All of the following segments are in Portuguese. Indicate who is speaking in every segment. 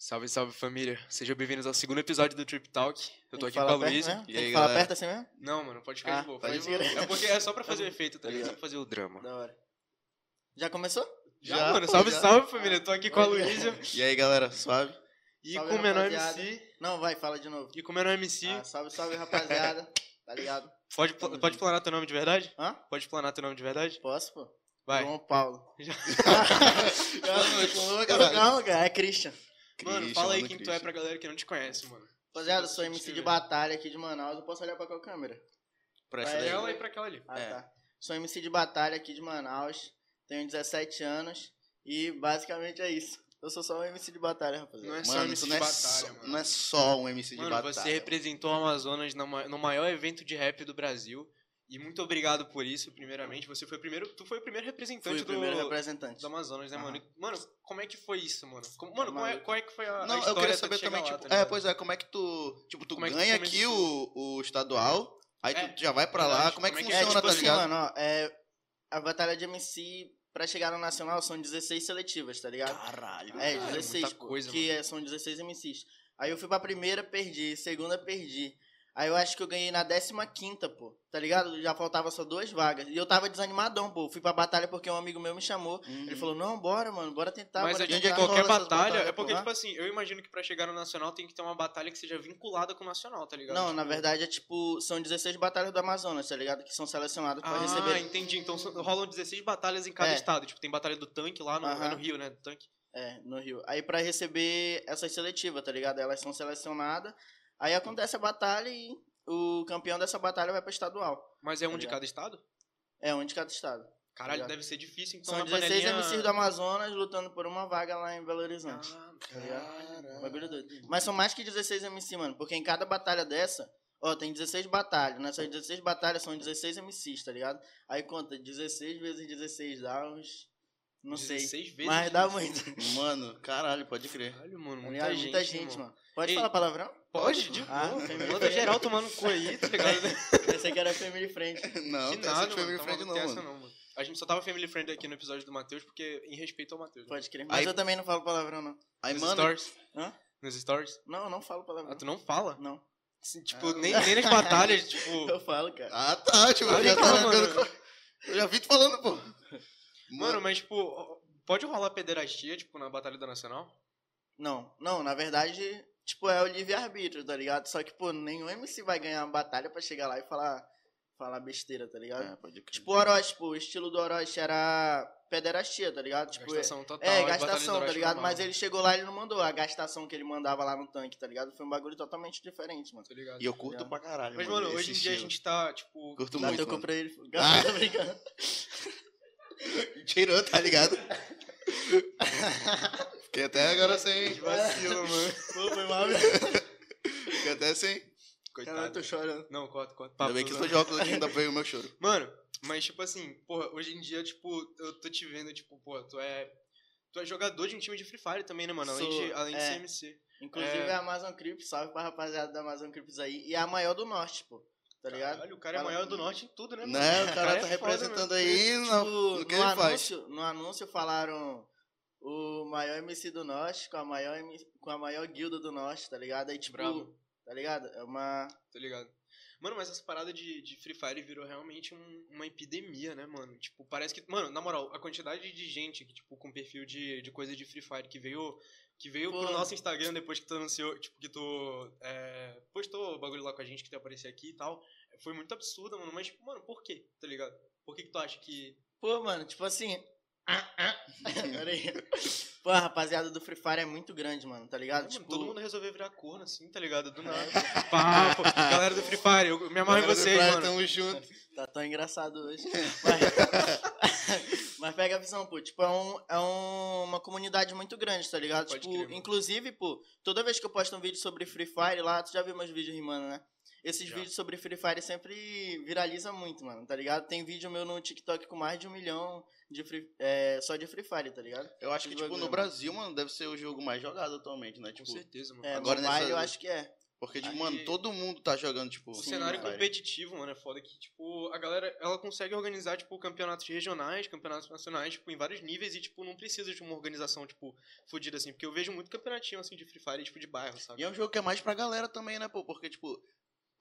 Speaker 1: Salve, salve família. Sejam bem-vindos ao segundo episódio do Trip Talk. Eu tô
Speaker 2: Tem que
Speaker 1: aqui com
Speaker 2: falar
Speaker 1: a Luísa.
Speaker 2: perto mesmo?
Speaker 1: E
Speaker 2: Tem
Speaker 1: aí,
Speaker 2: que falar
Speaker 1: galera?
Speaker 2: perto assim mesmo?
Speaker 1: Não, mano, pode ficar
Speaker 2: Ah,
Speaker 1: de boa.
Speaker 2: tá
Speaker 1: faz
Speaker 2: de boa.
Speaker 1: É porque é só pra fazer o efeito, tá
Speaker 2: Tá
Speaker 1: ligado?
Speaker 2: ligado.
Speaker 1: Só pra fazer o drama.
Speaker 2: Da hora. Já começou?
Speaker 1: Já,
Speaker 3: Já,
Speaker 1: mano,
Speaker 2: pô,
Speaker 1: salve,
Speaker 2: já.
Speaker 1: salve família. Eu tô aqui com a
Speaker 2: Olha.
Speaker 1: Luísa
Speaker 3: E aí, galera, suave?
Speaker 1: e é
Speaker 2: Salve,
Speaker 1: com o menor
Speaker 2: rapaziada.
Speaker 1: MC.
Speaker 2: Não, vai, fala de novo.
Speaker 1: E é com o menor MC.
Speaker 2: Ah, salve, salve, rapaziada. tá ligado?
Speaker 1: pode, pla-
Speaker 2: tamo
Speaker 1: pode
Speaker 2: junto.
Speaker 1: planar teu nome de verdade?
Speaker 2: Hã?
Speaker 1: Pode planar teu nome de verdade?
Speaker 2: Posso, pô?
Speaker 1: Vai.
Speaker 2: João Paulo.
Speaker 1: Já.
Speaker 2: Não, cara, não, cara, é Christian.
Speaker 1: mano, fala aí quem tu é pra galera que não te conhece, mano.
Speaker 2: Rapaziada, eu sou MC de
Speaker 1: Mentira.
Speaker 2: batalha aqui de Manaus. Eu posso olhar pra qual câmera? É pra
Speaker 3: pra essa
Speaker 1: Pra
Speaker 3: daí.
Speaker 2: galera.
Speaker 1: ela e pra aquela ali.
Speaker 2: Ah,
Speaker 3: É.
Speaker 2: tá. Sou MC de batalha aqui de Manaus. Tenho 17 anos. E basicamente é isso. Eu sou só um MC de batalha, rapaziada.
Speaker 1: Não é só
Speaker 3: Mano,
Speaker 1: MC
Speaker 3: tu
Speaker 1: de
Speaker 3: não é,
Speaker 1: batalha,
Speaker 3: só,
Speaker 1: mano.
Speaker 3: não é só um MC de
Speaker 1: Mano,
Speaker 3: batalha.
Speaker 1: você representou o Amazonas na ma- no maior evento de rap do Brasil. E muito obrigado por isso, primeiramente. Você foi o primeiro. Tu foi o primeiro representante
Speaker 2: Fui o
Speaker 1: do,
Speaker 2: primeiro representante.
Speaker 1: do Amazonas, né,
Speaker 2: Aham.
Speaker 1: mano? E- Mano, como é que foi isso, mano? Como- mano,
Speaker 2: Tá
Speaker 1: qual, é,
Speaker 2: maluco.
Speaker 1: qual é que foi a. a
Speaker 3: Não, eu
Speaker 1: história
Speaker 3: queria
Speaker 1: até
Speaker 3: saber
Speaker 1: chegar
Speaker 3: também,
Speaker 1: lá, tá
Speaker 3: tipo, é,
Speaker 1: ligado?
Speaker 3: pois é, como é que tu, tipo, tu
Speaker 1: Como é que tu
Speaker 3: ganha aqui o, o estadual, aí
Speaker 1: É,
Speaker 3: tu já vai pra lá,
Speaker 1: verdade.
Speaker 3: como é que
Speaker 1: Como é que
Speaker 2: É,
Speaker 3: funciona,
Speaker 2: tipo
Speaker 3: tá
Speaker 2: assim,
Speaker 3: ligado?
Speaker 2: mano, ó, é, a batalha de MC, pra chegar no Nacional, são 16 seletivas, tá ligado?
Speaker 3: Caralho,
Speaker 2: É,
Speaker 1: cara, muita
Speaker 2: 16, pô,
Speaker 1: coisa,
Speaker 2: que é- são 16 MCs. Aí eu fui pra primeira, perdi, segunda, perdi. Aí eu acho que eu ganhei na 15ª, pô, tá ligado? Já faltava só duas vagas. E eu tava desanimadão, pô. Fui pra batalha porque um amigo meu me chamou. Ele falou, não, bora, tá, mano, bora tentar,
Speaker 1: Mas é
Speaker 2: bora
Speaker 3: onde é
Speaker 1: de
Speaker 2: tentar.
Speaker 3: que
Speaker 1: qualquer
Speaker 2: Rola essas
Speaker 1: batalha. É
Speaker 2: batalhas,
Speaker 1: porque,
Speaker 2: pô,
Speaker 1: tipo assim, eu imagino que pra chegar no Nacional tem que ter uma batalha que seja vinculada com o Nacional, tá ligado?
Speaker 2: Não,
Speaker 1: Tipo,
Speaker 2: na verdade é tipo, são 16 batalhas do Amazonas, tá ligado? Que são selecionadas pra
Speaker 1: Ah,
Speaker 2: receber.
Speaker 1: entendi. Então so- rolam 16 batalhas em cada
Speaker 2: É.
Speaker 1: estado. Tipo, tem batalha do tanque lá no, é
Speaker 2: Aham.
Speaker 1: no Rio, né? Do tanque.
Speaker 2: É, no Rio. Aí pra receber essas seletivas, tá ligado? Elas são selecionadas. Aí acontece a batalha e o campeão dessa batalha vai pra estadual.
Speaker 1: Mas é um de
Speaker 2: Obrigado.
Speaker 1: cada estado?
Speaker 2: É, um de cada estado.
Speaker 1: Caralho,
Speaker 2: Obrigado.
Speaker 1: deve ser difícil, então.
Speaker 2: Tá São
Speaker 1: na
Speaker 2: 16
Speaker 1: panelinha-
Speaker 2: MCs do Amazonas lutando por uma vaga lá em Belo Horizonte.
Speaker 1: Ah,
Speaker 2: Caralho. Bagulho doido. Mas são mais que 16 MC, mano, porque em cada batalha dessa, ó, tem 16 batalhas. Nessas 16 batalhas são 16 MCs, tá ligado? Aí conta, 16 vezes 16 dá uns. Não sei.
Speaker 1: 16 vezes.
Speaker 2: Mas dá
Speaker 1: 16.
Speaker 2: muito.
Speaker 3: Hum, Mano, caralho, pode crer.
Speaker 1: Caralho, mano,
Speaker 2: Tá
Speaker 1: muita
Speaker 2: ligado?
Speaker 1: gente.
Speaker 2: Muita gente,
Speaker 1: mano.
Speaker 2: mano. Pode
Speaker 1: Ei.
Speaker 2: falar palavrão?
Speaker 1: Pode, de
Speaker 2: Ah,
Speaker 1: boa.
Speaker 2: family
Speaker 1: Manda
Speaker 2: friend.
Speaker 1: geral tomando cu aí, tá ligado?
Speaker 2: Pensei que era family friend.
Speaker 3: Não,
Speaker 1: que
Speaker 3: não essa
Speaker 1: nada,
Speaker 3: de
Speaker 1: mano.
Speaker 3: Family
Speaker 1: tá
Speaker 3: Friend
Speaker 1: maluco,
Speaker 3: não,
Speaker 1: tem
Speaker 3: mano.
Speaker 1: essa não, mano. A gente só tava family friend aqui no episódio do Matheus, porque em respeito ao Matheus. né?
Speaker 2: Pode crer. Mas
Speaker 3: Aí-
Speaker 2: eu também não falo palavrão, não.
Speaker 3: Aí,
Speaker 1: Nos
Speaker 3: mano,
Speaker 1: stories.
Speaker 2: Hã?
Speaker 1: Nos stories.
Speaker 2: Não, eu não falo
Speaker 1: Ah,
Speaker 2: palavrão.
Speaker 1: tu não fala?
Speaker 2: Não.
Speaker 1: Assim, tipo,
Speaker 2: Ah.
Speaker 1: nem, nem nas batalhas, tipo...
Speaker 2: Eu falo, cara.
Speaker 3: ah, tá, tipo, eu
Speaker 1: Olha
Speaker 3: já,
Speaker 1: aí,
Speaker 3: tava
Speaker 1: mano.
Speaker 3: ficando- eu já vi tu falando, pô.
Speaker 1: Mano, mas tipo, ó, pode rolar pederastia, tipo, na Batalha da Nacional?
Speaker 2: Não, não, na verdade, tipo, é o livre-arbítrio, tá ligado? Só que, pô, nenhum MC vai ganhar uma batalha pra chegar lá e falar, falar besteira, tá ligado?
Speaker 3: É, pode crer.
Speaker 2: Tipo, o Orochi, pô, o estilo do Orochi era pederastia, tá ligado? Tipo,
Speaker 1: gastação total.
Speaker 2: é,
Speaker 1: e Batalha do
Speaker 2: gastação, tá
Speaker 1: Orochi
Speaker 2: ligado?
Speaker 1: normal,
Speaker 2: Mas ele chegou lá e ele não mandou a gastação que ele mandava lá no tanque, tá ligado? Foi um bagulho totalmente diferente, mano.
Speaker 1: Tá ligado?
Speaker 3: E eu curto pra caralho,
Speaker 1: Mas, mano,
Speaker 3: esse
Speaker 1: hoje em dia a
Speaker 3: estilo.
Speaker 1: gente tá, tipo...
Speaker 3: Curto
Speaker 2: Dá
Speaker 3: muito,
Speaker 2: teu cu
Speaker 3: mano.
Speaker 2: pra ele. pô.
Speaker 3: Ah.
Speaker 2: Tô brincando.
Speaker 3: Tirou, tá ligado? Fiquei até agora sem.
Speaker 1: Vacilo, mano.
Speaker 2: Pô, foi mal, velho.
Speaker 3: Fiquei até sem.
Speaker 1: Coitado.
Speaker 2: Caralho, eu tô chorando.
Speaker 1: Não, corta, corta.
Speaker 3: Ainda bem
Speaker 1: Papo,
Speaker 3: que eu
Speaker 1: né?
Speaker 3: estou de óculos aqui, dá pra ver o meu choro.
Speaker 1: Mano, mas tipo assim, porra, hoje em dia, tipo, eu tô te vendo, tipo, porra, tu é. Tu é jogador de um time de Free Fire também, né, mano? Além
Speaker 2: Sou,
Speaker 1: de, além de
Speaker 2: é.
Speaker 1: ser MC.
Speaker 2: Inclusive
Speaker 1: É.
Speaker 2: a Amazon Crips, salve pra rapaziada da Amazon Crips aí. E é a maior do norte, pô. Tá ligado?
Speaker 1: Caralho, o cara é
Speaker 2: Fala.
Speaker 1: maior do norte em tudo, né, mano?
Speaker 3: Né? O cara
Speaker 1: é
Speaker 3: tá
Speaker 1: foda,
Speaker 3: representando
Speaker 1: mano.
Speaker 3: aí no,
Speaker 2: Tipo,
Speaker 3: no que
Speaker 2: no
Speaker 3: ele faz.
Speaker 2: anúncio, no anúncio falaram o maior MC do Norte com a maior, MC com a maior guilda do Norte, tá ligado? Aí, tipo,
Speaker 1: Bravo.
Speaker 2: tá ligado? É uma...
Speaker 1: Tá ligado? Mano, mas essa parada de, de Free Fire virou realmente um- uma epidemia, né, mano? Tipo, parece que. Mano, na moral, a quantidade de gente, que, tipo, com perfil de, de coisa de Free Fire que veio. Que veio
Speaker 2: Pô.
Speaker 1: pro nosso Instagram depois que tu anunciou, tipo, que tu é, postou o bagulho lá com a gente que tu ia aparecer aqui e tal. Foi muito absurda, mano. Mas, tipo, mano, por quê? Tá ligado? Por que, que tu acha que.
Speaker 2: Pô, mano, tipo assim... Pera aí. Pô, a rapaziada do Free Fire é muito grande, mano, tá ligado?
Speaker 1: Mano,
Speaker 2: tipo,
Speaker 1: todo mundo resolveu virar corno, assim, tá ligado? Do nada. Papo. Galera do Free Fire, eu me amarro em
Speaker 3: Galera do
Speaker 1: vocês,
Speaker 3: Praia,
Speaker 1: mano.
Speaker 3: Tamo junto.
Speaker 2: Tá tão engraçado hoje.
Speaker 3: É.
Speaker 2: Mas, mas pega a visão, pô. Tipo, é, um, é um- uma comunidade muito grande, tá ligado?
Speaker 1: Pode
Speaker 2: tipo,
Speaker 1: crer, mano.
Speaker 2: inclusive, pô, toda vez que eu posto um vídeo sobre Free Fire lá, tu já viu meus vídeos rimando, né? Esses
Speaker 1: Já.
Speaker 2: vídeos sobre Free Fire sempre viraliza muito, mano, tá ligado? Tem vídeo meu no TikTok com mais de um milhão de free, é, só de Free Fire, tá ligado?
Speaker 3: Eu acho que,
Speaker 2: Bagulho,
Speaker 3: tipo, no
Speaker 2: mano.
Speaker 3: Brasil, mano, deve ser o jogo mais jogado atualmente, né?
Speaker 1: Com
Speaker 3: Tipo,
Speaker 1: certeza, mano.
Speaker 2: É,
Speaker 3: Agora
Speaker 2: mobile
Speaker 3: nessa-
Speaker 2: eu acho que é.
Speaker 3: Porque, tipo,
Speaker 1: Aí-
Speaker 3: mano, todo mundo tá jogando, tipo.
Speaker 1: O
Speaker 2: Sim,
Speaker 1: cenário
Speaker 3: Free Fire.
Speaker 1: competitivo, mano, é foda que, tipo, a galera, ela consegue organizar, tipo, campeonatos regionais, campeonatos nacionais, tipo, em vários níveis e, tipo, não precisa de uma organização, tipo, fodida, assim. Porque eu vejo muito campeonatinho, assim, de Free Fire, tipo, de bairro, sabe?
Speaker 3: E é um jogo que é mais pra galera também, né, pô? Porque, tipo,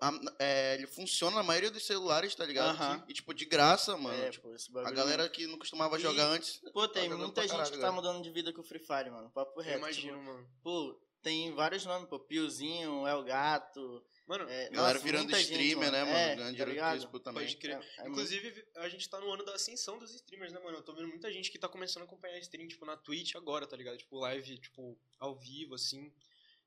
Speaker 3: a- é, ele funciona na maioria dos celulares, tá ligado?
Speaker 2: Aham.
Speaker 3: E, tipo, de graça, mano.
Speaker 2: é,
Speaker 3: Tipo,
Speaker 2: pô, esse
Speaker 3: a
Speaker 2: bagulho-
Speaker 3: galera que não costumava
Speaker 2: E-
Speaker 3: jogar antes.
Speaker 2: Pô, tem
Speaker 3: tá jogando
Speaker 2: muita
Speaker 3: pra
Speaker 2: gente
Speaker 3: caralho
Speaker 2: que tá
Speaker 3: agora.
Speaker 2: mudando de vida com o Free Fire, mano. Papo reto.
Speaker 1: Eu imagino,
Speaker 2: tipo,
Speaker 1: mano.
Speaker 2: pô, tem vários nomes, pô. Piozinho, El Gato.
Speaker 1: Mano,
Speaker 2: É,
Speaker 3: A galera
Speaker 2: nossa,
Speaker 3: virando
Speaker 2: muita gente,
Speaker 3: streamer, né, mano?
Speaker 2: É,
Speaker 3: Ganhando
Speaker 2: tá
Speaker 3: dinheiro com
Speaker 2: ligado?
Speaker 3: isso pô,
Speaker 1: pode
Speaker 3: também.
Speaker 1: crer.
Speaker 2: É, é
Speaker 1: Inclusive, a gente tá no ano da ascensão dos streamers, né, mano? Eu tô vendo muita gente que tá começando a acompanhar stream, tipo, na Twitch agora, tá ligado? Tipo, live, tipo, ao vivo, assim.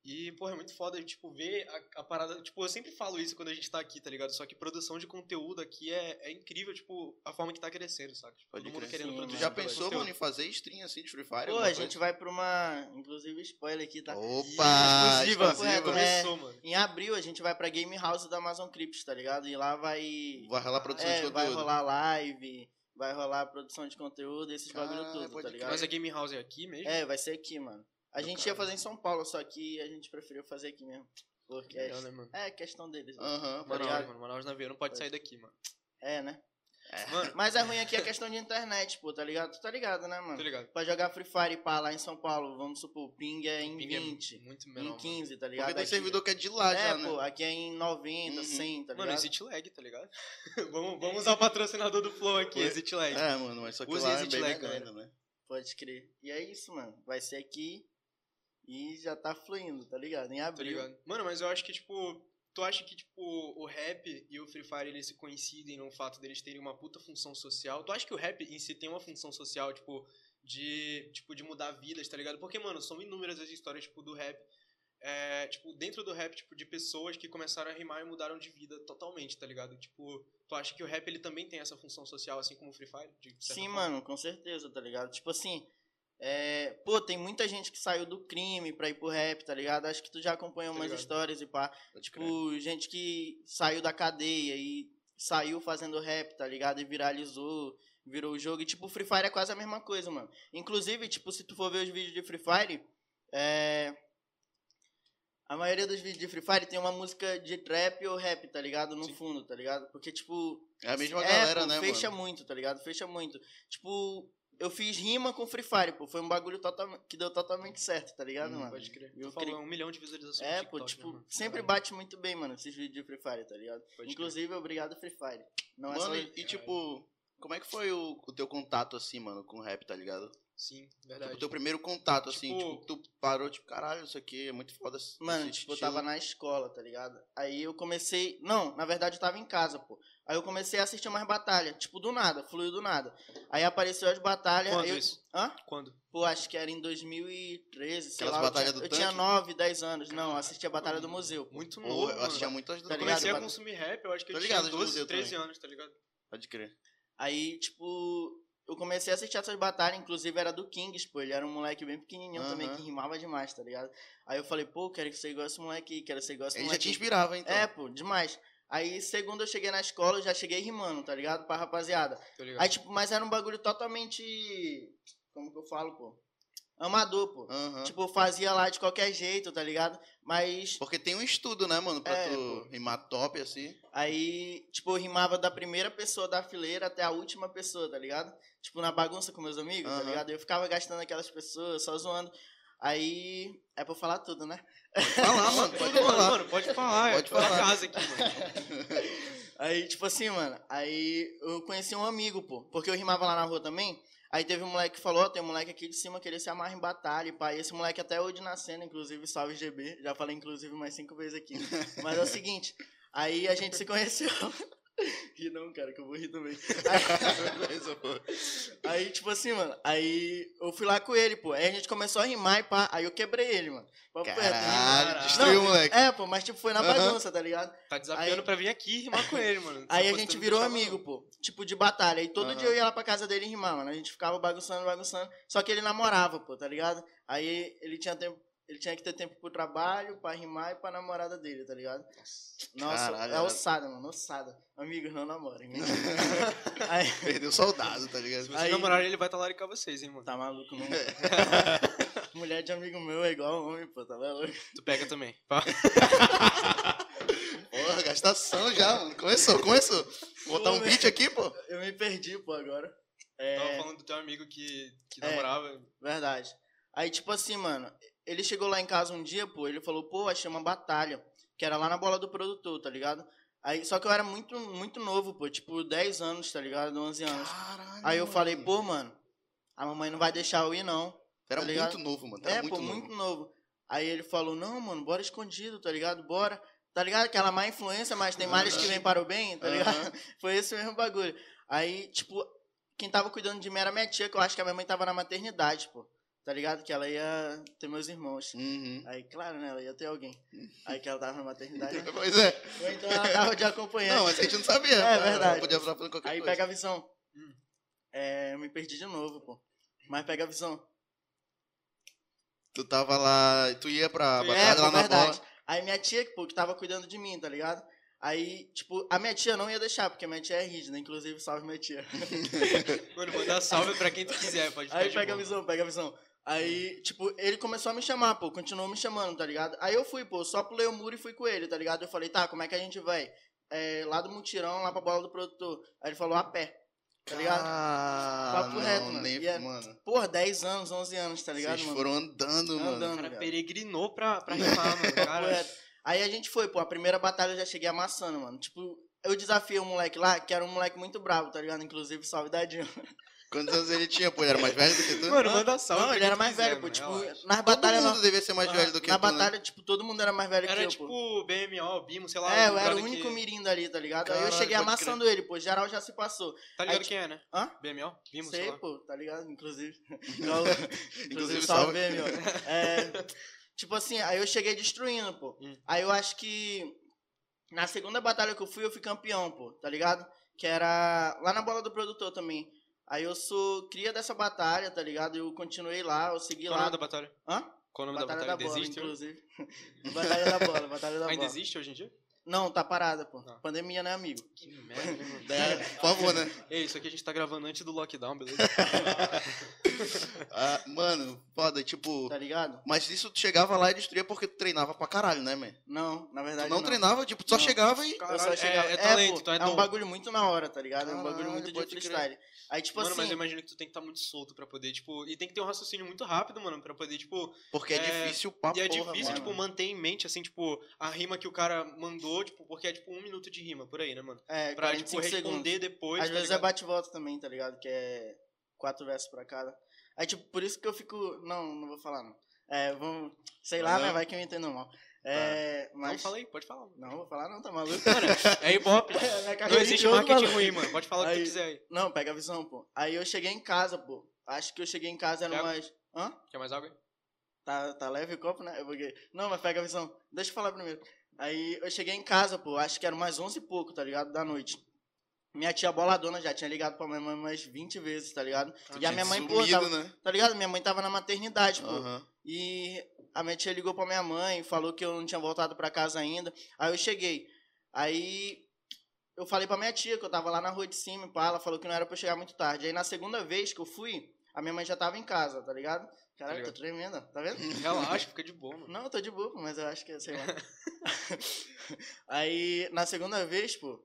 Speaker 1: E, porra, é muito foda, tipo, ver a, a parada. Tipo, eu sempre falo isso quando a gente tá aqui, tá ligado? Só que produção de conteúdo aqui é, é incrível, tipo, a forma que tá crescendo, saca? Tipo,
Speaker 3: Pode
Speaker 1: todo mundo
Speaker 3: crer.
Speaker 1: querendo
Speaker 2: Sim,
Speaker 1: produzir.
Speaker 3: Tu já
Speaker 2: mano,
Speaker 3: pensou,
Speaker 1: conteúdo.
Speaker 3: mano, em fazer stream assim de Free Fire?
Speaker 2: Pô,
Speaker 3: alguma
Speaker 2: a
Speaker 3: coisa?
Speaker 2: gente vai pra uma. Inclusive, spoiler aqui, tá?
Speaker 3: Opa!
Speaker 2: Exclusiva,
Speaker 3: exclusiva.
Speaker 2: correto,
Speaker 1: tipo,
Speaker 2: né?
Speaker 1: é, Começou, mano.
Speaker 2: Em abril a gente vai pra Game House da Amazon Crypts, tá ligado? E lá vai.
Speaker 3: Vai rolar produção de
Speaker 2: É, vai
Speaker 3: conteúdo.
Speaker 2: rolar live, vai rolar produção de conteúdo, esses
Speaker 3: Caralho,
Speaker 2: bagulho tudo,
Speaker 3: pode
Speaker 2: tá
Speaker 3: crer.
Speaker 2: ligado?
Speaker 1: Mas a Game House é aqui mesmo?
Speaker 2: É, vai ser aqui, mano. A
Speaker 3: Do
Speaker 2: gente ia
Speaker 3: caralho.
Speaker 2: fazer em São Paulo, só que a gente preferiu fazer aqui mesmo. Porque é,
Speaker 1: Legal, né, mano?
Speaker 2: é questão deles. né?
Speaker 3: Aham,
Speaker 2: Tá
Speaker 3: pode
Speaker 1: Manaus,
Speaker 2: ligado?
Speaker 1: mano. Manaus na veia, não pode sair daqui, mano.
Speaker 2: É, né?
Speaker 1: Mano,
Speaker 2: Mas é ruim aqui a questão de internet, pô, tá ligado? Tu tá ligado, né,
Speaker 1: tá
Speaker 2: mano?
Speaker 1: ligado?
Speaker 2: Pra jogar Free Fire pá, lá em São Paulo, vamos supor, o ping é em
Speaker 1: Ping é
Speaker 2: 20,
Speaker 1: muito
Speaker 2: em
Speaker 1: menor.
Speaker 2: 15, tá ligado?
Speaker 3: Porque tem
Speaker 2: Aqui-
Speaker 3: servidor que é de lá
Speaker 2: É,
Speaker 3: já,
Speaker 2: pô,
Speaker 3: né?
Speaker 2: aqui é em 90,
Speaker 3: Uhum.
Speaker 2: 100, tá ligado?
Speaker 1: Mano, existe lag, tá ligado? vamos, vamos usar o patrocinador do Flow aqui,
Speaker 3: Ué?
Speaker 1: existe lag.
Speaker 3: É, mano, mas só que
Speaker 1: Usa
Speaker 3: lá é
Speaker 1: Exit
Speaker 3: bem
Speaker 1: Lag,
Speaker 3: legal
Speaker 1: né?
Speaker 3: ainda, né?
Speaker 2: Pode crer. E é isso, mano. Vai ser aqui e já tá fluindo, tá ligado? Em
Speaker 1: Tá
Speaker 2: abril.
Speaker 1: ligado? Mano, mas eu acho que, tipo, tu acha que, tipo, o rap e o Free Fire, eles se coincidem no fato deles terem uma puta função social? Tu acha que o rap em si tem uma função social, tipo, de, tipo, de mudar vidas, tá ligado? Porque, mano, são inúmeras as histórias, tipo, do rap. é, tipo, dentro do rap, tipo, de pessoas que começaram a rimar e mudaram de vida totalmente, tá ligado? Tipo, tu acha que o rap, ele também tem essa função social, assim como o Free Fire? de certa
Speaker 2: Sim,
Speaker 1: forma?
Speaker 2: mano, com certeza, tá ligado? Tipo assim, é, pô, tem muita gente que saiu do crime pra ir pro rap, tá ligado? Acho que tu já acompanhou
Speaker 1: Tá
Speaker 2: umas
Speaker 1: ligado.
Speaker 2: histórias e pá.
Speaker 3: Pode crer.
Speaker 2: Tipo, gente que saiu da cadeia e saiu fazendo rap, tá ligado? E viralizou, virou o jogo. E, tipo, Free Fire é quase a mesma coisa, mano. Inclusive, tipo, se tu for ver os vídeos de Free Fire, é. A maioria dos vídeos de Free Fire tem uma música de trap ou rap, tá ligado? No
Speaker 1: Sim.
Speaker 2: fundo, tá ligado? Porque, tipo,
Speaker 3: É a mesma
Speaker 2: é,
Speaker 3: galera,
Speaker 2: pô,
Speaker 3: né,
Speaker 2: fecha
Speaker 3: mano?
Speaker 2: muito, tá ligado? Fecha muito. Tipo, eu fiz rima com Free Fire, pô. Foi um bagulho totalme- que deu totalmente certo, tá ligado,
Speaker 3: Hum,
Speaker 2: mano?
Speaker 1: Pode crer.
Speaker 2: Eu
Speaker 1: Tu falou
Speaker 2: cre-
Speaker 1: um milhão de visualizações
Speaker 2: É,
Speaker 1: no
Speaker 2: pô,
Speaker 1: TikTok, né,
Speaker 2: tipo,
Speaker 1: mano?
Speaker 2: sempre
Speaker 1: Caralho,
Speaker 2: bate muito bem, mano, esses vídeos de Free Fire, tá ligado?
Speaker 1: pode crer.
Speaker 2: Inclusive, obrigado, Free Fire. Não
Speaker 3: Mano,
Speaker 2: é só...
Speaker 3: e, e, tipo, como é que foi o, o teu contato, assim, mano, com o rap, tá ligado?
Speaker 1: Sim,
Speaker 3: Tipo,
Speaker 1: verdade.
Speaker 3: o teu primeiro contato, assim,
Speaker 1: Tipo-
Speaker 3: tipo, tu parou, tipo, caralho, isso aqui é muito foda. esse-
Speaker 2: Mano,
Speaker 3: esse
Speaker 2: tipo, eu
Speaker 3: estilo.
Speaker 2: tava na escola, tá ligado? Aí eu comecei. Não, na verdade eu tava em casa, pô. Aí eu comecei a assistir umas batalhas. Tipo, do nada, fluiu do nada. Aí apareceu as batalhas.
Speaker 1: Quando
Speaker 2: eu...
Speaker 1: isso?
Speaker 2: Hã?
Speaker 1: Quando?
Speaker 2: Pô, acho que era em 2013, sei
Speaker 3: Aquelas
Speaker 2: lá. eu
Speaker 3: batalhas
Speaker 2: tinha-
Speaker 3: do
Speaker 2: eu tinha
Speaker 3: tanque?
Speaker 2: 9, 10 anos. Não, eu assisti a Batalha do
Speaker 1: Caralho.
Speaker 2: Museu. pô.
Speaker 1: Muito novo,
Speaker 3: Pô, eu
Speaker 1: mano.
Speaker 3: assistia muito
Speaker 2: Tá
Speaker 3: as
Speaker 1: Eu
Speaker 2: ligado?
Speaker 1: comecei a
Speaker 2: Bata-
Speaker 1: consumir rap, eu acho que eu
Speaker 3: Tô
Speaker 1: tinha
Speaker 3: ligado, de
Speaker 1: 12,
Speaker 3: museu
Speaker 1: 13
Speaker 3: também.
Speaker 1: anos, tá ligado?
Speaker 3: Pode crer.
Speaker 2: Aí, tipo, eu comecei a assistir essas batalhas, inclusive era do Kings, pô. Ele era um moleque bem pequenininho também,
Speaker 3: Aham.
Speaker 2: que rimava demais, tá ligado? Aí eu falei, pô, quero que você igual esse moleque, aí, quero ser igual esse
Speaker 3: Ele já
Speaker 2: moleque.
Speaker 3: te inspirava, então.
Speaker 2: É, pô, demais. Aí, segunda eu cheguei na escola, eu já cheguei rimando, tá ligado? Pra rapaziada.
Speaker 1: Tô ligado.
Speaker 2: Aí, tipo, mas era um bagulho totalmente. Como que eu falo, pô? Amador, pô.
Speaker 3: Aham.
Speaker 2: Tipo, eu fazia lá de qualquer jeito, tá ligado? Mas
Speaker 3: Porque tem um estudo, né, mano, pra
Speaker 2: É,
Speaker 3: tu rimar top, assim.
Speaker 2: Aí, tipo, eu rimava da primeira pessoa da fileira até a última pessoa, tá ligado? Tipo, na bagunça com meus amigos, tá
Speaker 3: Aham.
Speaker 2: ligado? Eu ficava gastando aquelas pessoas, só zoando. Aí, é pra eu falar tudo, né?
Speaker 3: Falar,
Speaker 2: tipo,
Speaker 3: mano, pode
Speaker 1: Tudo, mano,
Speaker 3: falar.
Speaker 1: mano, pode falar.
Speaker 3: Pode
Speaker 1: é tua
Speaker 3: falar.
Speaker 1: casa aqui, mano.
Speaker 2: Aí, tipo assim, mano, aí eu conheci um amigo, pô, porque eu rimava lá na rua também. Aí teve um moleque que falou, ó, tem um moleque aqui de cima que ele se amarra em batalha, e pá. E esse moleque até hoje na cena, inclusive, salve GB. Já falei, inclusive, mais cinco vezes aqui. Mas é o seguinte, aí a gente se conheceu. Ri não, cara, que eu vou rir também.
Speaker 3: Beleza, pô.
Speaker 2: Aí, tipo assim, mano, aí eu fui lá com ele, pô. Aí a gente começou a rimar e pá. Aí eu quebrei ele, mano. Papo reto, rimar.
Speaker 3: Caralho,
Speaker 1: Não,
Speaker 3: destruiu o moleque.
Speaker 2: É, pô, mas tipo, foi na
Speaker 3: Aham.
Speaker 2: bagunça, tá ligado?
Speaker 1: Tá desafiando
Speaker 2: Aí-
Speaker 1: pra vir aqui e rimar com ele, mano.
Speaker 2: Aí
Speaker 1: Essa
Speaker 2: a
Speaker 1: coisa
Speaker 2: gente
Speaker 1: não
Speaker 2: virou
Speaker 1: deixava,
Speaker 2: amigo, pô. Tipo, de batalha. E todo
Speaker 3: Aham.
Speaker 2: dia eu ia lá pra casa dele e né? rimar, mano. A gente ficava bagunçando, bagunçando. Só que ele namorava, pô, tá ligado? Aí ele tinha tempo. Ele tinha que ter tempo pro trabalho, pra rimar e pra namorada dele, tá ligado? Nossa,
Speaker 3: Caralho,
Speaker 2: é
Speaker 3: era-
Speaker 2: ossada, mano, ossada. Amigos, não namorem. Aí,
Speaker 3: Perdeu soldado, tá
Speaker 1: Se
Speaker 3: ligado?
Speaker 1: vocês
Speaker 2: Aí-
Speaker 1: namorarem, ele vai talaricar vocês, hein, mano.
Speaker 2: tá maluco, não. Mulher de amigo meu é igual homem, pô, tá maluco?
Speaker 1: Tu pega também. pá.
Speaker 3: Porra, gastação já, mano. Começou, começou. Vou botar um
Speaker 2: Pô,
Speaker 3: beat aqui, pô.
Speaker 2: Eu me perdi, pô, agora. É...
Speaker 1: Tava falando do teu amigo que, que
Speaker 2: É.
Speaker 1: namorava.
Speaker 2: Verdade. Aí, tipo assim, mano, ele chegou lá em casa um dia, pô, ele falou, pô, achei uma batalha, que era lá na bola do produtor, tá ligado? Aí, só que eu era muito, muito novo, pô, tipo, 10 anos, tá ligado? 11 anos.
Speaker 3: Caralho.
Speaker 2: Aí eu
Speaker 3: mano.
Speaker 2: falei, pô, mano, a mamãe não vai deixar eu ir, não.
Speaker 3: Era
Speaker 2: tá ligado?
Speaker 3: muito novo, mano. Era
Speaker 2: É,
Speaker 3: muito
Speaker 2: pô,
Speaker 3: novo.
Speaker 2: muito novo. Aí ele falou, não, mano, bora escondido, tá ligado? Bora. Tá ligado? Aquela má influência, mas tem males que vêm para o bem, tá
Speaker 3: Aham.
Speaker 2: ligado? Foi esse mesmo bagulho. Aí, tipo, quem tava cuidando de mim era minha tia, que eu acho que a minha mãe tava na maternidade, pô. Tá ligado? Que ela ia ter meus irmãos.
Speaker 3: Uhum.
Speaker 2: Aí, claro, né? Ela ia ter alguém. Aí que ela tava na maternidade.
Speaker 3: Pois é.
Speaker 2: Ou então ela tava de acompanhante.
Speaker 3: Não, mas a gente não sabia.
Speaker 2: É
Speaker 3: tá?
Speaker 2: verdade.
Speaker 3: Podia falar fazendo qualquer
Speaker 2: Aí
Speaker 3: coisa.
Speaker 2: pega a visão.
Speaker 1: Hum.
Speaker 2: É, eu me perdi de novo, pô. Mas pega a visão.
Speaker 3: Tu tava lá, tu ia pra
Speaker 2: É,
Speaker 3: batalha
Speaker 2: pô,
Speaker 3: lá na
Speaker 2: verdade.
Speaker 3: bola.
Speaker 2: Aí minha tia, pô, que tava cuidando de mim, tá ligado? Aí, tipo, a minha tia não ia deixar, porque minha tia é rígida, inclusive, salve minha tia.
Speaker 1: Mano, vou dar salve pra quem tu quiser, pode ficar
Speaker 2: Aí
Speaker 1: de
Speaker 2: pega a
Speaker 1: boa.
Speaker 2: visão, pega a visão.
Speaker 3: Hum.
Speaker 2: Aí, tipo, ele começou a me chamar, pô, continuou me chamando, tá ligado? Aí eu fui, pô, só pulei o muro e fui com ele, tá ligado? Eu falei, tá, como é que a gente vai? É, lá do mutirão, lá pra bola do produtor. Aí ele falou, a pé, tá ligado?
Speaker 3: Ah,
Speaker 2: Papo
Speaker 3: não,
Speaker 2: reto, mano.
Speaker 3: nem,
Speaker 2: E é-
Speaker 3: mano.
Speaker 2: Porra, 10 anos, 11 anos, tá ligado,
Speaker 3: Vocês
Speaker 2: mano?
Speaker 3: foram andando, mano.
Speaker 1: O
Speaker 2: Andando,
Speaker 1: cara
Speaker 2: velho.
Speaker 1: peregrinou pra, pra rimar, mano. Cara,
Speaker 2: Correto. Aí a gente foi, pô, a primeira batalha eu já cheguei amassando, mano. Tipo, eu desafiei um moleque lá, que era um moleque muito bravo, tá ligado? Inclusive, salve dadinho.
Speaker 3: Quantos anos ele tinha, pô? Ele era mais velho do que tu?
Speaker 1: mano, manda salve.
Speaker 2: Não,
Speaker 1: pra
Speaker 2: ele
Speaker 1: quem
Speaker 2: era
Speaker 1: tu
Speaker 2: mais
Speaker 1: quiser,
Speaker 2: velho, pô.
Speaker 1: mano,
Speaker 2: Tipo,
Speaker 1: relaxa.
Speaker 2: nas
Speaker 3: Todo
Speaker 2: batalhas
Speaker 3: mundo
Speaker 2: não.
Speaker 3: devia ser mais velho do que
Speaker 2: Na
Speaker 3: tu, né?
Speaker 2: batalha, tipo, todo mundo era mais velho que
Speaker 1: Era
Speaker 2: eu, pô.
Speaker 1: tipo BMO, BIMO, sei lá. um
Speaker 2: É, eu era o
Speaker 1: brother
Speaker 2: único
Speaker 1: que-
Speaker 2: mirim dali, tá ligado? aí eu
Speaker 3: Caralho,
Speaker 2: cheguei
Speaker 3: pode
Speaker 2: amassando ele, pô. Geral já se passou.
Speaker 1: Tá ligado
Speaker 2: Aí,
Speaker 1: quem é, né?
Speaker 2: hã?
Speaker 1: BMO? BIMO, sei
Speaker 2: Sei,
Speaker 1: lá.
Speaker 2: pô, tá ligado? Inclusive. Então,
Speaker 3: Inclusive,
Speaker 2: Inclusive,
Speaker 3: salve.
Speaker 2: salve, meu. É, tipo assim, aí eu cheguei destruindo, pô.
Speaker 1: Hum.
Speaker 2: Aí eu acho que na segunda batalha que eu fui, eu fui campeão, pô, tá ligado? Que era lá na bola do produtor também. Aí eu sou cria dessa batalha, tá ligado? Eu continuei lá, eu segui
Speaker 1: Qual o nome
Speaker 2: lá.
Speaker 1: da batalha?
Speaker 2: Hã?
Speaker 1: Qual o nome
Speaker 2: Batalha
Speaker 1: da
Speaker 2: da
Speaker 1: batalha?
Speaker 2: bola,
Speaker 1: Desiste?
Speaker 2: inclusive. batalha da bola, batalha da
Speaker 1: Ainda
Speaker 2: bola.
Speaker 1: existe hoje em dia?
Speaker 2: Não, tá parada, pô.
Speaker 1: Ah.
Speaker 2: Pandemia, né, amigo?
Speaker 1: Que merda, né, mano.
Speaker 3: É, por favor, né?
Speaker 1: Ei, isso aqui a gente tá gravando antes do lockdown, beleza?
Speaker 2: Tipo
Speaker 3: Ah, mano, foda, tipo.
Speaker 2: Tá ligado?
Speaker 3: Mas isso tu chegava lá e destruía porque tu treinava pra caralho, né, man?
Speaker 2: Não, na
Speaker 3: Tu
Speaker 2: verdade.
Speaker 3: não treinava, tipo, tu só
Speaker 2: Não.
Speaker 3: chegava e.
Speaker 2: Eu só
Speaker 1: Caralho,
Speaker 2: chegava.
Speaker 1: é- é
Speaker 2: É,
Speaker 1: talento,
Speaker 2: pô,
Speaker 1: então é
Speaker 2: é um
Speaker 1: dom.
Speaker 2: bagulho muito na hora, tá ligado? é um
Speaker 3: Caralho,
Speaker 2: bagulho muito de
Speaker 3: pode crer.
Speaker 2: freestyle. Aí, tipo
Speaker 1: mano,
Speaker 2: assim.
Speaker 1: mas eu imagino que tu tem que estar muito solto pra poder, tipo. E tem que ter um raciocínio muito rápido, mano, pra poder, tipo.
Speaker 3: Porque é,
Speaker 1: É,
Speaker 3: difícil pra
Speaker 1: e é
Speaker 3: porra,
Speaker 1: difícil,
Speaker 3: mano.
Speaker 1: tipo, manter em mente, assim, tipo, a rima que o cara mandou, tipo, porque é tipo um minuto de rima, por aí, né, mano?
Speaker 2: É,
Speaker 1: Pra, tipo,
Speaker 2: 45 segundos.
Speaker 1: responder depois.
Speaker 2: Às
Speaker 1: tá
Speaker 2: vezes é
Speaker 1: ligado?
Speaker 2: bate-volta também, tá ligado? Que é quatro versos pra cada. Aí, tipo, por isso que eu fico. Não, não vou falar, não. É, vamos. Sei lá,
Speaker 3: Não.
Speaker 2: né? Vai que eu entendo mal. É, mas.
Speaker 1: Tá. Não, fala aí, pode falar.
Speaker 2: Não, vou falar, não, tá maluco?
Speaker 1: Mano, é ibope.
Speaker 2: É, minha
Speaker 1: Não
Speaker 2: carreira de
Speaker 1: existe
Speaker 2: jogo,
Speaker 1: marketing
Speaker 2: maluco.
Speaker 1: ruim, mano. Pode falar o que tu
Speaker 2: Aí-
Speaker 1: quiser aí.
Speaker 2: Não, pega a visão, pô. Aí eu cheguei em casa, pô. Acho que eu cheguei em casa, era
Speaker 1: Thiago?
Speaker 2: mais. Hã?
Speaker 1: Quer mais água? aí?
Speaker 2: Tá, tá leve o copo, né? Eu buguei. Não, mas pega a visão. Deixa eu falar primeiro. Aí eu cheguei em casa, pô, acho que era mais 11 e pouco, tá ligado? Da noite. Minha tia boladona já tinha ligado pra minha mãe umas 20 vezes, tá ligado? E a minha mãe, pô,
Speaker 3: Sumido,
Speaker 2: tava,
Speaker 3: né?
Speaker 2: tá ligado? Minha mãe tava na maternidade, pô.
Speaker 3: Aham.
Speaker 2: E a minha tia ligou pra minha mãe, falou que eu não tinha voltado pra casa ainda. Aí eu cheguei. Aí eu falei pra minha tia que eu tava lá na rua de cima, e pá, ela falou que não era pra eu chegar muito tarde. Aí na segunda vez que eu fui, a minha mãe já tava em casa, tá ligado? Caralho, tô
Speaker 1: ligado.
Speaker 2: tremendo, tá vendo?
Speaker 1: Relaxa, fica de boa, mano.
Speaker 2: Não, eu tô de boa, pô, mas eu acho que, é, sei lá. Aí, na segunda vez, pô.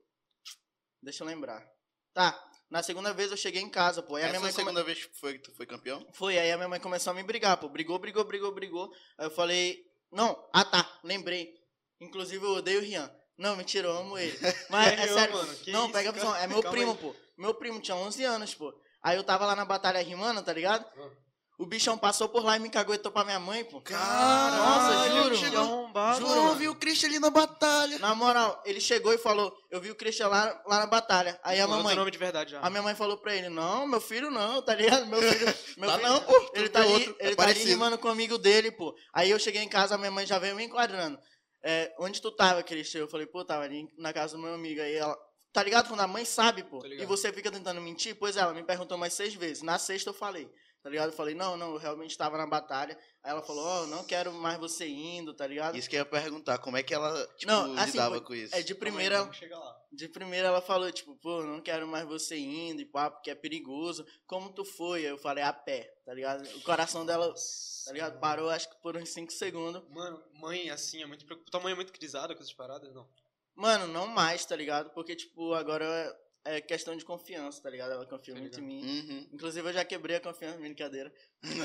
Speaker 2: Deixa eu lembrar. Tá, na segunda vez eu cheguei em casa, pô. Aí a
Speaker 3: Essa
Speaker 2: minha
Speaker 3: foi a
Speaker 2: mãe come-
Speaker 3: segunda vez que foi, que tu foi campeão?
Speaker 2: foi, aí a minha mãe começou a me brigar, pô. Brigou, brigou, brigou, brigou. Aí eu falei, não, ah tá, lembrei. Inclusive eu odeio o Rian. Não, mentira, eu amo ele. Mas é
Speaker 1: Eu,
Speaker 2: sério,
Speaker 1: mano, que
Speaker 2: não,
Speaker 1: isso,
Speaker 2: pega a visão,
Speaker 1: cara?
Speaker 2: é meu
Speaker 1: Calma
Speaker 2: primo,
Speaker 1: aí.
Speaker 2: pô. Meu primo tinha 11 anos, pô. Aí eu tava lá na batalha rimando, tá ligado?
Speaker 1: Hum.
Speaker 2: O bichão passou por lá e me caguetou pra minha mãe, pô.
Speaker 1: Ah,
Speaker 3: Caralho,
Speaker 2: Nossa, juro,
Speaker 3: chegou
Speaker 2: mano.
Speaker 1: arrombado.
Speaker 2: Juro,
Speaker 3: Não,
Speaker 2: mano.
Speaker 3: eu vi o Christian ali na batalha.
Speaker 2: Na moral, ele chegou e falou, eu vi o Christian lá, lá na batalha. Aí a
Speaker 1: Manda
Speaker 2: mamãe,
Speaker 1: o nome de verdade já.
Speaker 2: a minha mãe falou pra ele, não, meu filho não, tá ligado? Meu filho, meu
Speaker 3: Lá
Speaker 2: filho
Speaker 3: não, pô.
Speaker 2: Ele
Speaker 3: Tu
Speaker 2: tá
Speaker 3: viu
Speaker 2: ali,
Speaker 3: outro,
Speaker 2: ele
Speaker 3: é
Speaker 2: tá ali
Speaker 3: parecido.
Speaker 2: rimando com o amigo dele, pô. Aí eu cheguei em casa, a minha mãe já veio me enquadrando. É, onde tu tava, Cristian? Eu falei, pô, tava ali na casa do meu amigo. Aí ela, Tá ligado? Quando a mãe sabe, pô.
Speaker 1: Tô ligado.
Speaker 2: E você fica tentando mentir, pois é, ela me perguntou mais seis vezes. Na sexta eu falei. Tá ligado? Eu falei, não, não, eu realmente estava na batalha. Aí ela falou, ó, não quero mais você indo, tá ligado?
Speaker 3: Isso que eu ia perguntar, como é que ela, tipo,
Speaker 2: Não, assim,
Speaker 3: lidava
Speaker 2: foi-
Speaker 3: com isso?
Speaker 2: É, de primeira,
Speaker 1: Calma aí, vamos chegar lá.
Speaker 2: de primeira ela falou, tipo, pô, não quero mais você indo e pá, porque é perigoso. Como tu foi? Aí eu falei, a pé, tá ligado? O coração dela, tá ligado? Parou, acho que por uns 5 segundos.
Speaker 1: Mano, mãe, assim, é muito preocupada. Tua mãe é muito crisada com essas paradas? Não.
Speaker 2: Mano, não mais, tá ligado? Porque, tipo, agora é questão de confiança, tá ligado? Ela confia
Speaker 1: Tá
Speaker 2: muito em
Speaker 1: ligado.
Speaker 2: mim.
Speaker 3: Uhum.
Speaker 2: Inclusive, eu já quebrei a confiança, brincadeira.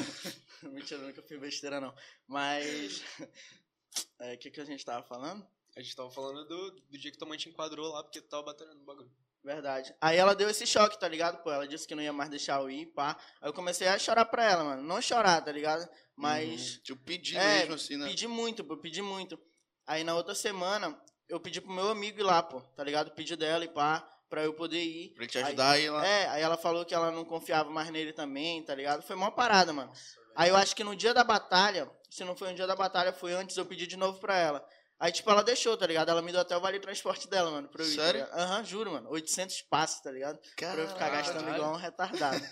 Speaker 2: Mentira, eu nunca fiz besteira, não. Mas. é, O que, que a gente tava falando?
Speaker 1: A gente tava falando do, do dia que tua mãe te enquadrou lá porque tu tava batendo no bagulho.
Speaker 2: Verdade. Aí ela deu esse choque, tá ligado? Pô, ela disse que não ia mais deixar eu ir, pá. Aí eu comecei a chorar pra ela, mano. Não chorar, tá ligado? Mas.
Speaker 3: Uhum. Tipo, pedir
Speaker 2: É,
Speaker 3: mesmo, assim, né?
Speaker 2: Pedi muito, pô, pedi muito. Aí na outra semana, eu pedi pro meu amigo ir lá, pô, tá ligado? Pedi dela e pá, pra eu poder ir.
Speaker 3: Pra ele te ajudar e ela...
Speaker 2: É, aí ela falou que ela não confiava mais nele também, tá ligado? Foi uma parada, mano. Aí eu acho que no dia da batalha, se não foi no dia da batalha, foi antes, eu pedi de novo pra ela. Aí, tipo, ela deixou, tá ligado? Ela me deu até o vale transporte dela, mano, pra eu ir. tá
Speaker 3: Sério?
Speaker 2: ligado? Aham, juro, mano. 800 passos, tá ligado? Pra eu
Speaker 3: Ah,
Speaker 2: ficar
Speaker 1: Caralho.
Speaker 2: gastando igual um retardado.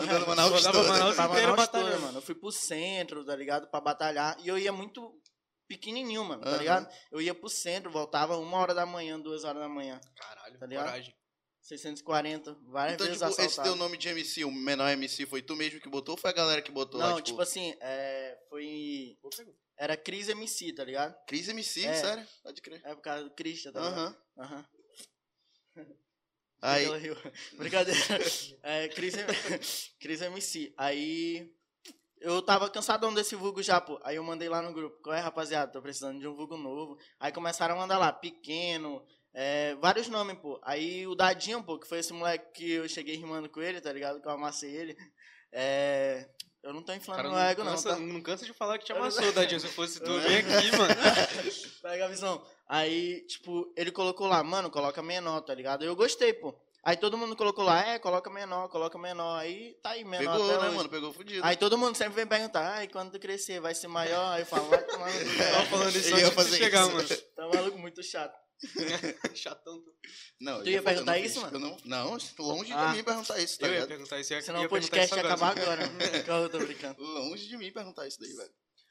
Speaker 3: Rodando Manaus
Speaker 1: Rodava
Speaker 3: toda.
Speaker 1: Manaus
Speaker 2: Tava
Speaker 1: inteiro
Speaker 2: na
Speaker 1: batalhando.
Speaker 2: altura, mano. Eu fui pro centro, tá ligado? Pra batalhar. E eu ia muito pequenininho, mano, tá
Speaker 3: Aham.
Speaker 2: ligado? Eu ia pro centro, voltava uma hora da manhã, duas horas da manhã.
Speaker 1: Caralho,
Speaker 2: Tá ligado?
Speaker 1: coragem.
Speaker 2: 640, várias
Speaker 3: Então,
Speaker 2: vezes
Speaker 3: tipo, esse
Speaker 2: assaltado.
Speaker 3: teu nome de MC, o menor MC, foi tu mesmo que botou ou foi a galera que botou
Speaker 2: Não,
Speaker 3: lá,
Speaker 2: tipo assim, é, foi...
Speaker 1: Boa pergunta.
Speaker 2: Era Cris MC, tá ligado?
Speaker 3: Cris MC,
Speaker 2: É.
Speaker 3: sério? Pode crer.
Speaker 2: É por causa do Christian, tá ligado?
Speaker 3: Aham.
Speaker 2: Aham.
Speaker 3: Aí,
Speaker 2: Ela riu. Brincadeira. É, Cris, Cris MC. Aí eu tava cansadão desse vulgo já, pô. Aí eu mandei lá no grupo. Qual é, rapaziada? Tô precisando de um vulgo novo. Aí começaram a mandar lá, pequeno, é, vários nomes, pô. Aí o Dadinho, pô, que foi esse moleque que eu cheguei rimando com ele, tá ligado? Que eu amassei ele. É, eu não tô inflando
Speaker 1: Cara,
Speaker 2: meu ego, não,
Speaker 1: cansa,
Speaker 2: tá?
Speaker 1: não cansa de falar que te
Speaker 2: Eu não-
Speaker 1: amassou, Dadinho. Se fosse tu, eu vim aqui, mano.
Speaker 2: Pega a visão. Aí, tipo, ele colocou lá, mano, coloca menor, tá ligado? Eu gostei, pô. Aí todo mundo colocou lá, é, coloca menor, coloca menor. Aí tá aí, menor
Speaker 3: pegou,
Speaker 2: até
Speaker 3: né,
Speaker 2: hoje.
Speaker 3: mano? Pegou fudido.
Speaker 2: Aí todo mundo sempre vem perguntar, ai, quando tu crescer, vai ser maior? Aí eu falo, vai tomar no cu,
Speaker 1: Tava
Speaker 2: cara.
Speaker 1: falando isso
Speaker 3: Ele
Speaker 1: antes
Speaker 3: ia
Speaker 1: de tu
Speaker 3: fazer
Speaker 1: chegar,
Speaker 3: isso.
Speaker 1: mano.
Speaker 2: Tá maluco, muito chato.
Speaker 1: Chatão. tu.
Speaker 3: Não,
Speaker 2: Tu
Speaker 3: eu
Speaker 2: ia
Speaker 3: falar, eu
Speaker 2: perguntar
Speaker 3: não fiz,
Speaker 2: isso, mano?
Speaker 3: eu não, não, longe
Speaker 2: Ah.
Speaker 3: de mim perguntar isso, tá
Speaker 1: Eu ia
Speaker 3: ligado?
Speaker 1: perguntar isso. eu ia-
Speaker 2: Senão
Speaker 1: ia
Speaker 2: o
Speaker 1: perguntar
Speaker 2: podcast
Speaker 1: isso
Speaker 2: ia
Speaker 1: agora.
Speaker 2: acabar agora. mano. Calma, eu tô brincando.
Speaker 3: Longe de mim perguntar isso daí, velho.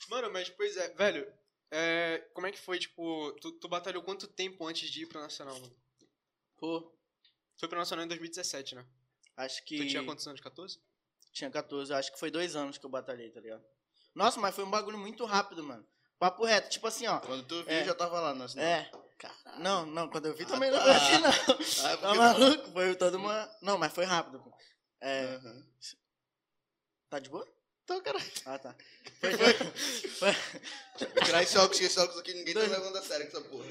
Speaker 1: Mano, mas pois é, velho, é, como é que foi, tipo, tu, tu batalhou quanto tempo antes de ir pro Nacional, mano?
Speaker 2: Pô,
Speaker 1: Foi pro Nacional em 2017, né?
Speaker 2: acho que...
Speaker 1: Tu tinha quantos anos? 14?
Speaker 2: Tinha 14, eu acho que foi dois anos que eu batalhei, tá ligado? Nossa, mas foi um bagulho muito rápido, mano. Papo reto, tipo assim, ó.
Speaker 3: Quando tu viu,
Speaker 2: É.
Speaker 3: já tava lá, né?
Speaker 2: É. Não, não, quando eu vi também
Speaker 3: tá.
Speaker 2: não foi assim, não. Tá
Speaker 3: Ah, porque...
Speaker 2: maluco? Foi toda uma... Não, mas foi rápido, pô. É,
Speaker 3: Aham.
Speaker 2: tá de boa?
Speaker 3: Então, caralho.
Speaker 2: Ah, tá. Foi, foi, foi,
Speaker 3: Tirar esse óculos, que esse óculos aqui ninguém tá
Speaker 2: Dois-
Speaker 3: levando a sério com essa porra.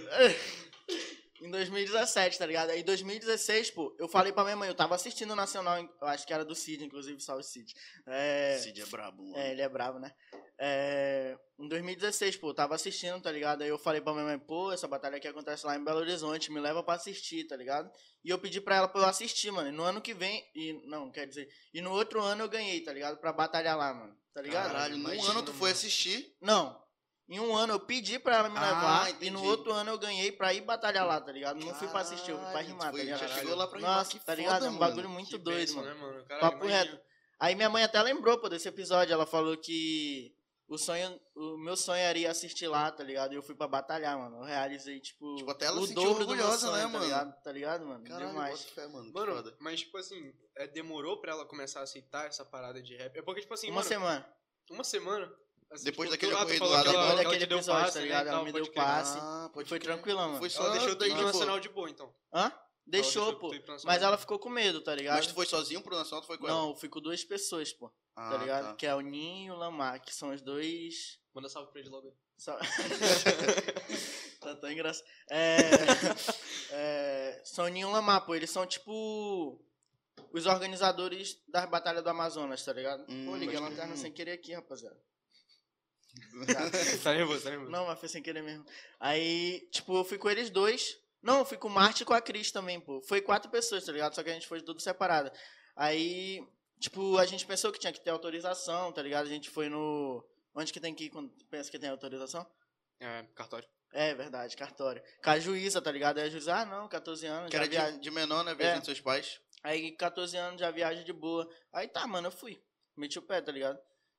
Speaker 2: Em 2017, tá ligado? Aí em 2016, pô, eu falei pra minha mãe, eu tava assistindo o Nacional, eu acho que era do Cid, inclusive, salve Cid. É,
Speaker 3: Cid é brabo, mano.
Speaker 2: é, ele é bravo, né? É, em 2016, pô, eu tava assistindo, tá ligado? Aí eu falei pra minha mãe, pô, essa batalha aqui acontece lá em Belo Horizonte, me leva pra assistir, tá ligado? E eu pedi pra ela pra eu assistir, mano. E no ano que vem, e não, quer dizer, e no outro ano eu ganhei, tá ligado? Pra batalhar lá, mano. Tá ligado?
Speaker 3: Caralho, num
Speaker 1: imagina,
Speaker 3: ano tu foi
Speaker 1: mano.
Speaker 3: assistir.
Speaker 2: Não. Em um ano eu pedi pra ela me
Speaker 3: Ah,
Speaker 2: levar e no
Speaker 3: entendi.
Speaker 2: outro ano eu ganhei pra ir batalhar lá, tá ligado? Não fui pra assistir, eu fui pra
Speaker 3: Caralho,
Speaker 2: rimar,
Speaker 3: tu
Speaker 2: tá
Speaker 3: foi- já
Speaker 2: ligado?
Speaker 3: chegou lá pra rimar,
Speaker 2: Nossa,
Speaker 3: que
Speaker 2: tá ligado?
Speaker 3: foda,
Speaker 2: é um
Speaker 3: mano.
Speaker 2: bagulho muito
Speaker 1: Que
Speaker 2: doido,
Speaker 1: bênção,
Speaker 2: mano.
Speaker 1: né, mano? Caralho,
Speaker 2: Papo
Speaker 1: imagina.
Speaker 2: Aí minha mãe até lembrou, pô, desse episódio. Ela falou que o sonho, o meu sonho era ir assistir lá, tá ligado? E eu fui pra batalhar, mano. Eu realizei, tipo,
Speaker 3: Tipo, até ela
Speaker 2: o
Speaker 3: se sentiu
Speaker 2: dobro do meu
Speaker 3: orgulhosa,
Speaker 2: sonho,
Speaker 3: né,
Speaker 2: tá
Speaker 3: mano?
Speaker 2: ligado? Tá ligado, mano?
Speaker 3: Caralho,
Speaker 2: Demais.
Speaker 3: bota fé, mano. que
Speaker 1: Mano,
Speaker 3: foda.
Speaker 1: mas tipo assim, é, demorou pra ela começar a aceitar essa parada de rap? É porque, tipo assim,
Speaker 2: Uma
Speaker 1: mano,
Speaker 2: semana.
Speaker 1: uma semana. assim,
Speaker 3: Depois
Speaker 1: tipo, tu-
Speaker 3: daquele
Speaker 1: ah, tu
Speaker 3: ocorrido
Speaker 1: falou
Speaker 3: lá
Speaker 1: que
Speaker 3: da-
Speaker 1: ela-
Speaker 2: Depois
Speaker 1: que ela te
Speaker 2: né? daquele
Speaker 1: deu
Speaker 2: episódio,
Speaker 1: passe,
Speaker 2: tá
Speaker 1: né,
Speaker 2: ligado?
Speaker 1: e
Speaker 2: Ela
Speaker 1: tal,
Speaker 2: me
Speaker 1: pode
Speaker 2: deu
Speaker 1: crer.
Speaker 2: passe.
Speaker 3: Ah, pode
Speaker 2: Foi
Speaker 3: crer.
Speaker 2: tranquilão, mano.
Speaker 3: Foi só
Speaker 1: Ela deixou tu ir
Speaker 3: daí
Speaker 1: pro
Speaker 3: de boa.
Speaker 1: Nacional de boa, então.
Speaker 2: Hã? tipo, Deixou,
Speaker 1: deixou
Speaker 2: pô.
Speaker 1: tu ir pro Nacional.
Speaker 2: Mas ela ficou com medo, tá ligado?
Speaker 3: um Mas tu foi sozinho pro Nacional, tu foi com ela?
Speaker 2: Não, eu fui com duas pessoas, pô.
Speaker 3: Ah,
Speaker 2: tá ligado?
Speaker 3: tá.
Speaker 2: Que é o Ninho e o Lamar, que são os dois.
Speaker 1: Manda salve pra ele logo aí.
Speaker 2: só- tá tão engraçado. É... é, São o Ninho e o Lamar, pô. Eles são tipo. Os organizadores das Batalhas do Amazonas, tá ligado?
Speaker 3: Hum,
Speaker 2: pô, liguei a
Speaker 3: pode
Speaker 2: lanterna
Speaker 3: crer.
Speaker 2: sem querer aqui, rapaziada.
Speaker 1: tá nervoso, tá nervoso.
Speaker 2: Não, mas foi sem querer mesmo. Aí, tipo, eu fui com eles dois. Não, eu fui com o Marte e com a Cris também, pô. Foi quatro pessoas, tá ligado? Só que a gente foi tudo separado. Aí, tipo, a gente pensou que tinha que ter autorização, tá ligado? A gente foi no. Onde que tem que ir quando pensa que tem autorização?
Speaker 1: É, cartório.
Speaker 2: É verdade, cartório. Com a juíza, tá ligado? Aí a juíza, ah, não, 14 anos.
Speaker 3: Que
Speaker 2: já
Speaker 3: era
Speaker 2: viaja-
Speaker 3: de, de menor, né? Viajando
Speaker 2: É.
Speaker 3: de seus pais.
Speaker 2: Aí, 14 anos, já viaja de boa. Aí tá, mano, eu fui. Meti o pé, tá ligado?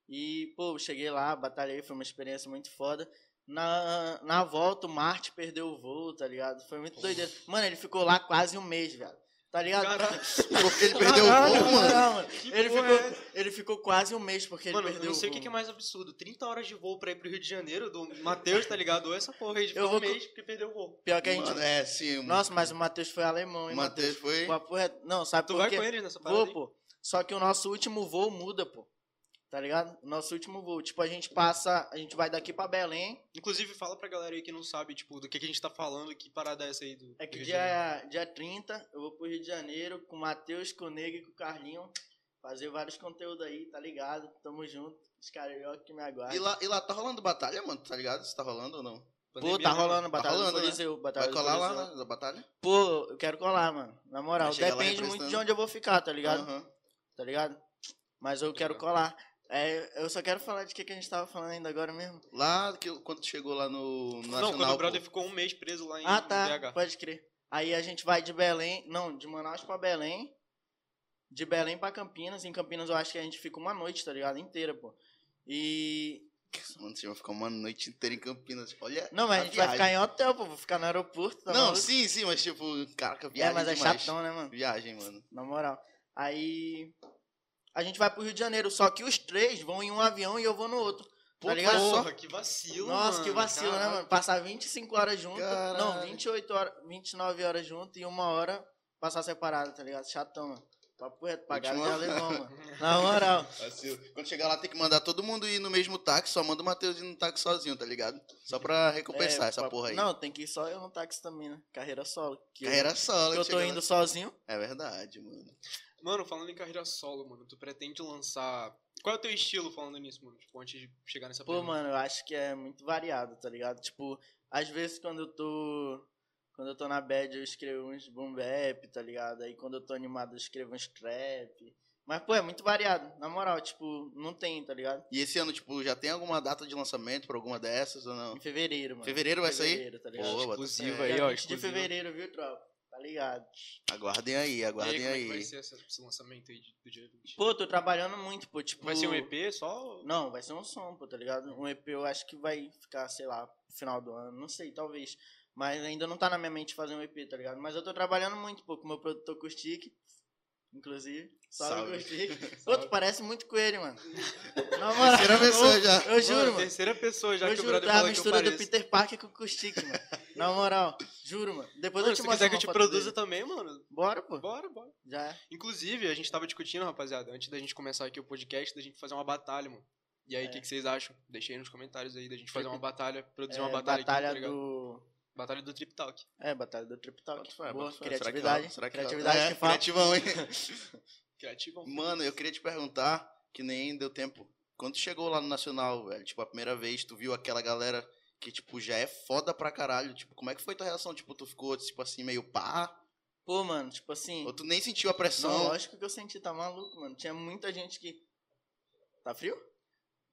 Speaker 2: E, pô, cheguei lá, batalhei, foi uma experiência muito foda. Na, na volta, o Marte perdeu o voo, tá ligado? Foi muito doideira. Mano, ele ficou lá quase um mês, velho. Tá ligado?
Speaker 1: Caralho,
Speaker 3: Porque ele perdeu o
Speaker 2: Caralho,
Speaker 3: voo, mano.
Speaker 2: não, mano.
Speaker 1: que
Speaker 2: Ele
Speaker 1: porra
Speaker 2: ficou,
Speaker 1: é essa?
Speaker 2: ele ficou quase um mês porque
Speaker 1: Mano,
Speaker 2: ele
Speaker 1: eu
Speaker 2: perdeu
Speaker 1: não sei o
Speaker 2: o
Speaker 1: que,
Speaker 2: voo.
Speaker 1: que é mais absurdo. 30 horas de voo pra ir pro Rio de Janeiro do Matheus, tá ligado? Ou essa porra aí de ficar
Speaker 2: Eu
Speaker 1: um
Speaker 2: vou co-
Speaker 1: mês porque perdeu o voo.
Speaker 2: Pior que a gente...
Speaker 3: Mano, é, sim.
Speaker 2: Nossa, mas o Matheus foi alemão,
Speaker 3: o
Speaker 2: hein,
Speaker 3: Matheus foi.
Speaker 2: Papo reto. Não, sabe
Speaker 1: Tu
Speaker 2: por
Speaker 1: vai
Speaker 2: quê?
Speaker 1: com eles nessa parada?
Speaker 2: Vou,
Speaker 1: aí?
Speaker 2: pô. Só que o nosso último voo muda, pô. Tá ligado? O Nosso último voo. Tipo, a gente passa. A gente vai daqui pra Belém.
Speaker 1: Inclusive, fala pra galera aí que não sabe, tipo, do que, que a gente tá falando, que parada é essa aí do.
Speaker 2: É que
Speaker 1: do Rio de Janeiro.
Speaker 2: dia, dia 30 eu vou pro Rio de Janeiro com o Matheus, com o Negro e com o Carlinho. Fazer vários conteúdos aí, tá ligado? Tamo junto. Os cariocas que me
Speaker 3: E
Speaker 2: aguardam.
Speaker 3: lá, e lá tá rolando batalha, mano, tá ligado? Se tá rolando ou não.
Speaker 2: Pô,
Speaker 1: Pandemia,
Speaker 2: tá
Speaker 1: né?
Speaker 2: rolando a batalha
Speaker 3: rolando,
Speaker 2: do
Speaker 3: né?
Speaker 2: Coliseu. Batalha
Speaker 3: Vai colar
Speaker 2: do
Speaker 3: lá
Speaker 2: Coliseu.
Speaker 3: na, na batalha?
Speaker 2: Tá Pô, eu quero colar, mano. Na moral,
Speaker 3: Vai chegar lá
Speaker 2: depende muito de
Speaker 3: representando.
Speaker 2: onde eu vou ficar, tá ligado?
Speaker 3: Aham. Tá
Speaker 2: tá ligado? Mas eu quero
Speaker 1: Legal.
Speaker 2: colar. É, eu só quero falar de que, que a gente tava falando ainda agora mesmo.
Speaker 3: Lá, que, quando tu chegou lá no, no Nacional.
Speaker 1: Não, quando o
Speaker 3: pô.
Speaker 1: brother ficou um mês preso lá em
Speaker 2: Ah, tá.
Speaker 1: BH.
Speaker 2: Pode crer. Aí a gente vai de Belém, não, de Manaus pra Belém, de Belém pra Campinas. Em Campinas eu acho que a gente fica uma noite, tá ligado? Inteira, pô. E.
Speaker 3: Mano, você vai ficar uma noite inteira em Campinas. tipo, Olha.
Speaker 2: Não, mas a, gente vai
Speaker 3: Tá
Speaker 2: ficar
Speaker 3: viagem.
Speaker 2: em hotel, pô. Vou ficar no aeroporto, tá
Speaker 3: Não,
Speaker 2: maluco?
Speaker 3: sim, sim, mas tipo, caraca,
Speaker 2: É,
Speaker 3: viagem.
Speaker 2: mas é
Speaker 3: demais.
Speaker 2: chatão, né, mano?
Speaker 3: Viagem, mano.
Speaker 2: Na moral. Aí. A gente vai pro Rio de Janeiro, só que os três vão em um avião e eu vou no outro.
Speaker 1: Pô,
Speaker 2: tá ligado? Só-
Speaker 1: Porra, que vacilo,
Speaker 2: Nossa,
Speaker 1: mano.
Speaker 2: que vacilo,
Speaker 1: Caralho.
Speaker 2: né, mano? Passar 25 horas junto. Não,
Speaker 3: Caralho.
Speaker 2: 28 horas, 29 horas junto e uma hora passar separado, tá ligado? Chatão, mano. Papo reto, pagaram de
Speaker 3: Última-
Speaker 2: alemão, mano. Na moral.
Speaker 3: Vacilo. Assim, Quando chegar lá, tem que mandar todo mundo ir no mesmo táxi, só manda o Matheus ir no táxi sozinho, tá ligado? Só pra recompensar
Speaker 2: é,
Speaker 3: essa
Speaker 2: papo-
Speaker 3: porra aí.
Speaker 2: Não, tem que ir só eu no táxi também, né? Carreira solo. Que eu-
Speaker 3: Carreira solo,
Speaker 2: que eu tô
Speaker 3: chega lá.
Speaker 2: indo sozinho.
Speaker 3: É verdade, mano.
Speaker 1: Mano, falando em carreira solo, mano, tu pretende lançar. Qual é o teu estilo falando nisso, mano? Tipo, antes de chegar nessa
Speaker 2: Pô,
Speaker 3: Uhum.
Speaker 1: pergunta.
Speaker 2: mano, eu acho que é muito variado, tá ligado? Tipo, às vezes quando eu tô. Quando eu tô na bad, eu escrevo uns boom bap, tá ligado? Aí quando eu tô animado, eu escrevo uns trap. Mas, pô, é muito variado. Na moral, tipo, não tem, tá ligado?
Speaker 3: E esse ano, tipo, já tem alguma data de lançamento pra alguma dessas ou não?
Speaker 2: Em fevereiro, mano.
Speaker 3: Fevereiro vai sair?
Speaker 2: Fevereiro, tá ligado?
Speaker 3: Boa, bota fé.
Speaker 1: Exclusiva aí,
Speaker 2: Dia
Speaker 1: ó.
Speaker 2: 20 de
Speaker 1: exclusiva.
Speaker 2: fevereiro, viu, tropa? Tá ligado?
Speaker 3: Aguardem aí,
Speaker 1: E aí,
Speaker 3: aguardem
Speaker 1: como é que
Speaker 3: aí.
Speaker 1: vai ser essa- esse lançamento aí de- do dia 20?
Speaker 2: Pô, tô trabalhando muito, pô, tipo...
Speaker 1: Vai ser um EP só?
Speaker 2: Não, vai ser um som, pô, tá ligado? Um EP eu acho que vai ficar, sei lá, pro final do ano, não sei, talvez. Mas ainda não tá na minha mente fazer um EP, tá ligado? Mas eu tô trabalhando muito, pô, com meu produtor Kustik, inclusive. Salve,
Speaker 3: Salve.
Speaker 2: Kustik. Pô,
Speaker 1: Salve.
Speaker 2: tu parece muito com ele, mano. Na moral.
Speaker 3: Terceira pessoa já.
Speaker 2: Eu juro, mano.
Speaker 1: Terceira pessoa já
Speaker 2: eu
Speaker 1: que o
Speaker 2: juro,
Speaker 1: brother
Speaker 2: tá a
Speaker 1: fala que eu
Speaker 2: mistura do
Speaker 1: pareço.
Speaker 2: Peter Parker com o Kustik, mano. Na moral, juro, mano. Depois
Speaker 1: Mano,
Speaker 2: eu te
Speaker 1: se tu
Speaker 2: mostro
Speaker 1: quiser que
Speaker 2: uma
Speaker 1: eu te
Speaker 2: foto
Speaker 1: produza
Speaker 2: dele.
Speaker 1: também, mano,
Speaker 2: Bora, pô.
Speaker 1: bora, bora.
Speaker 2: Já é.
Speaker 1: Inclusive, a gente tava discutindo, rapaziada, antes da gente começar aqui o podcast, da gente fazer uma batalha, mano. E aí, o
Speaker 2: É.
Speaker 1: que, que vocês acham? Deixa aí nos comentários aí da gente fazer uma batalha, produzir
Speaker 2: É,
Speaker 1: uma batalha, aqui, tá ligado?
Speaker 2: do.
Speaker 1: Batalha do Trip Talk.
Speaker 2: É, batalha do Trip Talk.
Speaker 3: Bota fé,
Speaker 2: Boa,
Speaker 3: bota fé. Ah, é Será que
Speaker 2: criatividade.
Speaker 3: rola? Será que rola?
Speaker 2: criatividade
Speaker 3: É,
Speaker 2: que fala.
Speaker 3: Criativão, hein?
Speaker 1: Criativo.
Speaker 3: Mano, eu queria te perguntar, que nem deu tempo. Quando tu chegou lá no Nacional, velho, tipo, a primeira vez, tu viu aquela galera que, tipo, já é foda pra caralho. Tipo, como é que foi tua reação? Tipo, tu ficou, tipo assim, meio pá?
Speaker 2: Pô, mano, tipo assim.
Speaker 3: Ou tu nem sentiu a
Speaker 2: Não,
Speaker 3: pressão?
Speaker 2: lógico que eu senti, tá maluco, mano. Tinha muita gente que. Tá frio?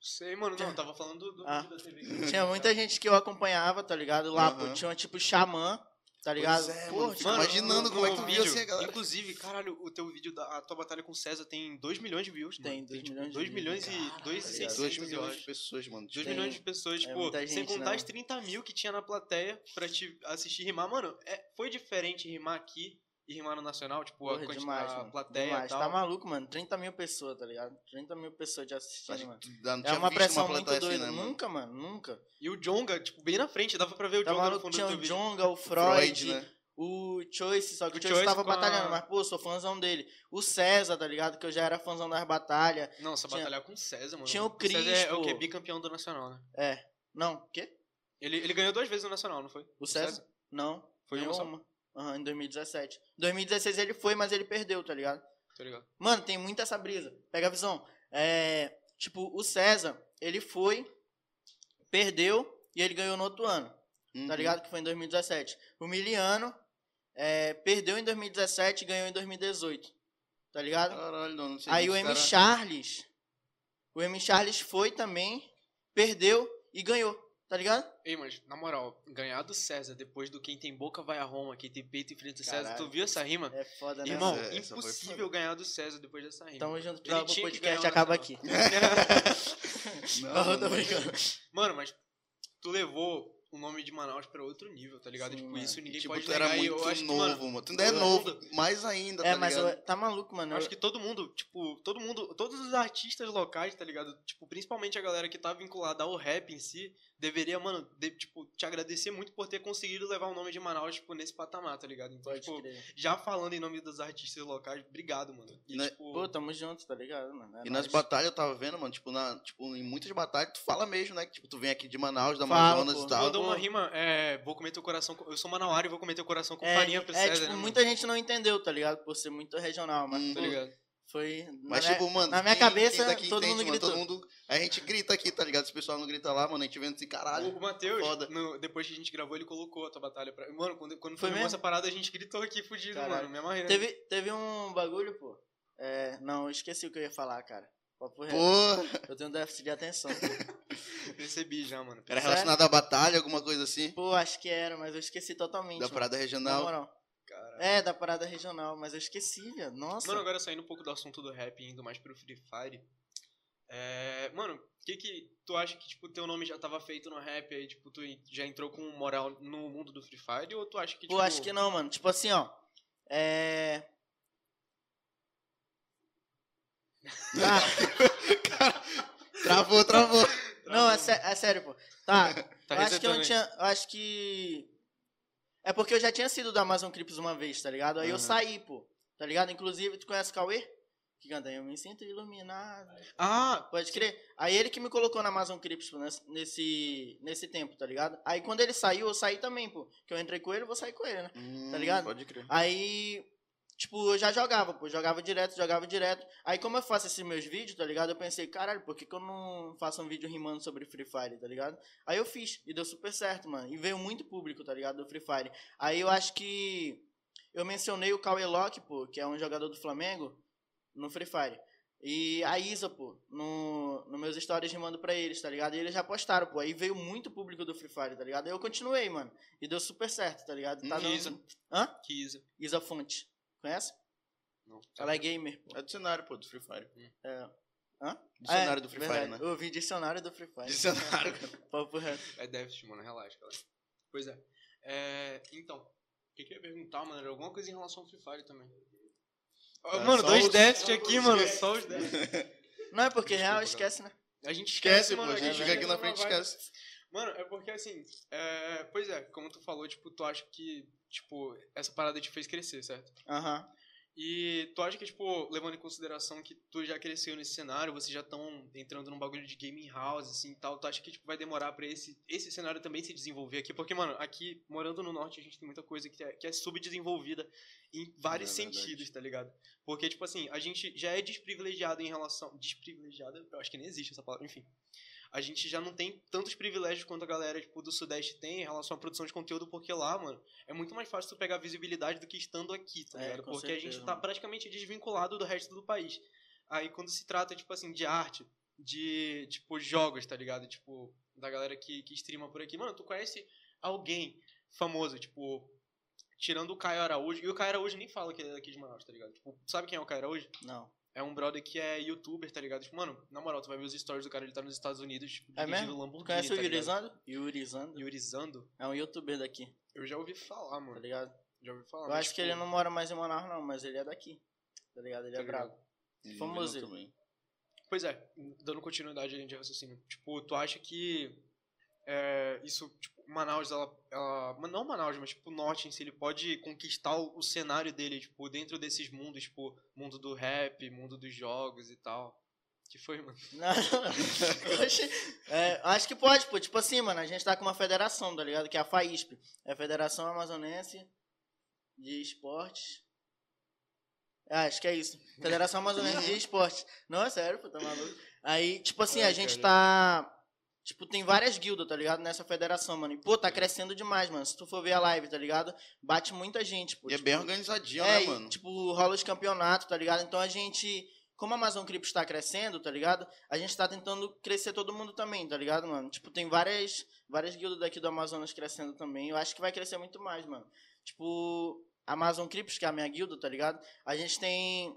Speaker 1: Sei, mano, não, eu tava falando do, do
Speaker 2: Ah.
Speaker 1: vídeo da TV.
Speaker 2: Tinha muita gente que eu acompanhava, tá ligado? Lá, pô.
Speaker 3: Aham.
Speaker 2: Tinha tipo xamã, tá ligado?
Speaker 3: é,
Speaker 2: Pô,
Speaker 3: mano,
Speaker 2: tipo,
Speaker 3: Mano, imaginando como é que tu viu assim a galera.
Speaker 1: Inclusive, caralho, o teu vídeo, da, a tua batalha com o César tem 2 milhões de views, mano.
Speaker 2: Tem 2 milhões de
Speaker 1: 2
Speaker 2: views,
Speaker 1: milhões e 2 e
Speaker 2: caralho, tá
Speaker 3: Dois
Speaker 2: ligado?
Speaker 1: 600, eu
Speaker 3: milhões de
Speaker 1: acho.
Speaker 3: pessoas, mano.
Speaker 1: 2
Speaker 2: Tem.
Speaker 1: milhões de pessoas, tipo,
Speaker 2: muita
Speaker 1: sem
Speaker 2: gente,
Speaker 1: contar
Speaker 2: né,
Speaker 1: as 30 mil que tinha na plateia pra te assistir rimar. Mano, é- foi diferente rimar aqui e rimar no Nacional, tipo, a,
Speaker 2: Porra,
Speaker 1: quanti-
Speaker 2: demais,
Speaker 1: a
Speaker 2: mano.
Speaker 1: plateia
Speaker 2: demais.
Speaker 1: e tal.
Speaker 2: Tá maluco, mano. 30 mil pessoas, tá ligado? 30 mil pessoas te assistindo, mano.
Speaker 3: Não
Speaker 2: É
Speaker 3: tinha
Speaker 2: uma
Speaker 3: visto
Speaker 2: pressão
Speaker 3: plateia
Speaker 2: muito
Speaker 3: assim,
Speaker 2: doida.
Speaker 3: né, mano?
Speaker 2: nunca, mano, nunca.
Speaker 1: E o Jonga, tipo, bem na frente, dava pra ver o
Speaker 2: Tá
Speaker 1: Jonga no
Speaker 2: maluco,
Speaker 1: fundo do
Speaker 2: tinha
Speaker 1: teu
Speaker 2: o
Speaker 1: vídeo.
Speaker 2: Jonga, é o Freud,
Speaker 3: Freud, né?
Speaker 2: O Choice, só que
Speaker 1: O
Speaker 2: o Choice,
Speaker 1: Choice
Speaker 2: tava
Speaker 1: com a-
Speaker 2: batalhando, mas, pô, sou fãzão dele. O César, tá ligado? Que eu já era fãzão das batalhas.
Speaker 1: Não, essa
Speaker 2: Tinha-
Speaker 1: batalha com o César, mano.
Speaker 2: tinha o Cris,
Speaker 1: César é, é o
Speaker 2: pô.
Speaker 1: que é bicampeão do Nacional, né?
Speaker 2: É. Não, o quê?
Speaker 1: Ele, ele ganhou duas vezes no Nacional, não foi?
Speaker 2: O César? Não.
Speaker 1: Foi
Speaker 2: ganhou
Speaker 1: uma só?
Speaker 2: uma. Aham, em 2017. 2016 ele foi, mas ele perdeu, tá ligado?
Speaker 1: Tá ligado?
Speaker 2: Mano, tem muita essa brisa. Pega a visão. É. Tipo, o César, ele foi, perdeu e ele ganhou no outro ano. tá
Speaker 3: Uhum.
Speaker 2: ligado? Que foi em 2017. O Miliano é, perdeu em 2017 e ganhou em 2018. Tá ligado?
Speaker 1: Ah,
Speaker 3: Caralho, não, não sei.
Speaker 2: Aí
Speaker 3: disso,
Speaker 2: o M.
Speaker 3: cara.
Speaker 2: Charles. O M. Charles foi também, perdeu e ganhou. Tá ligado?
Speaker 1: Ei, mas, na moral, ganhar do César depois do quem tem boca vai a Roma, quem tem peito enfrenta o César, tu
Speaker 2: Caralho.
Speaker 1: viu essa rima?
Speaker 2: É foda, Então- né?
Speaker 1: Irmão,
Speaker 2: mano?
Speaker 3: Essa- essa foi
Speaker 1: impossível
Speaker 3: foda.
Speaker 1: ganhar do César depois dessa rima.
Speaker 2: Tamo junto,
Speaker 1: Ele
Speaker 2: pessoal. O
Speaker 1: tinha que
Speaker 2: podcast
Speaker 1: ganhar o
Speaker 2: acaba aqui.
Speaker 1: Nacional.
Speaker 2: Não, tô brincando.
Speaker 1: Mano, mas tu levou o nome de Manaus pra outro nível, tá ligado?
Speaker 2: Sim, é.
Speaker 1: tipo,
Speaker 2: mano.
Speaker 1: isso ninguém
Speaker 3: tipo,
Speaker 1: pode
Speaker 3: tu era
Speaker 1: negar. e
Speaker 3: muito
Speaker 1: eu acho que,
Speaker 3: novo,
Speaker 1: mano,
Speaker 3: mano. Tu ainda é
Speaker 1: todo
Speaker 3: novo, mais ainda,
Speaker 2: É,
Speaker 3: tá
Speaker 2: mas
Speaker 3: ligado?
Speaker 2: eu- tá maluco, mano.
Speaker 1: Eu acho
Speaker 2: Eu,
Speaker 1: que todo mundo, tipo, todo mundo, todos os artistas locais, tá ligado? Tipo, principalmente a galera que tá vinculada ao rap em si, deveria, mano, de- tipo, te agradecer muito por ter conseguido levar o nome de Manaus, tipo, nesse patamar, tá ligado? Então,
Speaker 2: pode
Speaker 1: tipo,
Speaker 2: crer.
Speaker 1: já falando em nome dos artistas locais, obrigado, mano. E,
Speaker 3: Né?
Speaker 1: tipo,
Speaker 2: Pô, tamo junto, tá ligado, mano? É
Speaker 3: E nas
Speaker 2: nóis.
Speaker 3: batalhas eu tava vendo, mano, tipo, na, tipo, em muitas batalhas tu fala mesmo, né? Que tipo, tu vem aqui de Manaus, da
Speaker 2: Fala,
Speaker 3: Amazonas
Speaker 2: tá, pô.
Speaker 3: e tal.
Speaker 1: mandou uma rima, é, vou comer teu coração, com- eu sou manauara e vou comer teu coração com
Speaker 2: É,
Speaker 1: farinha pro
Speaker 2: é,
Speaker 1: César,
Speaker 2: tipo,
Speaker 1: né, mano?
Speaker 2: muita gente não entendeu, tá ligado? Por ser muito regional, mas
Speaker 3: Hum.
Speaker 1: Tá
Speaker 2: pô,
Speaker 1: ligado?
Speaker 2: foi. na
Speaker 3: Mas,
Speaker 2: minha-
Speaker 3: tipo, mano,
Speaker 2: na minha
Speaker 3: quem- quem
Speaker 2: cabeça,
Speaker 3: daqui
Speaker 2: todo mundo
Speaker 3: mano, todo mundo. A gente grita aqui, tá ligado? Se o pessoal não grita lá, mano, a gente vendo assim, caralho.
Speaker 1: O Matheus,
Speaker 3: Foda.
Speaker 1: no- depois que a gente gravou, ele colocou a tua batalha pra. Mano, quando, quando
Speaker 2: Foi
Speaker 1: foi
Speaker 2: mesmo?
Speaker 1: essa parada, a gente gritou aqui fudido,
Speaker 2: Caralho.
Speaker 1: mano. Mesma rima.
Speaker 2: Teve, teve um bagulho, pô. É, não, eu esqueci o que eu ia falar, cara. Papo reto.
Speaker 3: Pô,
Speaker 2: Eu tenho um déficit de atenção. pô.
Speaker 1: Percebi já, mano.
Speaker 3: era
Speaker 2: Sério?
Speaker 3: relacionado à batalha, alguma coisa assim.
Speaker 2: Pô, acho que era, mas eu esqueci totalmente.
Speaker 3: Da
Speaker 2: mano.
Speaker 3: parada
Speaker 2: Na
Speaker 3: regional.
Speaker 2: moral.
Speaker 1: Caralho.
Speaker 2: É, da parada regional, mas eu esqueci, velho. Nossa.
Speaker 1: Mano, agora saindo um pouco do assunto do rap e indo mais pro Free Fire. É, mano, o que que tu acha que, tipo, teu nome já tava feito no rap aí, tipo, tu já entrou com moral no mundo do Free Fire ou tu acha que,
Speaker 2: Pô,
Speaker 1: tipo...
Speaker 2: acho que não, mano. Tipo assim, ó. É. Tá,
Speaker 3: Travou, travou.
Speaker 2: não, é, sé- é sério, pô. Tá,
Speaker 1: Tá
Speaker 2: eu acho que eu
Speaker 1: resetando
Speaker 2: não
Speaker 1: aí.
Speaker 2: tinha. eu acho que. É porque eu já tinha sido da Amazon Crips uma vez, tá ligado? Aí eu
Speaker 1: Aham.
Speaker 2: saí, pô. Tá ligado? Inclusive, tu conhece o Cauê? Que canta, eu me sinto iluminado.
Speaker 1: Ah,
Speaker 2: Pode crer? Aí ele que me colocou na Amazon Crips pô, nesse- nesse, nesse tempo, tá ligado? Aí quando ele saiu, eu saí também, pô. Que eu entrei com ele, eu vou sair com ele, né? Tá ligado?
Speaker 3: Pode crer.
Speaker 2: Aí, tipo, eu já jogava, pô. Jogava direto, jogava direto. Aí, como eu faço esses meus vídeos, tá ligado? Eu pensei, caralho, por que, que eu não faço um vídeo rimando sobre Free Fire, tá ligado? Aí eu fiz, e deu super certo, mano. E veio muito público, tá ligado? Do Free Fire. Aí eu acho que. Eu mencionei o Cauê Locke, pô, que é um jogador do Flamengo, no Free Fire. E a Isa, pô, no, no meus stories rimando pra eles, tá ligado? E eles já postaram, pô. Aí veio muito público do Free Fire, tá ligado? Aí eu continuei, mano. E deu super certo, tá ligado? Tá
Speaker 3: Hum,
Speaker 2: dando-
Speaker 1: Isa.
Speaker 2: Hã?
Speaker 1: que isso.
Speaker 2: Isa Fonte. Conhece?
Speaker 1: Não.
Speaker 2: Ela é gamer. pô.
Speaker 3: É dicionário, pô, do Free Fire.
Speaker 2: É.
Speaker 3: Dicionário
Speaker 2: Ah, é,
Speaker 3: do Free Fire,
Speaker 2: verdade.
Speaker 3: né?
Speaker 2: Eu ouvi dicionário do Free Fire.
Speaker 3: Dicionário.
Speaker 2: Papo reto.
Speaker 1: É déficit, mano, relaxa, relaxa. Pois é. É, então, o que que eu ia perguntar, mano? Era alguma coisa em relação ao Free Fire também. Ah,
Speaker 3: É,
Speaker 1: mano,
Speaker 3: só
Speaker 1: dois
Speaker 3: os-
Speaker 1: déficit aqui, mano, só os déficit.
Speaker 2: Não é porque
Speaker 1: Desculpa,
Speaker 2: real
Speaker 1: cara.
Speaker 2: esquece, né?
Speaker 1: A gente
Speaker 3: Esquece, pô. A
Speaker 2: é
Speaker 3: gente fica aqui na frente e
Speaker 1: esquece.
Speaker 3: esquece.
Speaker 1: Mano, é porque assim, é, pois é, como tu falou, tipo, tu acha que, tipo, essa parada te fez crescer, certo?
Speaker 2: Aham.
Speaker 1: E tu acha que, tipo, levando em consideração que tu já cresceu nesse cenário, vocês já estão entrando num bagulho de gaming house, assim, e tal, tu acha que, tipo, vai demorar pra esse, esse cenário também se desenvolver aqui? Porque, mano, aqui, morando no norte, a gente tem muita coisa que é, que é subdesenvolvida em vários
Speaker 3: É verdade.
Speaker 1: sentidos, tá ligado? Porque, tipo assim, a gente já é desprivilegiado em relação... Desprivilegiada? Eu acho que nem existe essa palavra, enfim a gente já não tem tantos privilégios quanto a galera tipo, do Sudeste tem em relação à produção de conteúdo, porque lá, mano, é muito mais fácil tu pegar visibilidade do que estando aqui, tá
Speaker 2: É,
Speaker 1: ligado?
Speaker 2: com
Speaker 1: Porque a
Speaker 2: certeza,
Speaker 1: gente tá
Speaker 2: mano.
Speaker 1: praticamente desvinculado do resto do país. Aí quando se trata, tipo assim, de arte, de, tipo, jogos, tá ligado? Tipo, da galera que, que streama por aqui. Mano, tu conhece alguém famoso, tipo, tirando o Caio Araújo. E o Caio Araújo nem fala que ele é daqui de Manaus, tá ligado? Tipo, sabe quem é o Caio Araújo?
Speaker 2: Não.
Speaker 1: É um brother que é youtuber, tá ligado? Tipo, mano, na moral, tu vai ver os stories do cara, ele tá nos Estados Unidos, tipo,
Speaker 2: É
Speaker 1: dirigindo
Speaker 2: mesmo?
Speaker 1: Lamborghini.
Speaker 2: Conhece o
Speaker 1: tá ligado?
Speaker 2: Yurizando? Yurizando?
Speaker 1: Yurizando?
Speaker 2: É um youtuber daqui,
Speaker 1: Eu já ouvi falar,
Speaker 2: tá
Speaker 1: mano.
Speaker 2: ligado?
Speaker 1: Já ouvi
Speaker 3: Ah,
Speaker 1: falar.
Speaker 2: Eu
Speaker 1: mas,
Speaker 2: acho que
Speaker 1: tipo,
Speaker 2: ele não mora mais em Manaus, não, mas ele é daqui. Tá ligado? Ele é
Speaker 1: Tá ligado.
Speaker 2: brabo. Famoso ele.
Speaker 3: também.
Speaker 1: Pois é, dando continuidade ali de raciocínio. Tipo, tu acha que é, isso, tipo, Manaus, ela, ela- mas Não Manaus, mas tipo, o norte em si, ele pode conquistar o, o cenário dele, tipo, dentro desses mundos, tipo, mundo do rap, mundo dos jogos e tal. Que foi, mano? tá
Speaker 2: Não, Oxe. É, acho que pode, pô. Tipo assim, mano, a gente tá com uma federação, tá ligado? Que é a FAISP. É a Federação Amazonense de Esportes. Ah, acho que é isso. Federação Amazonense de Esportes. Não, é sério, pô, tá maluco. Aí, tipo assim, a
Speaker 1: Ai,
Speaker 2: gente
Speaker 1: cara.
Speaker 2: tá. Tipo, tem várias guildas, tá ligado? Nessa federação, mano. E, pô, tá crescendo demais, mano. Se tu for ver a live, tá ligado? Bate muita gente, pô.
Speaker 3: E é
Speaker 2: Tipo,
Speaker 3: bem organizadinho,
Speaker 2: é,
Speaker 3: né,
Speaker 2: e,
Speaker 3: mano?
Speaker 2: tipo, rola os campeonatos, tá ligado? Então tá a gente como a Amazon Cripto está crescendo, tá ligado? A gente tá tentando crescer todo mundo também, tá ligado, mano? Tipo, tem várias, várias guildas daqui do Amazonas crescendo também. Eu acho que vai crescer muito mais, mano. Tipo, a Amazon Criptos, que é a minha guilda, tá ligado? A gente tem,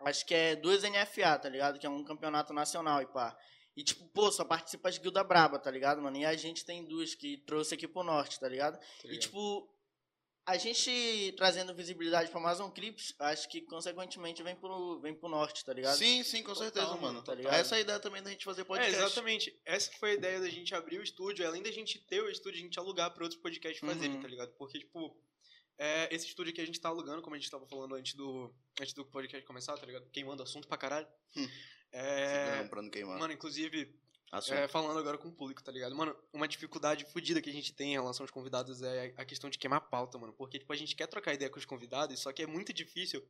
Speaker 2: acho que é duas NFA, tá ligado? Que é um campeonato nacional e pá. E, tipo, pô, só participa as guilda braba, tá ligado, mano? E a gente tem duas que trouxe aqui pro norte, tá ligado? E, tipo, a gente trazendo visibilidade pra Amazon Clips, acho que, consequentemente, vem pro, vem pro norte, tá ligado?
Speaker 3: Sim, sim, com certeza,
Speaker 2: Total,
Speaker 3: mano.
Speaker 2: tá ligado?
Speaker 3: Essa é a ideia também da gente fazer podcast.
Speaker 1: É, exatamente. Essa que foi a ideia da gente abrir o estúdio. Além da gente ter o estúdio, a gente alugar para outros podcasts
Speaker 2: Uhum.
Speaker 1: fazerem, tá ligado? Porque, tipo, é, esse estúdio que a gente tá alugando, como a gente tava falando antes do, antes do podcast começar, tá ligado? Queimando assunto pra caralho.
Speaker 3: Hum.
Speaker 1: É,
Speaker 3: Pra não queimar.
Speaker 1: mano, inclusive,
Speaker 3: Assunto.
Speaker 1: é, falando agora com o público, tá ligado? Mano, uma dificuldade fodida que a gente tem em relação aos convidados é a questão de queimar pauta, mano. Porque, tipo, a gente quer trocar ideia com os convidados, só que é muito difícil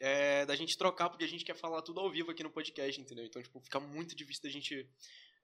Speaker 1: é, da gente trocar, porque a gente quer falar tudo ao vivo aqui no podcast, entendeu? Então, tipo, fica muito difícil da gente,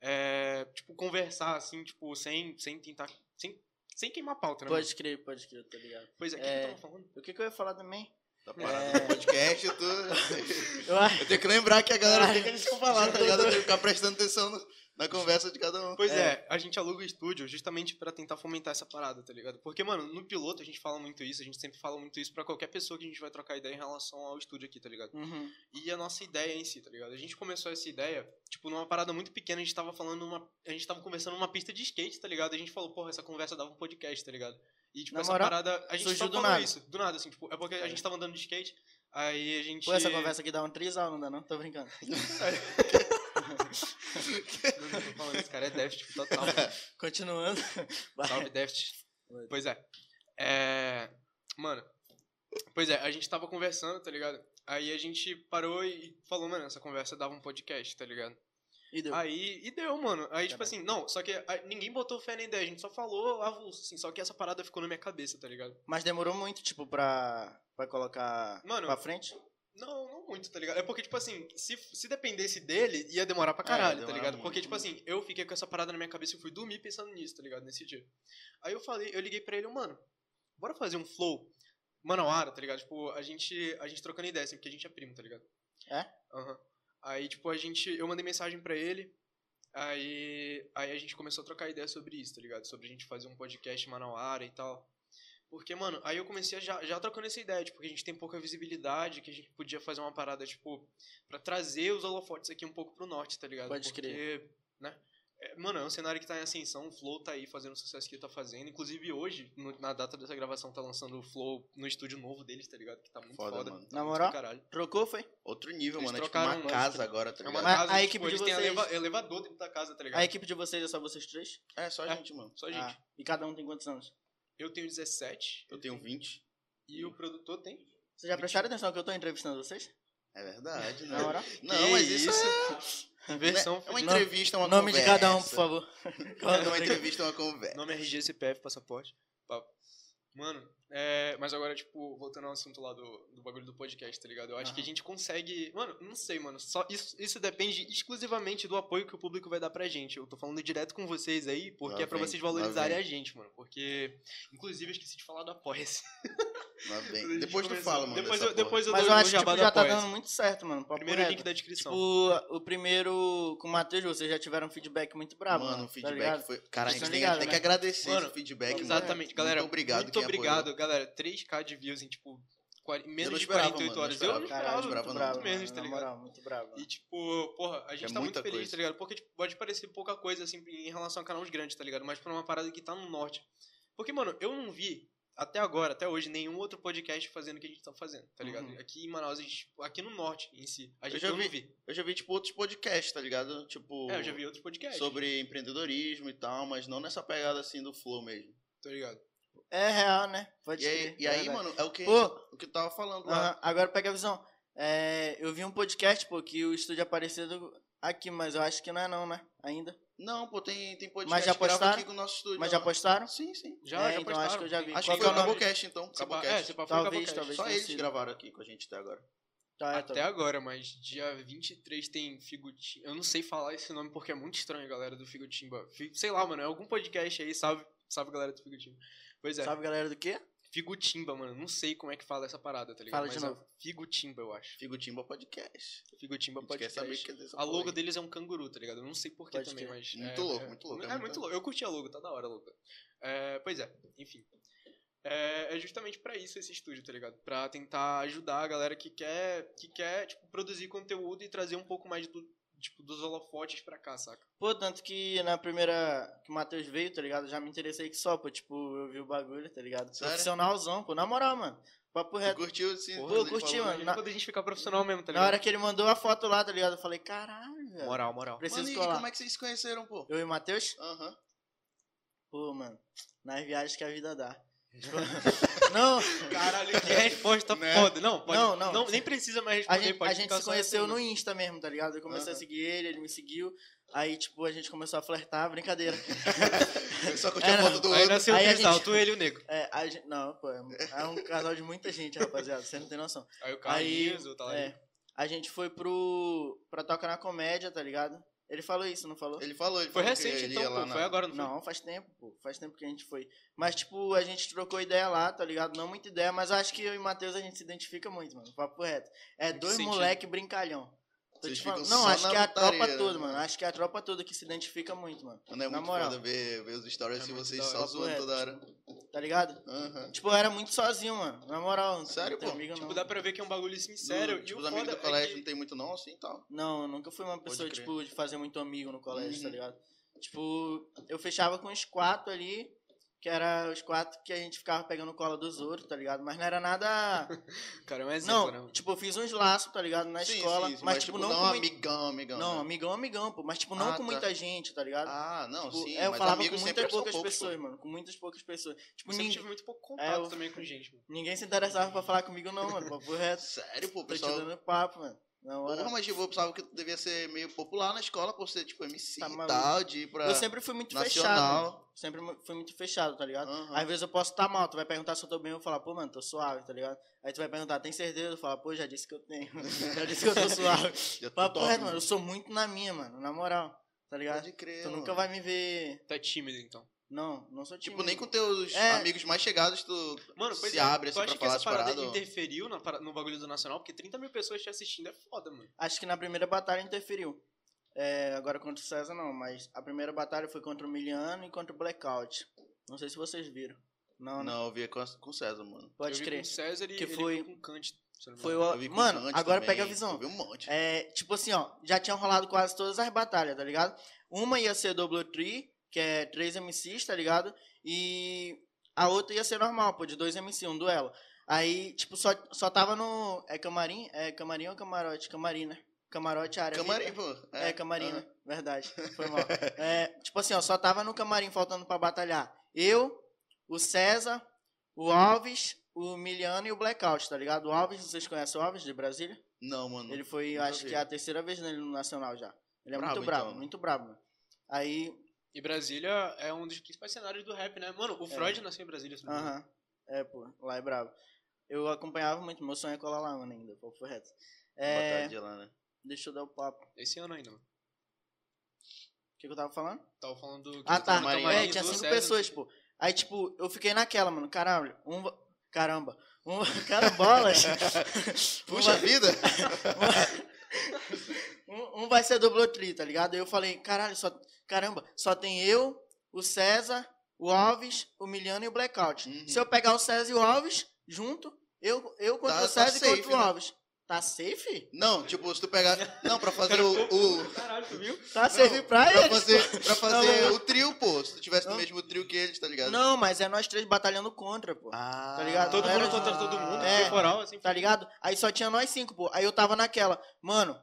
Speaker 1: é, tipo, conversar, assim, tipo, sem, sem tentar... Sem, sem queimar pauta, né? mano?
Speaker 2: Pode crer, pode crer, tá ligado?
Speaker 1: Pois é, o que
Speaker 2: é.
Speaker 1: eu tava falando?
Speaker 2: O que, que eu ia falar também?
Speaker 3: Tá parado
Speaker 2: É.
Speaker 3: no podcast, eu tô...
Speaker 2: Eu acho
Speaker 3: Eu tenho que lembrar que a
Speaker 1: Ah,
Speaker 3: galera, o que,
Speaker 2: Ai.
Speaker 3: que eles vão falar, tá ligado? Eu tenho que ficar prestando atenção no- na conversa de cada um.
Speaker 1: Pois
Speaker 2: É.
Speaker 1: é. a gente aluga o estúdio justamente pra tentar fomentar essa parada, tá ligado? Porque, mano, no piloto a gente fala muito isso, a gente sempre fala muito isso pra qualquer pessoa que a gente vai trocar ideia em relação ao estúdio aqui, tá ligado?
Speaker 2: Uhum.
Speaker 1: E a nossa ideia em si, tá ligado? A gente começou essa ideia, tipo, numa parada muito pequena, a gente tava falando numa. A gente tava conversando numa pista de skate, tá ligado? A gente falou, porra, essa conversa dava um podcast, tá ligado? E, tipo,
Speaker 2: Na
Speaker 1: essa
Speaker 2: moral,
Speaker 1: parada. A gente só
Speaker 2: surgiu do
Speaker 1: falou
Speaker 2: nada.
Speaker 1: isso, do nada, assim, tipo, é porque a gente tava andando de skate, aí a gente.
Speaker 2: Pô, essa conversa aqui dá um trisal, não dá não? Tô brincando.
Speaker 1: Não, não tô falando, esse cara é déficit total, mano.
Speaker 2: Continuando. Vai.
Speaker 1: Salve, Deft.
Speaker 2: Vai.
Speaker 1: Pois é. É. Mano. Pois é, a gente tava conversando, tá ligado? Aí a gente parou e falou, mano, essa conversa dava um podcast, tá ligado?
Speaker 2: E deu.
Speaker 1: Aí, e deu, mano. Aí, tipo
Speaker 2: Caraca.
Speaker 1: assim, não, só que ah, ninguém botou fé na ideia, a gente só falou avulso, assim, só que essa parada ficou na minha cabeça, tá ligado?
Speaker 2: Mas demorou muito, tipo, pra, pra colocar
Speaker 1: Mano,
Speaker 2: pra frente.
Speaker 1: Não, não muito, tá ligado? É porque, tipo assim, se, se dependesse dele, ia demorar pra
Speaker 3: É, ia
Speaker 1: caralho, tá
Speaker 3: demorar
Speaker 1: ligado?
Speaker 3: muito,
Speaker 1: Porque, tipo
Speaker 3: muito.
Speaker 1: assim, eu fiquei com essa parada na minha cabeça e fui dormir pensando nisso, tá ligado? Nesse dia. Aí eu falei, eu liguei pra ele, mano, bora fazer um flow manauara, tá ligado? Tipo, a gente, a gente trocando ideia, assim, porque a gente é primo, tá ligado?
Speaker 2: É?
Speaker 1: Aham. Aí, tipo, a gente, eu mandei mensagem pra ele, aí, aí a gente começou a trocar ideia sobre isso, tá ligado? Sobre a gente fazer um podcast manauara e tal. Porque, mano, aí eu comecei a já, já trocando essa ideia, tipo, que a gente tem pouca visibilidade, que a gente podia fazer uma parada, tipo, pra trazer os holofotes aqui um pouco pro norte, tá ligado?
Speaker 2: Pode
Speaker 1: Porque,
Speaker 2: crer.
Speaker 1: né? é, Mano, é um cenário que tá em ascensão, o Flow tá aí fazendo o sucesso que ele tá fazendo. Inclusive hoje, no- na data dessa gravação, tá lançando o Flow no estúdio novo deles, tá ligado? Que tá muito
Speaker 3: Foda,
Speaker 1: foda.
Speaker 3: mano.
Speaker 1: Tá
Speaker 2: Na
Speaker 1: muito
Speaker 2: moral?
Speaker 1: do caralho.
Speaker 2: Trocou, foi?
Speaker 3: Outro nível,
Speaker 1: Eles
Speaker 3: mano. É tipo
Speaker 1: trocaram
Speaker 3: uma
Speaker 1: um lance,
Speaker 3: casa
Speaker 1: tá
Speaker 3: agora, tá
Speaker 1: É uma
Speaker 3: ligado?
Speaker 2: Mas
Speaker 1: casa,
Speaker 2: a
Speaker 1: tipo,
Speaker 2: equipe de
Speaker 1: eles têm
Speaker 2: vocês-
Speaker 1: eleva- elevador dentro da casa, tá ligado?
Speaker 2: A equipe de vocês é só vocês três?
Speaker 3: É, só
Speaker 1: É.
Speaker 3: gente, mano.
Speaker 1: Só gente.
Speaker 2: Ah, e cada um tem quantos anos?
Speaker 1: Eu tenho 17
Speaker 3: Eu tenho 20.
Speaker 1: e o
Speaker 2: Hum.
Speaker 1: produtor tem.
Speaker 2: Vocês já prestaram atenção que eu tô entrevistando vocês?
Speaker 3: É verdade, né?
Speaker 2: Na hora?
Speaker 3: Não, mas isso, é...
Speaker 1: Versão.
Speaker 3: É uma
Speaker 2: Não.
Speaker 3: entrevista, uma
Speaker 2: Nome
Speaker 3: conversa.
Speaker 2: de cada um, por favor.
Speaker 3: É uma entrevista, uma conversa.
Speaker 1: Nome é RG, CPF, passaporte. papo. Mano, é, mas agora, tipo, voltando ao assunto lá do, do bagulho do podcast, tá ligado? Eu acho que a
Speaker 2: Aham.
Speaker 1: gente consegue. Mano, não sei, mano. Só isso, isso depende exclusivamente do apoio que o público vai dar pra gente. Eu tô falando direto com vocês aí, porque
Speaker 3: Lá
Speaker 1: é pra
Speaker 3: vem,
Speaker 1: vocês
Speaker 3: lá
Speaker 1: valorizarem a
Speaker 3: vem.
Speaker 1: gente, mano. Porque, inclusive, eu esqueci de falar do Apoia-se.
Speaker 3: Mas
Speaker 1: Quando a gente
Speaker 3: bem. Depois tu
Speaker 1: começou.
Speaker 3: fala, mano.
Speaker 1: Depois
Speaker 3: dessa
Speaker 1: eu, depois eu
Speaker 2: Mas
Speaker 1: dou
Speaker 2: eu acho
Speaker 1: o
Speaker 2: que
Speaker 1: jabá
Speaker 2: tipo,
Speaker 1: do
Speaker 2: já tá
Speaker 1: Apoia-se.
Speaker 2: dando muito certo, mano. papo
Speaker 1: Primeiro
Speaker 2: reto.
Speaker 1: link da descrição.
Speaker 2: Tipo, o primeiro com o Matheus, vocês já tiveram um feedback muito
Speaker 3: porra.
Speaker 2: brabo.
Speaker 3: Mano,
Speaker 2: Mano,
Speaker 3: o
Speaker 2: tá
Speaker 3: feedback
Speaker 2: ligado?
Speaker 3: foi... Cara, a
Speaker 2: Vocês
Speaker 3: gente
Speaker 2: tão
Speaker 3: tem,
Speaker 2: ligados,
Speaker 3: tem
Speaker 2: né?
Speaker 3: que agradecer
Speaker 1: Mano,
Speaker 3: esse feedback, mano.
Speaker 1: Exatamente, galera.
Speaker 3: Muito obrigado, é
Speaker 1: Muito
Speaker 3: quem apoiou.
Speaker 1: obrigado, galera. 3k de views em, tipo, quar- menos de
Speaker 3: esperava,
Speaker 1: 48
Speaker 3: mano, eu
Speaker 1: horas.
Speaker 3: esperava.
Speaker 1: eu não esperava,
Speaker 3: Caralho, eu
Speaker 1: muito
Speaker 3: esperava não.
Speaker 2: bravo,
Speaker 1: menos, tá
Speaker 2: mano, na
Speaker 1: ligado?
Speaker 2: moral, muito bravo.
Speaker 1: E, tipo, porra, a gente
Speaker 3: É
Speaker 1: tá muito
Speaker 3: muita
Speaker 1: feliz,
Speaker 3: coisa.
Speaker 1: tá ligado? Porque tipo, pode parecer pouca coisa, assim, em relação a canais grandes, tá ligado? Mas pra uma parada que tá no norte. Porque, mano, eu não vi, até agora, até hoje, nenhum outro podcast fazendo o que a gente tá fazendo, tá ligado?
Speaker 2: Uhum.
Speaker 1: Aqui em Manaus, a gente, tipo, aqui no norte, em si, a
Speaker 3: Eu
Speaker 1: gente
Speaker 3: já
Speaker 1: eu não
Speaker 3: vi.
Speaker 1: vi.
Speaker 3: Eu já vi, tipo, outros podcasts, tá ligado? Tipo...
Speaker 1: É, eu já vi outros podcasts,
Speaker 3: Sobre empreendedorismo e tal, mas não nessa pegada assim do flow mesmo.
Speaker 1: tá ligado?
Speaker 2: É real, né? Pode
Speaker 3: E aí,
Speaker 2: crer,
Speaker 3: e
Speaker 2: é
Speaker 3: aí,
Speaker 2: verdade.
Speaker 3: mano, é o que,
Speaker 2: Pô.
Speaker 3: o que eu tava falando lá.
Speaker 2: Aham, Agora pega a visão. É, eu vi um podcast, pô, que o estúdio aparecido aqui, mas eu acho que não é não, né? Ainda.
Speaker 3: Não, pô, tem, tem podcast
Speaker 2: Mas já
Speaker 3: que grava
Speaker 2: postaram?
Speaker 3: aqui com o nosso estúdio.
Speaker 2: Mas já
Speaker 3: lá.
Speaker 2: postaram?
Speaker 3: Sim, sim.
Speaker 1: Já,
Speaker 2: É,
Speaker 1: já
Speaker 2: então acho que eu já vi.
Speaker 3: Acho
Speaker 2: Qual
Speaker 3: que
Speaker 2: é
Speaker 3: foi
Speaker 2: o
Speaker 3: o
Speaker 2: nome?
Speaker 3: Cabocast, então.
Speaker 1: É, se pá,
Speaker 3: Cabocast.
Speaker 1: foi o
Speaker 2: Talvez,
Speaker 1: Cabocast.
Speaker 2: talvez
Speaker 3: Só
Speaker 2: tenha
Speaker 3: eles
Speaker 2: sido.
Speaker 3: gravaram aqui com a gente até agora.
Speaker 2: Tá, tá.
Speaker 1: Até agora, mas dia 23 tem Figutimba. Eu não sei falar esse nome porque é muito estranho, galera do Figutimba. Fi- Sei lá, mano, é algum podcast aí, salve, salve galera do Figutimba. Pois é,
Speaker 2: Salve galera do quê?
Speaker 1: Figutimba, mano. Não sei como é que fala essa parada, tá ligado?
Speaker 2: Fala de
Speaker 1: Mas é
Speaker 2: novo.
Speaker 1: Figutimba, eu acho.
Speaker 3: Figo Timba Podcast.
Speaker 1: Figutimba
Speaker 3: A gente quer
Speaker 1: podcast.
Speaker 3: saber o que é dessa
Speaker 1: A logo
Speaker 3: porra aí.
Speaker 1: deles é um canguru, tá ligado? Eu não sei porquê
Speaker 2: Pode
Speaker 1: também,
Speaker 2: crer.
Speaker 1: mas.
Speaker 3: Muito
Speaker 1: é,
Speaker 3: louco,
Speaker 1: é-
Speaker 3: muito louco,
Speaker 1: É,
Speaker 3: é
Speaker 1: muito,
Speaker 3: muito-
Speaker 1: louco. Eu curti a logo, tá da hora a logo. É, pois é, enfim. É, é justamente pra isso esse estúdio, tá ligado? Pra tentar ajudar a galera que quer, que quer tipo, produzir conteúdo e trazer um pouco mais do, tipo, dos holofotes pra cá, saca?
Speaker 2: Pô, tanto que na primeira que o Matheus veio, tá ligado? Eu já me interessei que só, pô. Tipo, eu vi o bagulho, tá ligado?
Speaker 3: Sério?
Speaker 2: Profissionalzão, pô. Na moral, mano. Papo
Speaker 3: Tu
Speaker 2: reto.
Speaker 3: curtiu assim?
Speaker 2: Porra,
Speaker 3: quando
Speaker 2: eu
Speaker 3: ele
Speaker 2: curti,
Speaker 3: falou?
Speaker 2: mano.
Speaker 1: É
Speaker 2: na-
Speaker 1: quando a gente ficar profissional mesmo, tá
Speaker 2: Na
Speaker 1: ligado?
Speaker 2: hora que ele mandou a foto lá, tá ligado? Eu falei, caralho, velho.
Speaker 1: Moral, moral.
Speaker 2: Preciso
Speaker 3: Mano, e
Speaker 2: colar.
Speaker 3: como é que vocês se conheceram, pô?
Speaker 2: Eu e o Matheus?
Speaker 3: Aham.
Speaker 2: Pô, mano. Nas viagens que a vida dá. Tipo, não,
Speaker 1: Caralho, que resposta
Speaker 3: Né?
Speaker 1: foda. Não, pode,
Speaker 2: É, Não, não.
Speaker 1: Nem precisa mais
Speaker 2: a
Speaker 1: responder.
Speaker 2: gente,
Speaker 1: pode
Speaker 2: a gente
Speaker 1: ficar
Speaker 2: se
Speaker 1: só
Speaker 2: conheceu
Speaker 1: assim,
Speaker 2: no Insta mesmo, tá ligado? Eu comecei a
Speaker 3: Aham.
Speaker 2: seguir ele, ele me seguiu. Aí, tipo, a gente começou a flertar, brincadeira.
Speaker 3: Eu só curti a
Speaker 2: Era-
Speaker 3: foto do
Speaker 1: Aí
Speaker 3: outro.
Speaker 1: nasceu o
Speaker 2: Aí a
Speaker 1: casal,
Speaker 2: gente-
Speaker 1: tu, ele e o negro.
Speaker 2: É, a gente, não, pô, é um- é um casal de muita gente, rapaziada, você não tem noção.
Speaker 1: Aí o Carlinhos, o
Speaker 3: tá
Speaker 1: Talarico.
Speaker 2: É, a gente foi pro. pra Toca na Comédia, tá ligado? Ele falou isso, não falou?
Speaker 3: Ele falou, ele
Speaker 1: Foi
Speaker 3: falou que
Speaker 1: recente,
Speaker 3: ele
Speaker 1: então,
Speaker 3: ia lá
Speaker 1: pô.
Speaker 3: na-
Speaker 1: Foi agora, não foi?
Speaker 2: Não, faz tempo, pô. Faz tempo que a gente foi. Mas, tipo, a gente trocou ideia lá, tá ligado? Não muita ideia, mas eu acho que eu e o Matheus a gente se identifica muito, mano. Papo reto. É
Speaker 1: que
Speaker 2: dois
Speaker 1: sentido?
Speaker 2: moleque brincalhão. Tô
Speaker 3: Vocês
Speaker 2: te falando.
Speaker 3: ficam
Speaker 2: Não,
Speaker 3: só
Speaker 2: acho
Speaker 3: na
Speaker 2: que é a tropa
Speaker 3: putaria,
Speaker 2: toda,
Speaker 3: né?
Speaker 2: mano. Acho que é a tropa toda que se identifica muito, mano.
Speaker 3: Mano, é
Speaker 2: Na
Speaker 3: muito
Speaker 2: moral.
Speaker 3: foda ver, ver os stories
Speaker 1: É
Speaker 3: de
Speaker 1: muito
Speaker 3: vocês
Speaker 1: da hora.
Speaker 3: só zoando
Speaker 2: É,
Speaker 3: toda hora.
Speaker 2: Tá ligado?
Speaker 3: Aham.
Speaker 2: Tipo, eu era muito sozinho, mano. Na moral.
Speaker 3: Sério,
Speaker 2: não tem
Speaker 3: pô?
Speaker 2: Amigo,
Speaker 1: Tipo,
Speaker 2: não.
Speaker 1: dá pra ver que é um bagulho sincero.
Speaker 3: Do, tipo,
Speaker 1: e
Speaker 3: os
Speaker 1: o
Speaker 3: amigos
Speaker 1: foda
Speaker 3: do colégio
Speaker 1: é
Speaker 3: não
Speaker 1: que...
Speaker 3: tem muito não, assim e tal.
Speaker 2: Não, eu nunca fui uma pessoa,
Speaker 3: crer.
Speaker 2: tipo, de fazer muito amigo no colégio, tá
Speaker 3: Uhum.
Speaker 2: ligado? Tipo, eu fechava com os quatro ali, que era os quatro que a gente ficava pegando cola dos outros, tá ligado? Mas não era nada.
Speaker 1: Cara, é um exemplo,
Speaker 2: não,
Speaker 1: né? mano?
Speaker 2: tipo, eu fiz uns laços, tá ligado? Na
Speaker 3: Sim,
Speaker 2: escola.
Speaker 3: sim, sim,
Speaker 2: mas, tipo, não,
Speaker 3: não é
Speaker 2: com mui-
Speaker 3: um amigão, amigão.
Speaker 2: Não,
Speaker 3: né?
Speaker 2: amigão, amigão, pô. Mas, tipo, não
Speaker 3: Ah,
Speaker 2: com
Speaker 3: tá.
Speaker 2: muita gente, tá ligado?
Speaker 3: Ah, não,
Speaker 2: Tipo,
Speaker 3: sim.
Speaker 2: é, eu
Speaker 3: mas
Speaker 2: falava com
Speaker 3: amigos sempre
Speaker 2: muitas
Speaker 3: são
Speaker 2: poucas
Speaker 3: poucos, pô.
Speaker 2: pessoas, mano. Com muitas poucas pessoas. Tipo,
Speaker 1: Eu sempre
Speaker 2: ninguém,
Speaker 1: tive muito pouco contato
Speaker 2: eu-
Speaker 1: também com gente, mano.
Speaker 2: ninguém se interessava pra falar comigo, não, mano. Papo é reto.
Speaker 3: Sério, pô, o
Speaker 2: Tô te
Speaker 3: pessoal.
Speaker 2: dando papo, mano. Na hora.
Speaker 3: Porra, mas tipo, eu pensava que tu devia ser meio popular na escola por ser, tipo, MC
Speaker 2: Tá
Speaker 3: e
Speaker 2: maluco.
Speaker 3: tal, de ir pra.
Speaker 2: Eu sempre fui muito fechado.
Speaker 3: nacional.
Speaker 2: Sempre mu- fui muito fechado, tá ligado?
Speaker 3: Aham.
Speaker 2: Às vezes eu posso estar mal, tu vai perguntar se eu tô bem, eu vou falar, pô, mano, tô suave, tá ligado? Aí tu vai perguntar, tem certeza? Eu vou falar, pô, já disse que eu tenho. já disse que eu tô suave.
Speaker 3: Já tô
Speaker 2: Papo
Speaker 3: top,
Speaker 2: reto, mano, eu sou muito na minha, mano, na moral, tá ligado?
Speaker 3: Pode crer.
Speaker 2: Tu
Speaker 3: mano.
Speaker 2: nunca vai me ver.
Speaker 1: Tá tímido, então.
Speaker 2: Não, não sou
Speaker 3: Tipo,
Speaker 2: tímido.
Speaker 3: nem com teus
Speaker 2: É.
Speaker 3: amigos mais chegados tu
Speaker 1: Mano, pois
Speaker 3: se
Speaker 1: é.
Speaker 3: abre
Speaker 1: tu acha
Speaker 3: assim pra
Speaker 1: que
Speaker 3: falar
Speaker 1: essa
Speaker 3: as
Speaker 1: parada
Speaker 3: paradas. ou-
Speaker 1: interferiu na para- no bagulho do Nacional? Porque 30 mil pessoas te assistindo é foda, mano.
Speaker 2: Acho que na primeira batalha interferiu. É, agora contra o César não, mas a primeira batalha foi contra o Miliano e contra o Blackout. Não sei se vocês viram. Não, né? não.
Speaker 3: Não, eu via com, a- com o César, mano.
Speaker 1: eu
Speaker 2: Pode
Speaker 1: vi
Speaker 2: crer.
Speaker 1: com o César e
Speaker 2: Que
Speaker 1: ele
Speaker 2: foi-
Speaker 1: viu com o Kant. se eu não me
Speaker 2: Foi
Speaker 1: engano.
Speaker 3: Eu vi
Speaker 2: o...
Speaker 3: com
Speaker 2: Mano,
Speaker 3: o Dante
Speaker 2: agora
Speaker 3: também,
Speaker 2: pega a visão.
Speaker 3: Eu vi um monte.
Speaker 2: É, tipo assim, ó, já tinham rolado quase todas as batalhas, tá ligado? Uma ia ser Double Tree, que é três MCs, tá ligado? E a outra ia ser normal, pô, de dois MC, um duelo. Aí, tipo, só, só tava no. É camarim? É camarim ou camarote? Camarim, né? Camarote, área.
Speaker 3: Camarim,
Speaker 2: VIP,
Speaker 3: pô. Ah,
Speaker 2: né? É, camarim,
Speaker 3: aham.
Speaker 2: né? Verdade. Foi mal. É, tipo assim, ó, só tava no camarim faltando pra batalhar. Eu, o César, o Alves, o Miliano e o Blackout, tá ligado? O Alves, vocês conhecem o Alves de Brasília?
Speaker 3: Não, mano.
Speaker 2: Ele foi,
Speaker 3: Nunca
Speaker 2: acho
Speaker 3: vi.
Speaker 2: que é a terceira vez nele no Nacional já. Ele é
Speaker 3: Brabo,
Speaker 2: muito brabo,
Speaker 3: então, né?
Speaker 2: muito brabo. mano. Aí,
Speaker 1: E Brasília é um dos principais cenários do rap, né? Mano, o Freud nasceu em Brasília. se não me engano.
Speaker 2: aham. É, pô, lá é brabo. Eu acompanhava muito, meu sonho é colar lá, mano, ainda, papo reto. É,
Speaker 3: Batalha lá, né?
Speaker 2: deixa eu dar o papo. O
Speaker 1: Esse ano ainda, mano.
Speaker 2: que, que eu tava falando?
Speaker 1: Tava falando do...
Speaker 2: Ah, tá.
Speaker 3: do Camarim,
Speaker 2: É,
Speaker 3: do
Speaker 2: tinha cinco
Speaker 1: César.
Speaker 2: pessoas, pô. Aí, tipo, eu fiquei naquela, mano. Caralho, um. va- Caramba. Um. Carambolas.
Speaker 3: Puxa vida!
Speaker 2: Um, um vai ser Doblotri, tá ligado? Eu falei, caralho, só, caramba, só tem eu, o César, o Alves, o Miliano e o Blackout.
Speaker 3: Uhum.
Speaker 2: Se eu pegar o César e o Alves junto, eu, eu contra
Speaker 3: Tá-
Speaker 2: o César
Speaker 3: tá
Speaker 2: e
Speaker 3: safe,
Speaker 2: contra o
Speaker 3: né?
Speaker 2: Alves. Tá safe?
Speaker 3: Não, tipo, se tu pegar. Não, pra fazer
Speaker 1: Cara,
Speaker 3: o.
Speaker 1: ficou-
Speaker 3: o-
Speaker 1: Caralho, tu viu?
Speaker 2: Tá safe pra
Speaker 3: pra
Speaker 2: eles.
Speaker 3: fazer, pra fazer
Speaker 2: Não,
Speaker 3: o trio, pô. Se tu tivesse no
Speaker 2: Tá Não.
Speaker 3: mesmo trio que eles, tá
Speaker 2: pô.
Speaker 3: ligado?
Speaker 2: Não, mas é nós três batalhando contra, pô.
Speaker 3: Ah,
Speaker 2: Tá ligado?
Speaker 1: Todo
Speaker 2: Ah,
Speaker 1: mundo
Speaker 2: é.
Speaker 1: contra todo mundo,
Speaker 2: É.
Speaker 1: temporal, assim.
Speaker 2: Tá ligado? Aí só tinha nós cinco, pô. Aí eu tava naquela, mano,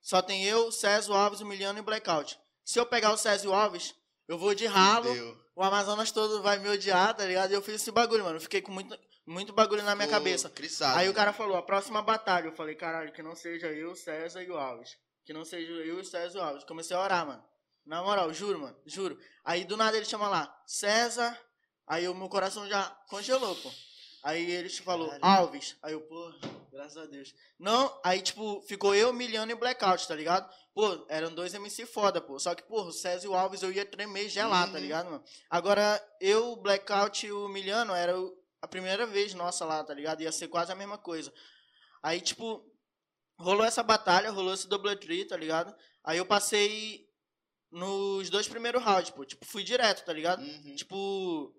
Speaker 2: só tem eu, o César, o Alves, o Miliano e o Blackout. Se eu pegar o César e o Alves, eu vou de ralo.
Speaker 3: Deu.
Speaker 2: o Amazonas todo vai me odiar, tá ligado? E eu fiz esse bagulho, mano. Eu Fiquei com muito, muito bagulho na minha
Speaker 3: Pô,
Speaker 2: cabeça.
Speaker 3: Criçado.
Speaker 2: Aí o cara falou, a próxima batalha. Eu falei, caralho, que não seja eu, o César e o Alves. Que não seja eu, o César e o Alves. Comecei a orar, mano. Na moral, juro, mano, juro. Aí do nada ele chama lá, César. Aí o meu coração já congelou, pô. Aí ele te falou,
Speaker 3: Caralho.
Speaker 2: Alves. Aí eu, pô, graças a Deus. Não, aí tipo, ficou eu, Miliano e Blackout, tá ligado? Pô, eram dois MC foda, pô. Só que, pô, o César e o Alves eu ia tremer e gelar, tá
Speaker 3: Uhum.
Speaker 2: ligado, mano? Agora, eu, o Blackout e o Miliano era o- a primeira vez nossa lá, tá ligado? Ia ser quase a mesma coisa. Aí, tipo, rolou essa batalha, rolou esse double tree, tá ligado? Aí eu passei nos dois primeiros rounds, pô. Tipo, fui direto, tá ligado?
Speaker 3: Uhum.
Speaker 2: Tipo,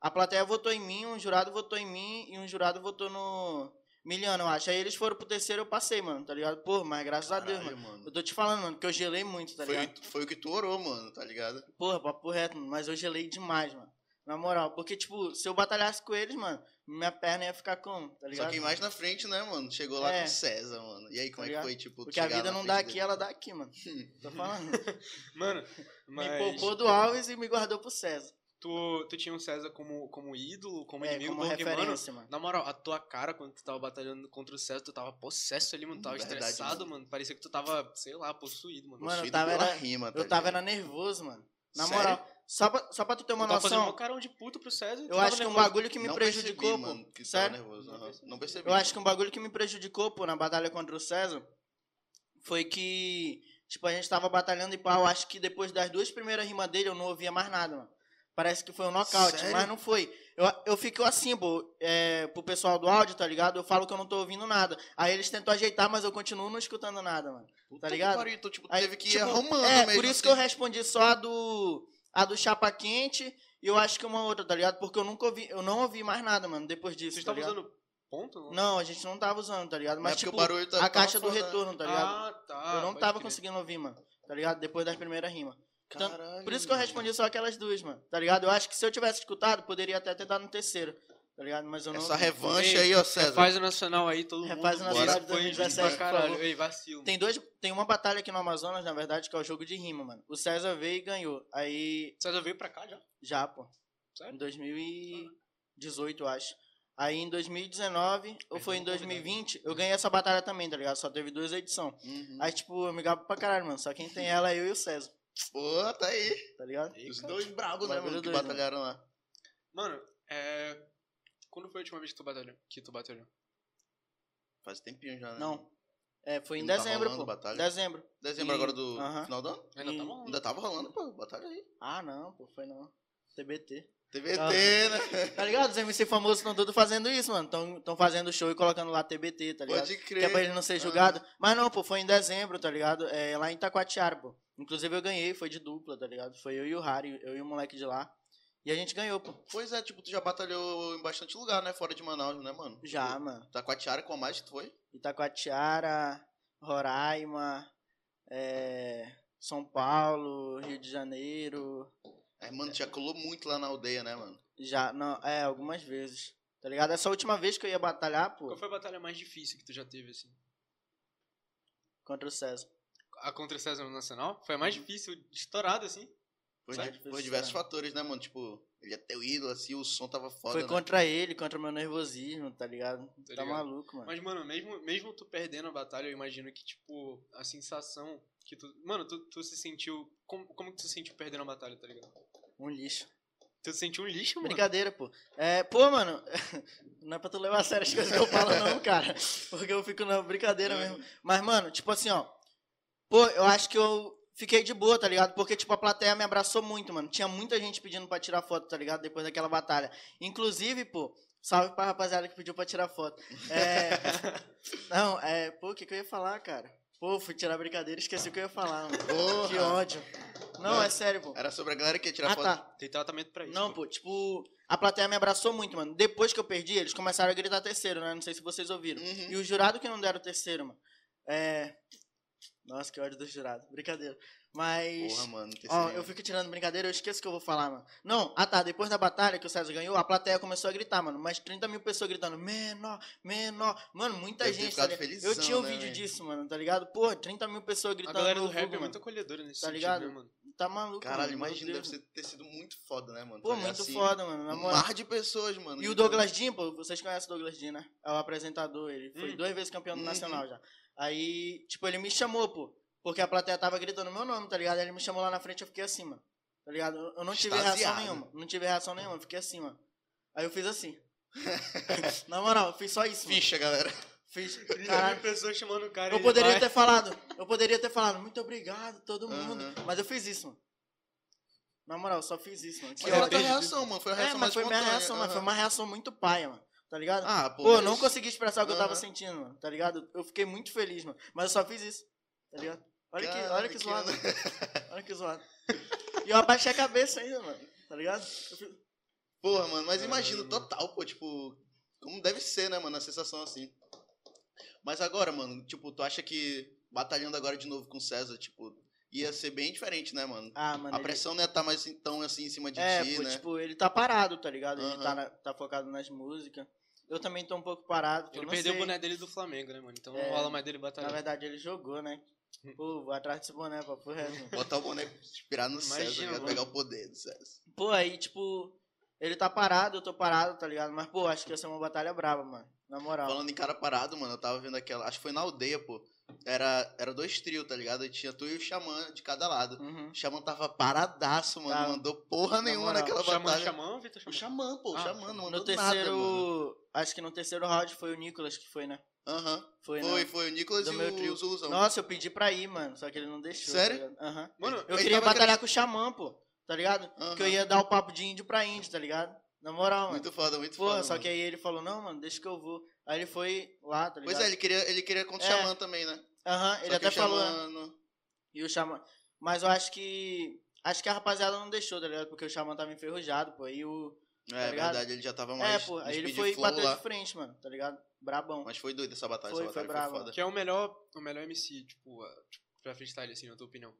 Speaker 2: a plateia votou em mim, um jurado votou em mim e um jurado votou no Miliano, eu acho. Aí eles foram pro terceiro, eu passei, mano, tá ligado? Pô, mas graças a Deus,
Speaker 3: Caralho,
Speaker 2: mano.
Speaker 3: mano.
Speaker 2: Eu tô te falando, mano, que eu gelei muito, tá
Speaker 3: Foi,
Speaker 2: ligado?
Speaker 3: o- foi o que tu orou, mano, tá ligado?
Speaker 2: Porra, papo reto, mano, mas eu gelei demais, mano. Na moral, porque, tipo, se eu batalhasse com eles, mano, minha perna ia ficar como, tá ligado?
Speaker 3: Só que mais na frente, né, mano? Chegou lá
Speaker 2: É.
Speaker 3: com o César, mano. E aí,
Speaker 2: Tá
Speaker 3: como é que
Speaker 2: ligado?
Speaker 3: foi, tipo, tu
Speaker 2: Porque a
Speaker 3: chegar
Speaker 2: vida
Speaker 3: na
Speaker 2: não
Speaker 3: frente
Speaker 2: dá aqui,
Speaker 3: dele?
Speaker 2: ela dá aqui, mano. Tô falando.
Speaker 1: Mano, mas.
Speaker 2: Me poupou do Alves e me guardou pro César.
Speaker 1: Tu, tu tinha o César como, como ídolo, como
Speaker 2: É,
Speaker 1: inimigo,
Speaker 2: como
Speaker 1: porque, mano,
Speaker 2: referência, mano.
Speaker 1: Na moral, a tua cara quando tu tava batalhando contra o César, tu tava possesso ali, mano. Tu tava
Speaker 3: Verdade,
Speaker 1: estressado,
Speaker 3: mano.
Speaker 1: mano. Parecia que tu tava, sei lá, possuído, mano.
Speaker 2: Mano, eu
Speaker 3: Possuído
Speaker 2: tava
Speaker 3: pela
Speaker 2: era-
Speaker 3: rima, tá
Speaker 2: Eu tava
Speaker 3: ligado?
Speaker 2: era nervoso, mano. Na
Speaker 3: Sério?
Speaker 2: moral, só pra, só pra tu ter
Speaker 1: tu
Speaker 2: uma
Speaker 1: tava fazendo um
Speaker 2: noção,
Speaker 1: carão de puto pro César.
Speaker 2: eu acho que um bagulho que me
Speaker 3: Não
Speaker 2: prejudicou,
Speaker 3: percebi,
Speaker 2: pô.
Speaker 3: mano, que tava
Speaker 2: Sério?
Speaker 3: nervoso.
Speaker 1: Não
Speaker 3: aham.
Speaker 1: percebi.
Speaker 3: Não percebi.
Speaker 2: Eu acho que um bagulho que me prejudicou, pô, na batalha contra o César, foi que, tipo, a gente tava batalhando e pau, acho que depois das duas primeiras rimas dele eu não ouvia mais nada, mano. Parece que foi um nocaute,
Speaker 3: Sério?
Speaker 2: mas não foi. Eu, eu fico assim, pô, é, pro pessoal do áudio, tá ligado? Eu falo que eu não tô ouvindo nada. Aí eles tentam ajeitar, mas eu continuo não escutando nada, mano.
Speaker 3: Puta
Speaker 2: tá
Speaker 3: que
Speaker 2: ligado?
Speaker 3: pariu, tu, tipo,
Speaker 2: Aí,
Speaker 3: teve que ir
Speaker 2: tipo,
Speaker 3: arrumando
Speaker 2: é,
Speaker 3: mesmo.
Speaker 2: por isso
Speaker 3: assim.
Speaker 2: que eu respondi só a do a do chapa quente e eu acho que uma outra, tá ligado? Porque eu nunca ouvi, eu não ouvi mais nada, mano, depois disso,
Speaker 1: Vocês
Speaker 2: tá
Speaker 1: estavam
Speaker 2: ligado?
Speaker 1: usando ponto? não?
Speaker 2: Não, a gente não tava usando, tá ligado? Mas
Speaker 3: Mas porque
Speaker 2: tipo,
Speaker 3: o barulho tá-
Speaker 2: a
Speaker 3: tava
Speaker 2: caixa do
Speaker 3: foda, né?
Speaker 2: retorno, tá ligado?
Speaker 1: Ah, tá.
Speaker 2: eu não
Speaker 1: pode
Speaker 2: tava
Speaker 1: crer.
Speaker 2: conseguindo ouvir, mano. Tá ligado? Depois das primeiras rimas. Então,
Speaker 3: Caralho,
Speaker 2: Por isso que eu
Speaker 3: mano.
Speaker 2: respondi só aquelas duas, mano. Tá ligado? Eu acho que se eu tivesse escutado, poderia até ter dado no terceiro. Tá ligado? Mas eu não.
Speaker 3: Essa
Speaker 2: ouvi.
Speaker 3: revanche
Speaker 1: Ei,
Speaker 3: aí, ó, César.
Speaker 1: Refaz o nacional aí, todo mundo.
Speaker 2: Refaz É, o
Speaker 1: bora.
Speaker 3: nacional
Speaker 1: Isso
Speaker 2: de
Speaker 1: foi injusto
Speaker 2: 2017,
Speaker 1: pra
Speaker 2: por
Speaker 1: caralho.
Speaker 2: favor.
Speaker 1: Ei, vacilo.
Speaker 2: Tem dois, tem uma batalha aqui no Amazonas, na verdade, que é o jogo de rima, mano. O César veio e ganhou. Aí
Speaker 1: César veio pra cá já?
Speaker 2: já, pô. Em
Speaker 1: Sério?
Speaker 2: 2018, eu acho. Aí em 2019, ou
Speaker 1: Aí
Speaker 2: foi em
Speaker 1: vamos convidar
Speaker 2: 2020, eu ganhei essa batalha também, tá ligado? Só teve duas edições.
Speaker 3: Uhum.
Speaker 2: Aí, tipo, eu me gabo pra caralho, mano. Só quem tem ela é eu e o César,
Speaker 3: Pô, tá aí.
Speaker 2: tá ligado?
Speaker 1: Ei,
Speaker 3: Os
Speaker 1: cara.
Speaker 3: dois bravos, né,
Speaker 2: Bagulho
Speaker 3: mano, que
Speaker 2: doido,
Speaker 3: batalharam lá.
Speaker 1: Mano, é. Quando foi a última vez que tu batalhou? Que tu batalhou?
Speaker 3: Faz tempinho já, né?
Speaker 2: Não. É, foi em
Speaker 3: Não tá
Speaker 2: dezembro,
Speaker 3: rolando
Speaker 2: pô.
Speaker 3: batalha?
Speaker 2: Dezembro.
Speaker 3: Dezembro
Speaker 2: E-
Speaker 3: agora do
Speaker 2: Aham.
Speaker 3: final do ano?
Speaker 1: Ainda
Speaker 2: Ih,
Speaker 1: tá bom?
Speaker 3: Ainda tava rolando, pô, batalha aí.
Speaker 2: Ah, não, pô, foi não. TBT.
Speaker 3: TBT,
Speaker 2: Ah.
Speaker 3: né?
Speaker 2: Tá ligado? Os MC famosos estão tudo fazendo isso, mano. Tão, tão fazendo show e colocando lá TBT, tá ligado?
Speaker 3: Pode
Speaker 2: Que é pra
Speaker 3: crer. Ah.
Speaker 2: ele não ser julgado. Mas não, pô, foi em dezembro, tá ligado? É, lá em Itacoatiara, pô. Inclusive eu ganhei, foi de dupla, tá ligado? Foi eu e o Harry, eu e o moleque de lá. E a gente ganhou, pô.
Speaker 3: Pois é, tipo, tu já batalhou em bastante lugar, né? Fora de Manaus, né, mano?
Speaker 2: Já,
Speaker 3: Tipo,
Speaker 2: mano.
Speaker 3: Tá com a Tiara, com a mais que tu foi?
Speaker 2: Itacoatiara, Roraima, é, São Paulo, Rio de Janeiro.
Speaker 3: Aí, É, mano,
Speaker 2: É.
Speaker 3: tu já colou muito lá na aldeia, né, mano?
Speaker 2: Já, não, é, algumas vezes. Tá ligado? Essa última vez que eu ia batalhar, pô,
Speaker 1: Qual foi a batalha mais difícil que tu já teve, assim?
Speaker 2: contra o César.
Speaker 1: A contra o César no Nacional? Foi a
Speaker 2: Uhum.
Speaker 1: mais difícil, estourada, assim.
Speaker 3: Por,
Speaker 1: Sério?
Speaker 3: di- por diversos fatores, né, mano? Tipo, ele é teu ídolo, assim, o som tava foda,
Speaker 2: foi
Speaker 3: né?
Speaker 2: contra ele, contra o meu nervosismo, tá ligado?
Speaker 1: Tá
Speaker 2: tá
Speaker 1: ligado.
Speaker 2: maluco, mano.
Speaker 1: Mas, mano, mesmo, mesmo tu perdendo a batalha, eu imagino que, tipo, a sensação que tu. Mano, tu, tu se sentiu. Como, como que tu se sentiu perdendo a batalha, tá ligado?
Speaker 2: Um lixo.
Speaker 1: Tu se sentiu um lixo, mano.
Speaker 2: Brincadeira, pô. É, pô, mano, não é pra tu levar a sério as coisas que eu falo, não, cara. Porque eu fico na brincadeira
Speaker 3: É.
Speaker 2: mesmo. Mas, mano, tipo assim, ó. Pô, eu acho que eu fiquei de boa, tá ligado? Porque, tipo, a plateia me abraçou muito, mano. Tinha muita gente pedindo pra tirar foto, tá ligado? Depois daquela batalha. Inclusive, pô, salve pra rapaziada que pediu pra tirar foto. É. não, é. Pô, o que, que eu ia falar, cara? Pô, fui tirar brincadeira e esqueci o que eu ia falar, mano.
Speaker 3: Porra!
Speaker 2: Que ódio. Não, é sério, pô.
Speaker 3: Era sobre a galera que ia tirar
Speaker 2: Ah,
Speaker 3: foto.
Speaker 2: tá.
Speaker 1: Tem tratamento pra isso.
Speaker 2: Não, pô, tipo, a plateia me abraçou muito, mano. Depois que eu perdi, eles começaram a gritar terceiro, né? Não sei se vocês ouviram.
Speaker 3: Uhum.
Speaker 2: E o jurado que não deram terceiro, mano. É. Nossa, que ódio do jurado. Brincadeira. Mas.
Speaker 3: Porra, mano, tem
Speaker 2: Ó,
Speaker 3: esse- é-
Speaker 2: eu fico tirando brincadeira, eu esqueço o que eu vou falar, mano. Não, ah tá, depois da batalha que o César ganhou, a plateia começou a gritar, mano. Mais 30 mil pessoas gritando, menor, menor. Mano, muita
Speaker 3: Deve ter
Speaker 2: gente. Tá
Speaker 3: ficado
Speaker 2: ligado?
Speaker 3: felizão,
Speaker 2: eu tinha um
Speaker 3: né,
Speaker 2: vídeo
Speaker 3: velho?
Speaker 2: disso, mano, tá ligado? Porra, 30 mil pessoas
Speaker 1: A
Speaker 2: gritando.
Speaker 1: galera do
Speaker 2: tá no
Speaker 1: rap
Speaker 2: Googo,
Speaker 1: é
Speaker 2: mano.
Speaker 1: muito acolhedora nesse
Speaker 2: Tá
Speaker 1: sentido,
Speaker 2: ligado?
Speaker 1: né, mano?
Speaker 2: Tá maluco, mano,
Speaker 3: Caralho,
Speaker 2: meu
Speaker 3: imagina, deve
Speaker 2: Deus,
Speaker 3: ser- ter sido muito foda, né, mano?
Speaker 2: Pô,
Speaker 3: Tá
Speaker 2: muito
Speaker 3: assim,
Speaker 2: foda, mano. Na
Speaker 3: Um
Speaker 2: moral.
Speaker 3: mar de pessoas, mano.
Speaker 2: E o
Speaker 3: Então,
Speaker 2: Douglas Dean, pô, vocês conhecem o Douglas Dean, né? É o apresentador, ele foi
Speaker 1: Hum.
Speaker 2: duas vezes campeão do
Speaker 3: Uhum.
Speaker 2: nacional já. Aí, tipo, ele me chamou, pô, porque a plateia tava gritando meu nome, tá ligado? Aí ele me chamou lá na frente, eu fiquei assim, mano. Tá ligado? Eu- Eu não tive reação
Speaker 3: Extasiado.
Speaker 2: nenhuma, não tive reação nenhuma, eu fiquei assim, mano. Aí eu fiz assim. na moral, eu fiz só isso, mano.
Speaker 3: Ficha, galera.
Speaker 2: Fiz.
Speaker 1: Caralho,
Speaker 2: Caralho.
Speaker 1: pessoas chamando o cara.
Speaker 2: tá- Eu
Speaker 1: ele
Speaker 2: poderia
Speaker 1: vai-
Speaker 2: ter falado, eu poderia ter falado, muito obrigado, todo
Speaker 3: Aham.
Speaker 2: mundo. Mas eu fiz isso, mano. Na moral, só fiz isso, mano.
Speaker 3: Mas
Speaker 1: eu
Speaker 3: era a
Speaker 2: Idiota.
Speaker 3: tua
Speaker 1: perdi.
Speaker 3: reação, mano. Foi a
Speaker 2: É,
Speaker 3: reação
Speaker 2: mas
Speaker 3: mais
Speaker 2: foi minha
Speaker 3: espontânea.
Speaker 2: reação, mano. Foi
Speaker 3: Aham.
Speaker 2: uma reação muito paia, mano. Tá ligado?
Speaker 3: Ah, pô.
Speaker 2: Pô, eu
Speaker 3: mas-
Speaker 2: não consegui expressar o que eu tava
Speaker 3: Aham.
Speaker 2: sentindo, mano. Tá ligado? Eu fiquei muito feliz, mano. Mas eu só fiz isso. Tá ligado? Olha que, olha
Speaker 3: Caralho,
Speaker 2: que zoado.
Speaker 3: ano-
Speaker 2: Olha que zoado. E eu abaixei a cabeça ainda, mano. Tá ligado? Eu fiz-
Speaker 3: Porra, mano, mas imagino
Speaker 2: Hum.
Speaker 1: Caralho.
Speaker 3: total, pô, tipo, como deve ser, né, mano, a sensação assim. Mas agora, mano, tipo, tu acha que batalhando agora de novo com o César, tipo, ia ser bem diferente, né, mano?
Speaker 2: Ah, mano.
Speaker 3: a
Speaker 2: ele-
Speaker 3: pressão não ia estar mais então assim em cima de
Speaker 2: É,
Speaker 3: ti,
Speaker 2: pô,
Speaker 3: né?
Speaker 2: tipo, ele tá parado, tá ligado? Ele
Speaker 3: Aham.
Speaker 2: tá, na- tá focado nas músicas. Eu também tô um pouco parado. pô,
Speaker 1: Ele
Speaker 2: não
Speaker 1: perdeu o
Speaker 2: sei.
Speaker 1: boné dele do Flamengo, né, mano? Então
Speaker 2: É.
Speaker 1: não rola mais dele
Speaker 2: Na
Speaker 1: batalhar.
Speaker 2: verdade, ele jogou, né?
Speaker 1: Hum.
Speaker 2: Pô, vou atrás desse boné, papo reto, mano.
Speaker 3: Botar o boneco, inspirar no
Speaker 1: Imagina,
Speaker 3: César, ia
Speaker 1: mano.
Speaker 3: pegar o poder do César.
Speaker 2: Pô, aí, tipo, ele tá parado, eu tô parado, tá ligado? Mas, pô, acho que ia ser uma batalha brava, mano. Na moral.
Speaker 3: Falando em cara parado, mano, eu tava vendo aquela, acho que foi na aldeia, pô. Era, era dois trios, tá ligado? E tinha tu e o Xamã de cada lado.
Speaker 2: Uhum.
Speaker 3: O Xamã tava paradaço, mano,
Speaker 2: Tava.
Speaker 3: não mandou porra
Speaker 2: Na
Speaker 3: nenhuma
Speaker 2: moral,
Speaker 3: naquela
Speaker 1: Xamã,
Speaker 3: batalha.
Speaker 1: Xamã, Vitor
Speaker 3: O
Speaker 1: Xamã.
Speaker 3: Xamã, pô, o
Speaker 1: Ah,
Speaker 3: Xamã não mandou
Speaker 2: No
Speaker 3: nada, mano.
Speaker 2: terceiro. acho que no terceiro round foi o Nicolas que foi, né?
Speaker 3: Aham.
Speaker 2: Foi,
Speaker 3: Foi,
Speaker 2: né?
Speaker 3: foi o Nicolas
Speaker 2: Do
Speaker 3: e
Speaker 2: meu
Speaker 3: o
Speaker 2: trio.
Speaker 3: Zuluzão.
Speaker 2: Nossa, eu pedi pra ir, mano. Só que ele não deixou. tá
Speaker 3: Sério?
Speaker 2: ligado? Aham.
Speaker 1: Mano,
Speaker 2: Eu
Speaker 3: Ele
Speaker 2: queria
Speaker 3: tava
Speaker 2: batalhar com o Xamã, pô. Tá ligado?
Speaker 3: Aham.
Speaker 2: Que eu ia dar o papo de índio pra índio, tá ligado? Na moral, mano.
Speaker 3: Muito foda, muito
Speaker 2: Porra,
Speaker 3: foda.
Speaker 2: só
Speaker 3: mano.
Speaker 2: que aí ele falou, não, mano, deixa que eu vou. Aí ele foi lá, tá ligado?
Speaker 3: Pois é, ele queria, ele queria contra o
Speaker 2: É.
Speaker 3: Xamã também, né?
Speaker 2: Aham, ele
Speaker 3: Só que
Speaker 2: até
Speaker 3: o Xamã
Speaker 2: falou. né?
Speaker 3: não-
Speaker 2: E o Xamã. Mas eu acho que. Acho que a rapaziada não deixou, tá ligado? Porque o Xamã tava enferrujado, pô. E o.
Speaker 3: É,
Speaker 2: Tá
Speaker 3: é
Speaker 2: ligado?
Speaker 3: verdade, ele já tava
Speaker 2: É,
Speaker 3: mais.
Speaker 2: pô.
Speaker 3: no
Speaker 2: Aí ele
Speaker 3: speed
Speaker 2: foi e
Speaker 3: flow
Speaker 2: bateu
Speaker 3: lá.
Speaker 2: de frente, mano, tá ligado? Brabão.
Speaker 3: Mas foi doido essa batalha,
Speaker 2: Foi,
Speaker 3: essa
Speaker 2: foi
Speaker 3: batalha foi,
Speaker 2: brava.
Speaker 3: foda.
Speaker 1: que é o melhor, o melhor MC, tipo, a- tipo, pra freestyle, assim, na tua opinião.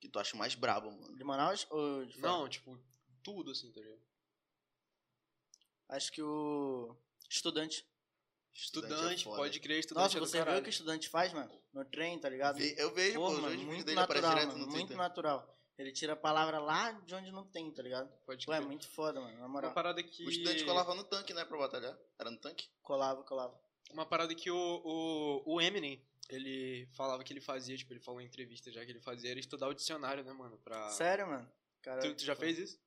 Speaker 3: Que tu acha mais brabo, mano.
Speaker 2: De Manaus ou de fora?
Speaker 1: Não, tipo, tudo, assim, tá ligado?
Speaker 2: Acho que o. Estudante.
Speaker 1: Estudante,
Speaker 3: Estudante é foda.
Speaker 1: pode crer, estudante
Speaker 2: Nossa,
Speaker 1: é do
Speaker 2: você vê o
Speaker 1: caralho.
Speaker 2: que o estudante faz, mano? No trem, tá ligado?
Speaker 3: Ve- Eu vejo,
Speaker 2: Porra,
Speaker 3: pô, os
Speaker 2: mano,
Speaker 3: vídeos
Speaker 2: muito
Speaker 3: dele aparece
Speaker 2: natural,
Speaker 3: direto
Speaker 2: mano.
Speaker 3: no
Speaker 2: Muito
Speaker 3: Twitter.
Speaker 2: natural. Ele tira a palavra lá de onde não tem, tá ligado?
Speaker 1: Pode
Speaker 2: Pô, é
Speaker 1: crer.
Speaker 2: muito foda, mano. Na
Speaker 1: Uma
Speaker 2: moral.
Speaker 1: parada que...
Speaker 3: O estudante colava no tanque, né, pra batalhar. Era no tanque?
Speaker 2: Colava, colava.
Speaker 1: Uma parada que o, o, o Eminem, ele falava que ele fazia, tipo, ele falou em entrevista já que ele fazia, era estudar o dicionário, né, mano? Pra...
Speaker 2: Sério, mano? Cara,
Speaker 1: Tu, tu já fez isso?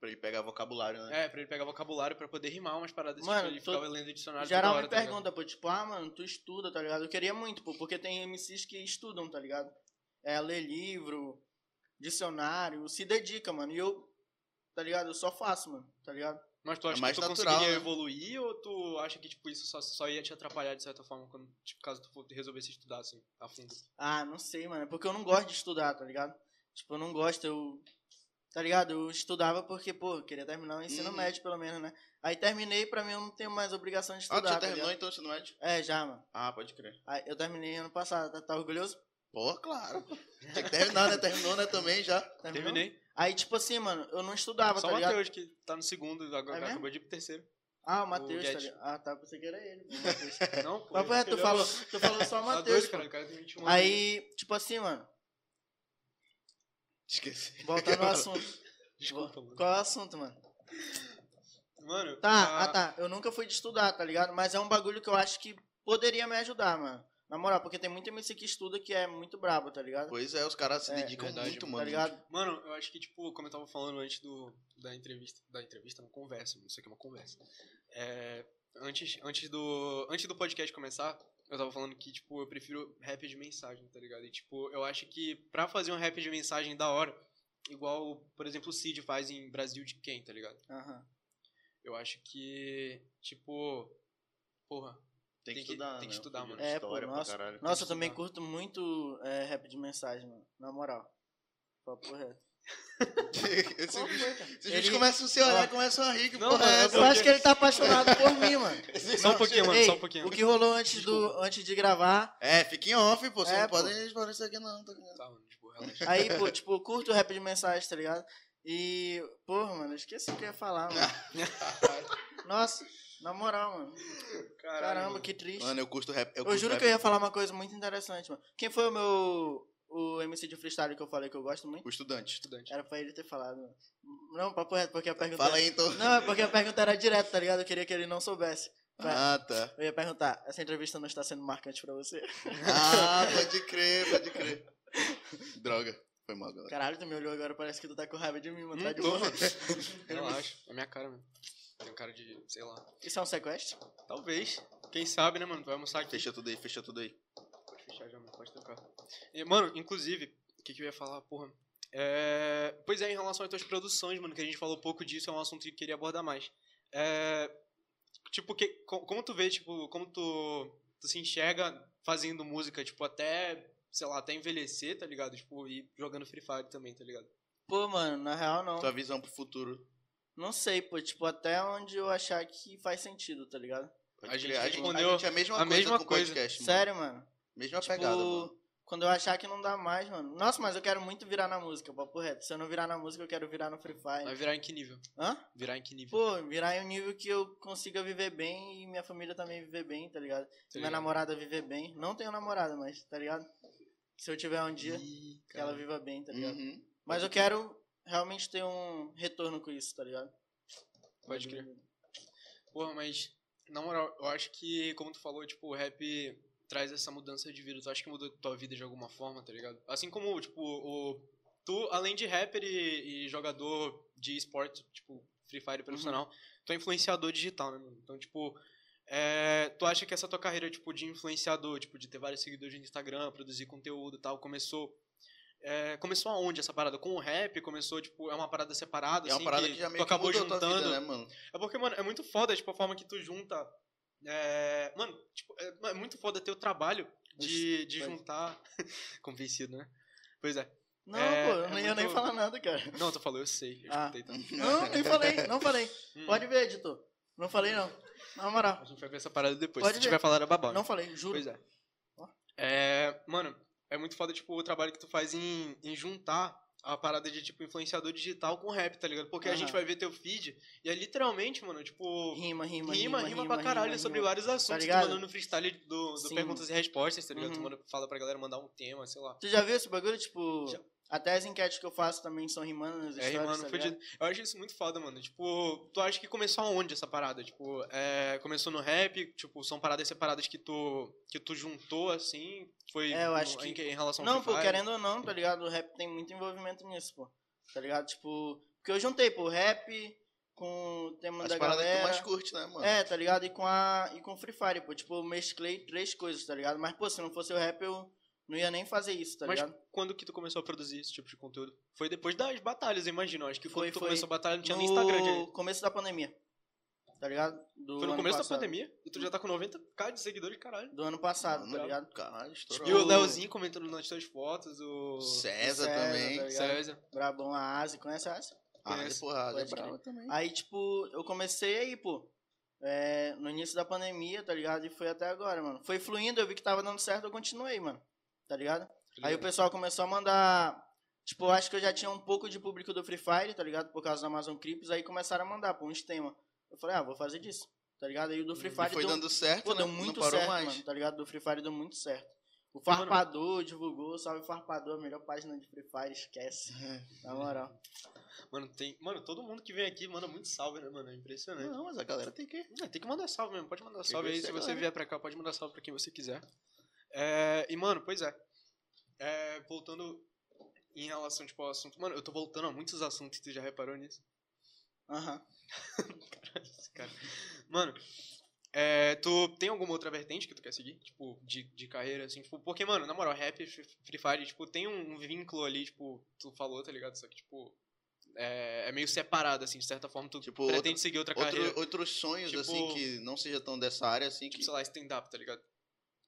Speaker 3: Pra ele pegar vocabulário, né?
Speaker 1: É, pra ele pegar vocabulário pra poder rimar umas paradas.
Speaker 2: Mano,
Speaker 1: tipo, ele
Speaker 2: tô-
Speaker 1: ficava lendo o dicionário
Speaker 2: Geral
Speaker 1: toda hora,
Speaker 2: me
Speaker 1: tá ligado?
Speaker 2: pergunta, pô, tipo, ah, mano, tu estuda, tá ligado? Eu queria muito, pô, porque tem MCs que estudam, tá ligado? É, lê livro, dicionário, se dedica, mano. E eu, tá ligado? Eu só faço, mano, tá ligado?
Speaker 1: Mas tu
Speaker 3: É
Speaker 1: acha
Speaker 3: mais
Speaker 1: que tu
Speaker 3: natural,
Speaker 1: conseguiria
Speaker 3: né?
Speaker 1: evoluir ou tu acha que tipo, isso só, só ia te atrapalhar de certa forma quando, tipo, caso tu for resolvesse estudar assim, a fundo?
Speaker 2: Ah, não sei, mano, é porque eu não gosto de estudar, tá ligado? Tipo, eu não gosto, eu. Tá ligado? Eu estudava porque, pô, eu queria terminar o ensino
Speaker 3: Uhum.
Speaker 2: médio, pelo menos, né? Aí terminei, pra mim eu não tenho mais obrigação de
Speaker 3: Ah,
Speaker 2: estudar.
Speaker 3: tu já
Speaker 2: tá
Speaker 3: terminou
Speaker 2: ligado?
Speaker 3: então o ensino médio?
Speaker 2: É, já, mano.
Speaker 3: Ah, pode crer.
Speaker 2: Aí, eu terminei ano passado, tá, tá orgulhoso?
Speaker 3: Pô, claro. pô. Tinha que terminar, né? Terminou, né, também já.
Speaker 2: Terminou?
Speaker 1: Terminei.
Speaker 2: Aí, tipo assim, mano, eu não estudava,
Speaker 1: só
Speaker 2: tá
Speaker 1: o
Speaker 2: ligado?
Speaker 1: Matheus, que tá no segundo, agora
Speaker 2: É mesmo?
Speaker 1: acabou de ir pro terceiro.
Speaker 2: Ah, o Matheus, tá
Speaker 1: Guedes.
Speaker 2: ligado? Ah, tá, pensei que era ele. o Matheus.
Speaker 1: Não, pô.
Speaker 2: Mas, pô, é, tu
Speaker 1: entendeu?
Speaker 2: falou, tu falou só o
Speaker 1: Tá
Speaker 2: Matheus,
Speaker 1: doido,
Speaker 2: pô.
Speaker 1: cara, o cara tem 21 anos. né?
Speaker 2: Aí, tipo assim, mano,
Speaker 3: Esqueci.
Speaker 2: voltando ao assunto.
Speaker 1: Desculpa, mano.
Speaker 2: Qual é o assunto, mano?
Speaker 1: Mano,
Speaker 2: Tá,
Speaker 1: a-
Speaker 2: ah, tá, eu nunca fui de estudar, tá ligado? Mas é um bagulho que eu acho que poderia me ajudar, mano. Na moral, porque tem muito MC que estuda que é muito brabo, tá ligado?
Speaker 3: Pois é, os caras se
Speaker 2: É,
Speaker 3: dedicam
Speaker 1: verdade,
Speaker 3: muito,
Speaker 2: tá
Speaker 3: mano.
Speaker 2: ligado?
Speaker 1: Mano, eu acho que, tipo, como eu tava falando antes do, da entrevista. Da entrevista, não conversa, mano, isso aqui é uma conversa. É, antes, antes, do, antes do podcast começar, eu tava falando que, tipo, eu prefiro rap de mensagem, tá ligado? E, tipo, eu acho que pra fazer um rap de mensagem da hora, igual, por exemplo, o Cid faz em Brasil de quem, tá ligado?
Speaker 2: Aham.
Speaker 1: Eu acho que, tipo. Porra, Tem
Speaker 3: Tem que
Speaker 1: que-
Speaker 3: estudar,
Speaker 1: tem que
Speaker 3: né?
Speaker 1: estudar,
Speaker 3: Fugiu
Speaker 1: mano.
Speaker 3: de
Speaker 2: É, pô,
Speaker 3: história pra
Speaker 2: nossa.
Speaker 3: caralho.
Speaker 2: Nossa, eu
Speaker 1: que
Speaker 2: também
Speaker 1: estudar.
Speaker 2: curto muito é, rap de mensagem, mano. Na moral. Papo reto.
Speaker 3: Esse
Speaker 2: Qual foi, cara?
Speaker 3: Esses vídeos
Speaker 2: Ele-
Speaker 3: começam a se olhar, começam a rir, que
Speaker 1: Não,
Speaker 3: porra
Speaker 1: mano,
Speaker 3: é
Speaker 1: eu
Speaker 3: essa?
Speaker 2: Eu acho que ele tá apaixonado por mim, mano.
Speaker 1: Só um pouquinho, mano,
Speaker 2: Ei,
Speaker 1: só um pouquinho.
Speaker 2: O que rolou antes, do, antes de gravar.
Speaker 3: É, fiquem off, pô, vocês
Speaker 2: É,
Speaker 3: não
Speaker 2: pô.
Speaker 3: podem responder isso aqui não, tá ligado?
Speaker 1: Tá, mano, tipo, relaxa.
Speaker 2: Aí, pô, tipo, eu curto rap de mensagem, tá ligado? E, porra, mano, eu esqueci o que eu ia falar, mano. Nossa, na moral, mano.
Speaker 1: Caralho,
Speaker 2: Caramba,
Speaker 1: mano.
Speaker 2: que triste.
Speaker 3: Mano, eu custo rap, eu
Speaker 2: eu
Speaker 3: custo
Speaker 2: juro
Speaker 3: rap,
Speaker 2: que eu ia falar uma coisa muito interessante, mano. Quem foi o meu. O MC de freestyle que eu falei que eu gosto muito?
Speaker 3: o estudante.
Speaker 1: estudante.
Speaker 2: Era pra ele ter falado, mano. Não, papo reto, porque a pergunta.
Speaker 3: Fala aí, então.
Speaker 2: Não, é porque a pergunta era direta, tá ligado? Eu queria que ele não soubesse. Vai.
Speaker 3: Ah, tá.
Speaker 2: Eu ia perguntar, essa entrevista não está sendo marcante pra você?
Speaker 3: Ah, pode crer, pode crer. Droga. Foi mal, galera.
Speaker 2: Caralho, tu me olhou agora, parece que tu tá com raiva de mim, mano. Tá
Speaker 1: Não
Speaker 2: de
Speaker 1: tô,
Speaker 2: boa.
Speaker 1: mano. Relaxa. É minha cara, mano. Tem um cara de, sei lá.
Speaker 2: Isso é um sequestro?
Speaker 1: Talvez. Quem sabe, né, mano? Tu vai almoçar aqui.
Speaker 3: Fecha tudo aí, fecha tudo aí.
Speaker 1: Pode fechar já, mano. Pode trocar. E, mano, inclusive, o que, que eu ia falar, porra? É, pois é, em relação às tuas produções, mano, que a gente falou pouco disso, é um assunto que eu queria abordar mais. É, tipo, que, co- como tu vê, tipo, como tu, tu se enxerga fazendo música, tipo, até, sei lá, até envelhecer, tá ligado? Tipo, e jogando Free Fire também, tá ligado?
Speaker 2: Pô, mano, na real não.
Speaker 3: Tua visão pro futuro.
Speaker 2: Não sei, pô. Tipo, até onde eu achar que faz sentido, tá ligado?
Speaker 3: Pode
Speaker 1: A gente
Speaker 3: crer,
Speaker 1: respondeu
Speaker 3: a gente é a mesma
Speaker 1: a
Speaker 3: coisa
Speaker 1: mesma
Speaker 3: com o
Speaker 1: coisa.
Speaker 3: podcast, mano.
Speaker 2: Sério, mano.
Speaker 3: Mesma
Speaker 2: Tipo,
Speaker 3: pegada, mano.
Speaker 2: quando eu achar que não dá mais, mano. Nossa, mas eu quero muito virar na música, papo reto. Se eu não virar na música, eu quero virar no Free
Speaker 1: Vai
Speaker 2: Fire.
Speaker 1: virar em que nível?
Speaker 2: Hã?
Speaker 1: Virar em que nível?
Speaker 2: Pô, virar em um nível que eu consiga viver bem e minha família também viver bem, tá ligado?
Speaker 1: tá
Speaker 2: Minha
Speaker 1: ligado?
Speaker 2: namorada viver bem. Não tenho namorada, mas, tá ligado? Se eu tiver um dia,
Speaker 1: Ih,
Speaker 2: que ela
Speaker 1: cara.
Speaker 2: viva bem, tá ligado?
Speaker 3: Uhum.
Speaker 2: Mas eu quero realmente ter um retorno com isso, tá ligado?
Speaker 1: Pode crer. Porra, mas, na moral, eu acho que, como tu falou, tipo, o rap traz essa mudança de vida. Tu acha que mudou tua vida de alguma forma, tá ligado? Assim como, tipo, o. Tu, além de rapper e, e jogador de esporte, tipo, Free Fire profissional,
Speaker 3: Uhum.
Speaker 1: tu é influenciador digital, né, mano? Então, tipo. é, tu acha que essa tua carreira, tipo, de influenciador, tipo, de ter vários seguidores no Instagram, produzir conteúdo e tal, começou. é, começou aonde essa parada? Com o rap? Começou, tipo, é uma parada separada?
Speaker 3: É uma
Speaker 1: assim,
Speaker 3: parada
Speaker 1: que
Speaker 3: que já
Speaker 1: tu
Speaker 3: meio que
Speaker 1: acabou
Speaker 3: mudou
Speaker 1: juntando.
Speaker 3: tua vida, né, mano?
Speaker 1: É porque, mano, é muito foda, tipo, a forma que tu junta. É, mano, tipo, é, mano, é muito foda ter o trabalho de, de
Speaker 2: pode.
Speaker 1: juntar. Convencido, né? Pois é.
Speaker 2: Não,
Speaker 1: É,
Speaker 2: pô, eu,
Speaker 1: é
Speaker 2: nem, eu nem
Speaker 1: muito-
Speaker 2: falar nada, cara.
Speaker 1: Não, tu falou, eu sei. Eu
Speaker 2: Ah.
Speaker 1: escutei tá? também.
Speaker 2: Não, nem falei, não falei.
Speaker 1: Hum,
Speaker 2: Pode ver, editor. Não falei, não. Na moral.
Speaker 1: A gente vai ver essa parada depois.
Speaker 2: Pode
Speaker 1: Se
Speaker 2: ver.
Speaker 1: tiver falado, é babado.
Speaker 2: Não falei, juro.
Speaker 1: Pois é.
Speaker 2: Ó.
Speaker 1: É, Mano, é muito foda, tipo, o trabalho que tu faz em, em juntar a parada de, tipo, influenciador digital com rap, tá ligado? Porque a gente
Speaker 2: Aham.
Speaker 1: vai ver teu feed e é literalmente, mano, tipo.
Speaker 2: Rima, rima,
Speaker 1: Rima, rima, pra caralho sobre
Speaker 2: rima. Tá
Speaker 1: vários assuntos. tu
Speaker 2: ligado?
Speaker 1: mandando no freestyle do, do
Speaker 2: Sim.
Speaker 1: perguntas e respostas, tá ligado? Tu
Speaker 2: Uhum.
Speaker 1: manda, fala pra galera mandar um tema, sei lá.
Speaker 2: Tu já viu esse bagulho? Tipo,
Speaker 1: Já.
Speaker 2: até as enquetes que eu faço também são rimando nas
Speaker 1: É,
Speaker 2: histórias.
Speaker 1: rimando,
Speaker 2: tá
Speaker 1: fudido.
Speaker 2: ligado?
Speaker 1: Eu acho isso muito foda, mano. Tipo, tu acha que começou aonde essa parada? Tipo, é, começou no rap, tipo, são paradas separadas que tu, que tu juntou, assim? Foi
Speaker 2: É, eu acho
Speaker 1: no- em,
Speaker 2: que-
Speaker 1: em relação ao
Speaker 2: Não,
Speaker 1: Free
Speaker 2: pô,
Speaker 1: Fire?
Speaker 2: querendo ou não, tá ligado? O rap tem muito envolvimento nisso, pô. Tá ligado? Tipo, porque eu juntei, pô, rap com o tema
Speaker 3: As
Speaker 2: da
Speaker 3: paradas que
Speaker 2: galera.
Speaker 3: tu mais curte, né, mano?
Speaker 2: É, tá ligado? E com a e com Free Fire, pô. Tipo, eu mesclei três coisas, tá ligado? Mas, pô, se não fosse o rap, eu não ia nem fazer isso, tá
Speaker 1: Mas
Speaker 2: ligado?
Speaker 1: quando que tu começou a produzir esse tipo de conteúdo? Foi depois das batalhas, eu imagino. Acho que quando
Speaker 2: Foi-
Speaker 1: tu
Speaker 2: foi
Speaker 1: começou a batalha não tinha nem Instagram. direito.
Speaker 2: No começo da pandemia. Tá ligado? Do
Speaker 1: Foi no
Speaker 2: ano
Speaker 1: começo da
Speaker 2: passado.
Speaker 1: pandemia e tu já tá com 90k de seguidores, caralho.
Speaker 2: Do ano passado,
Speaker 3: Mano,
Speaker 2: tá ligado?
Speaker 3: Caralho, estourou.
Speaker 1: E o Leozinho comentando nas tuas fotos, o...
Speaker 3: O
Speaker 1: César.
Speaker 3: César,
Speaker 2: César, tá
Speaker 3: também.
Speaker 2: ligado? Brabão, a Asi, conhece a Asi?
Speaker 3: Ah,
Speaker 1: Conhece.
Speaker 3: ele porrada. É
Speaker 2: Pode crer.
Speaker 3: brabo também.
Speaker 2: Aí, tipo, eu comecei aí, pô. é, no início da pandemia, tá ligado? E foi até agora, mano. Foi fluindo, eu vi que tava dando certo, eu continuei, mano. Tá ligado? Aí o pessoal começou a mandar. Tipo, eu acho que eu já tinha um pouco de público do Free Fire, tá ligado? Por causa da Amazon Crips. Aí começaram a mandar, pô, uns temas. Eu falei, ah, vou fazer disso. Tá ligado? Aí o do Free
Speaker 1: E
Speaker 2: Fire
Speaker 3: E foi
Speaker 2: deu,
Speaker 3: dando certo,
Speaker 2: pô,
Speaker 3: né?
Speaker 2: deu muito
Speaker 3: não parou
Speaker 2: certo,
Speaker 3: mais.
Speaker 2: mano. Tá ligado? Do Free Fire deu muito certo. O
Speaker 1: Mano-
Speaker 2: Farpador divulgou, salve Farpador, a melhor página de Free Fire, esquece. Na moral.
Speaker 1: Mano, tem... Mano, todo mundo que vem aqui manda muito salve, né, mano? É impressionante.
Speaker 3: Não, mas a galera tem que...
Speaker 1: É, tem que mandar salve mesmo. Pode mandar
Speaker 3: Tem
Speaker 1: salve
Speaker 3: que
Speaker 1: aí.
Speaker 3: ser,
Speaker 1: Se você
Speaker 3: galera.
Speaker 1: vier pra cá, pode mandar salve pra quem você quiser. É, E, mano, pois é. É, Voltando em relação, tipo, ao assunto... Mano, eu tô voltando a muitos assuntos, tu já reparou nisso?
Speaker 2: Aham.
Speaker 1: Mano... é, tu tem alguma outra vertente que tu quer seguir? Tipo, de, de carreira, assim? Tipo, porque, mano, na moral, rap e Free Free Fire, tipo, tem um, um vínculo ali, tipo, tu falou, tá ligado? Só que, tipo, é, é meio separado, assim, de certa forma, tu
Speaker 3: Tipo,
Speaker 1: pretende
Speaker 3: outro-
Speaker 1: seguir outra carreira.
Speaker 3: Outro, outros sonhos,
Speaker 1: Tipo-
Speaker 3: assim, que não seja tão dessa área, assim, que...
Speaker 1: Tipo, sei tá lá, stand-up, tá ligado?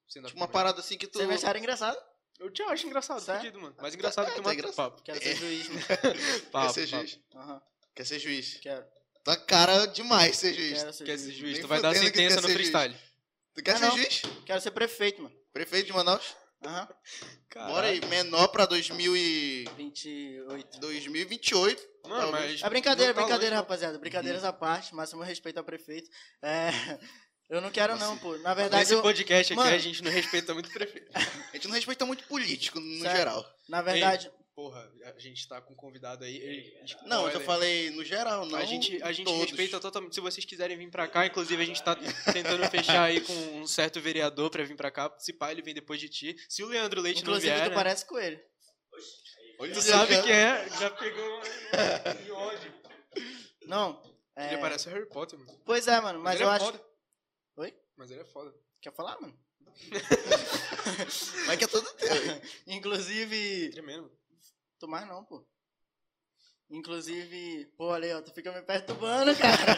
Speaker 1: Stand-up
Speaker 3: Tipo, uma
Speaker 1: comedy.
Speaker 3: parada assim que tu... É.
Speaker 2: Vocês me acharam engraçado?
Speaker 1: Eu te acho engraçado,
Speaker 2: Sério?
Speaker 1: fudido, mano. Mais engraçado
Speaker 3: tá
Speaker 1: que uma
Speaker 3: engraçado.
Speaker 1: papo.
Speaker 2: Quero ser juiz, mano.
Speaker 3: Quer
Speaker 1: Papo,
Speaker 3: ser
Speaker 1: papo.
Speaker 3: juiz?
Speaker 2: Aham,
Speaker 3: Quer ser juiz?
Speaker 2: quero.
Speaker 3: Tua cara é demais ser juiz.
Speaker 2: Quero ser
Speaker 1: Quer
Speaker 2: juiz.
Speaker 1: ser juiz,
Speaker 3: Nem
Speaker 1: tu vai dar
Speaker 3: fudendo que
Speaker 1: sentença
Speaker 3: quer
Speaker 1: no
Speaker 3: ser juiz.
Speaker 1: freestyle.
Speaker 3: Tu quer
Speaker 2: Ah,
Speaker 3: ser
Speaker 2: não.
Speaker 3: juiz?
Speaker 2: Quero ser prefeito, mano.
Speaker 3: Prefeito de Manaus?
Speaker 2: Aham.
Speaker 3: Bora aí, menor pra 2000 e...
Speaker 2: 28.
Speaker 3: 2028.
Speaker 1: Mano, mas.
Speaker 2: É brincadeira,
Speaker 1: não tá
Speaker 2: brincadeira,
Speaker 1: longe,
Speaker 2: rapaziada. Brincadeiras à parte. Máximo respeito ao prefeito. É... Eu não quero, não, pô. Na
Speaker 1: não.
Speaker 2: verdade,
Speaker 1: Nesse
Speaker 2: eu,
Speaker 1: podcast aqui
Speaker 2: Mano.
Speaker 1: a gente não respeita muito o prefeito.
Speaker 3: A gente não respeita muito político, no
Speaker 2: Sério?
Speaker 3: geral.
Speaker 2: na verdade,
Speaker 1: Porra, a gente tá com um convidado aí. Ei,
Speaker 3: Não, eu
Speaker 1: spoiler.
Speaker 3: só falei no geral, não
Speaker 1: A gente, a gente
Speaker 3: todos.
Speaker 1: respeita totalmente. Se vocês quiserem vir pra cá, inclusive a gente tá tentando fechar aí com um certo vereador pra vir pra cá. Se pá, ele vem depois de ti. Se o Leandro Leite
Speaker 2: inclusive,
Speaker 1: não vier.
Speaker 2: tu
Speaker 1: né?
Speaker 2: parece com ele.
Speaker 3: Olha
Speaker 1: Tu
Speaker 3: o
Speaker 1: sabe
Speaker 3: cara.
Speaker 1: quem é? Já pegou de ódio.
Speaker 2: Não.
Speaker 1: Ele
Speaker 2: É...
Speaker 1: parece Harry Potter, mano.
Speaker 2: Pois é, mano. Mas,
Speaker 1: ele
Speaker 2: eu
Speaker 1: é
Speaker 2: acho.
Speaker 1: Foda.
Speaker 2: Oi?
Speaker 1: Mas ele é foda.
Speaker 2: Quer falar, mano?
Speaker 3: Mas que é todo teu.
Speaker 2: Inclusive,
Speaker 1: é Tremendo.
Speaker 2: Tô mais não, pô. Inclusive, pô, ali, ó, tu fica me perturbando, cara.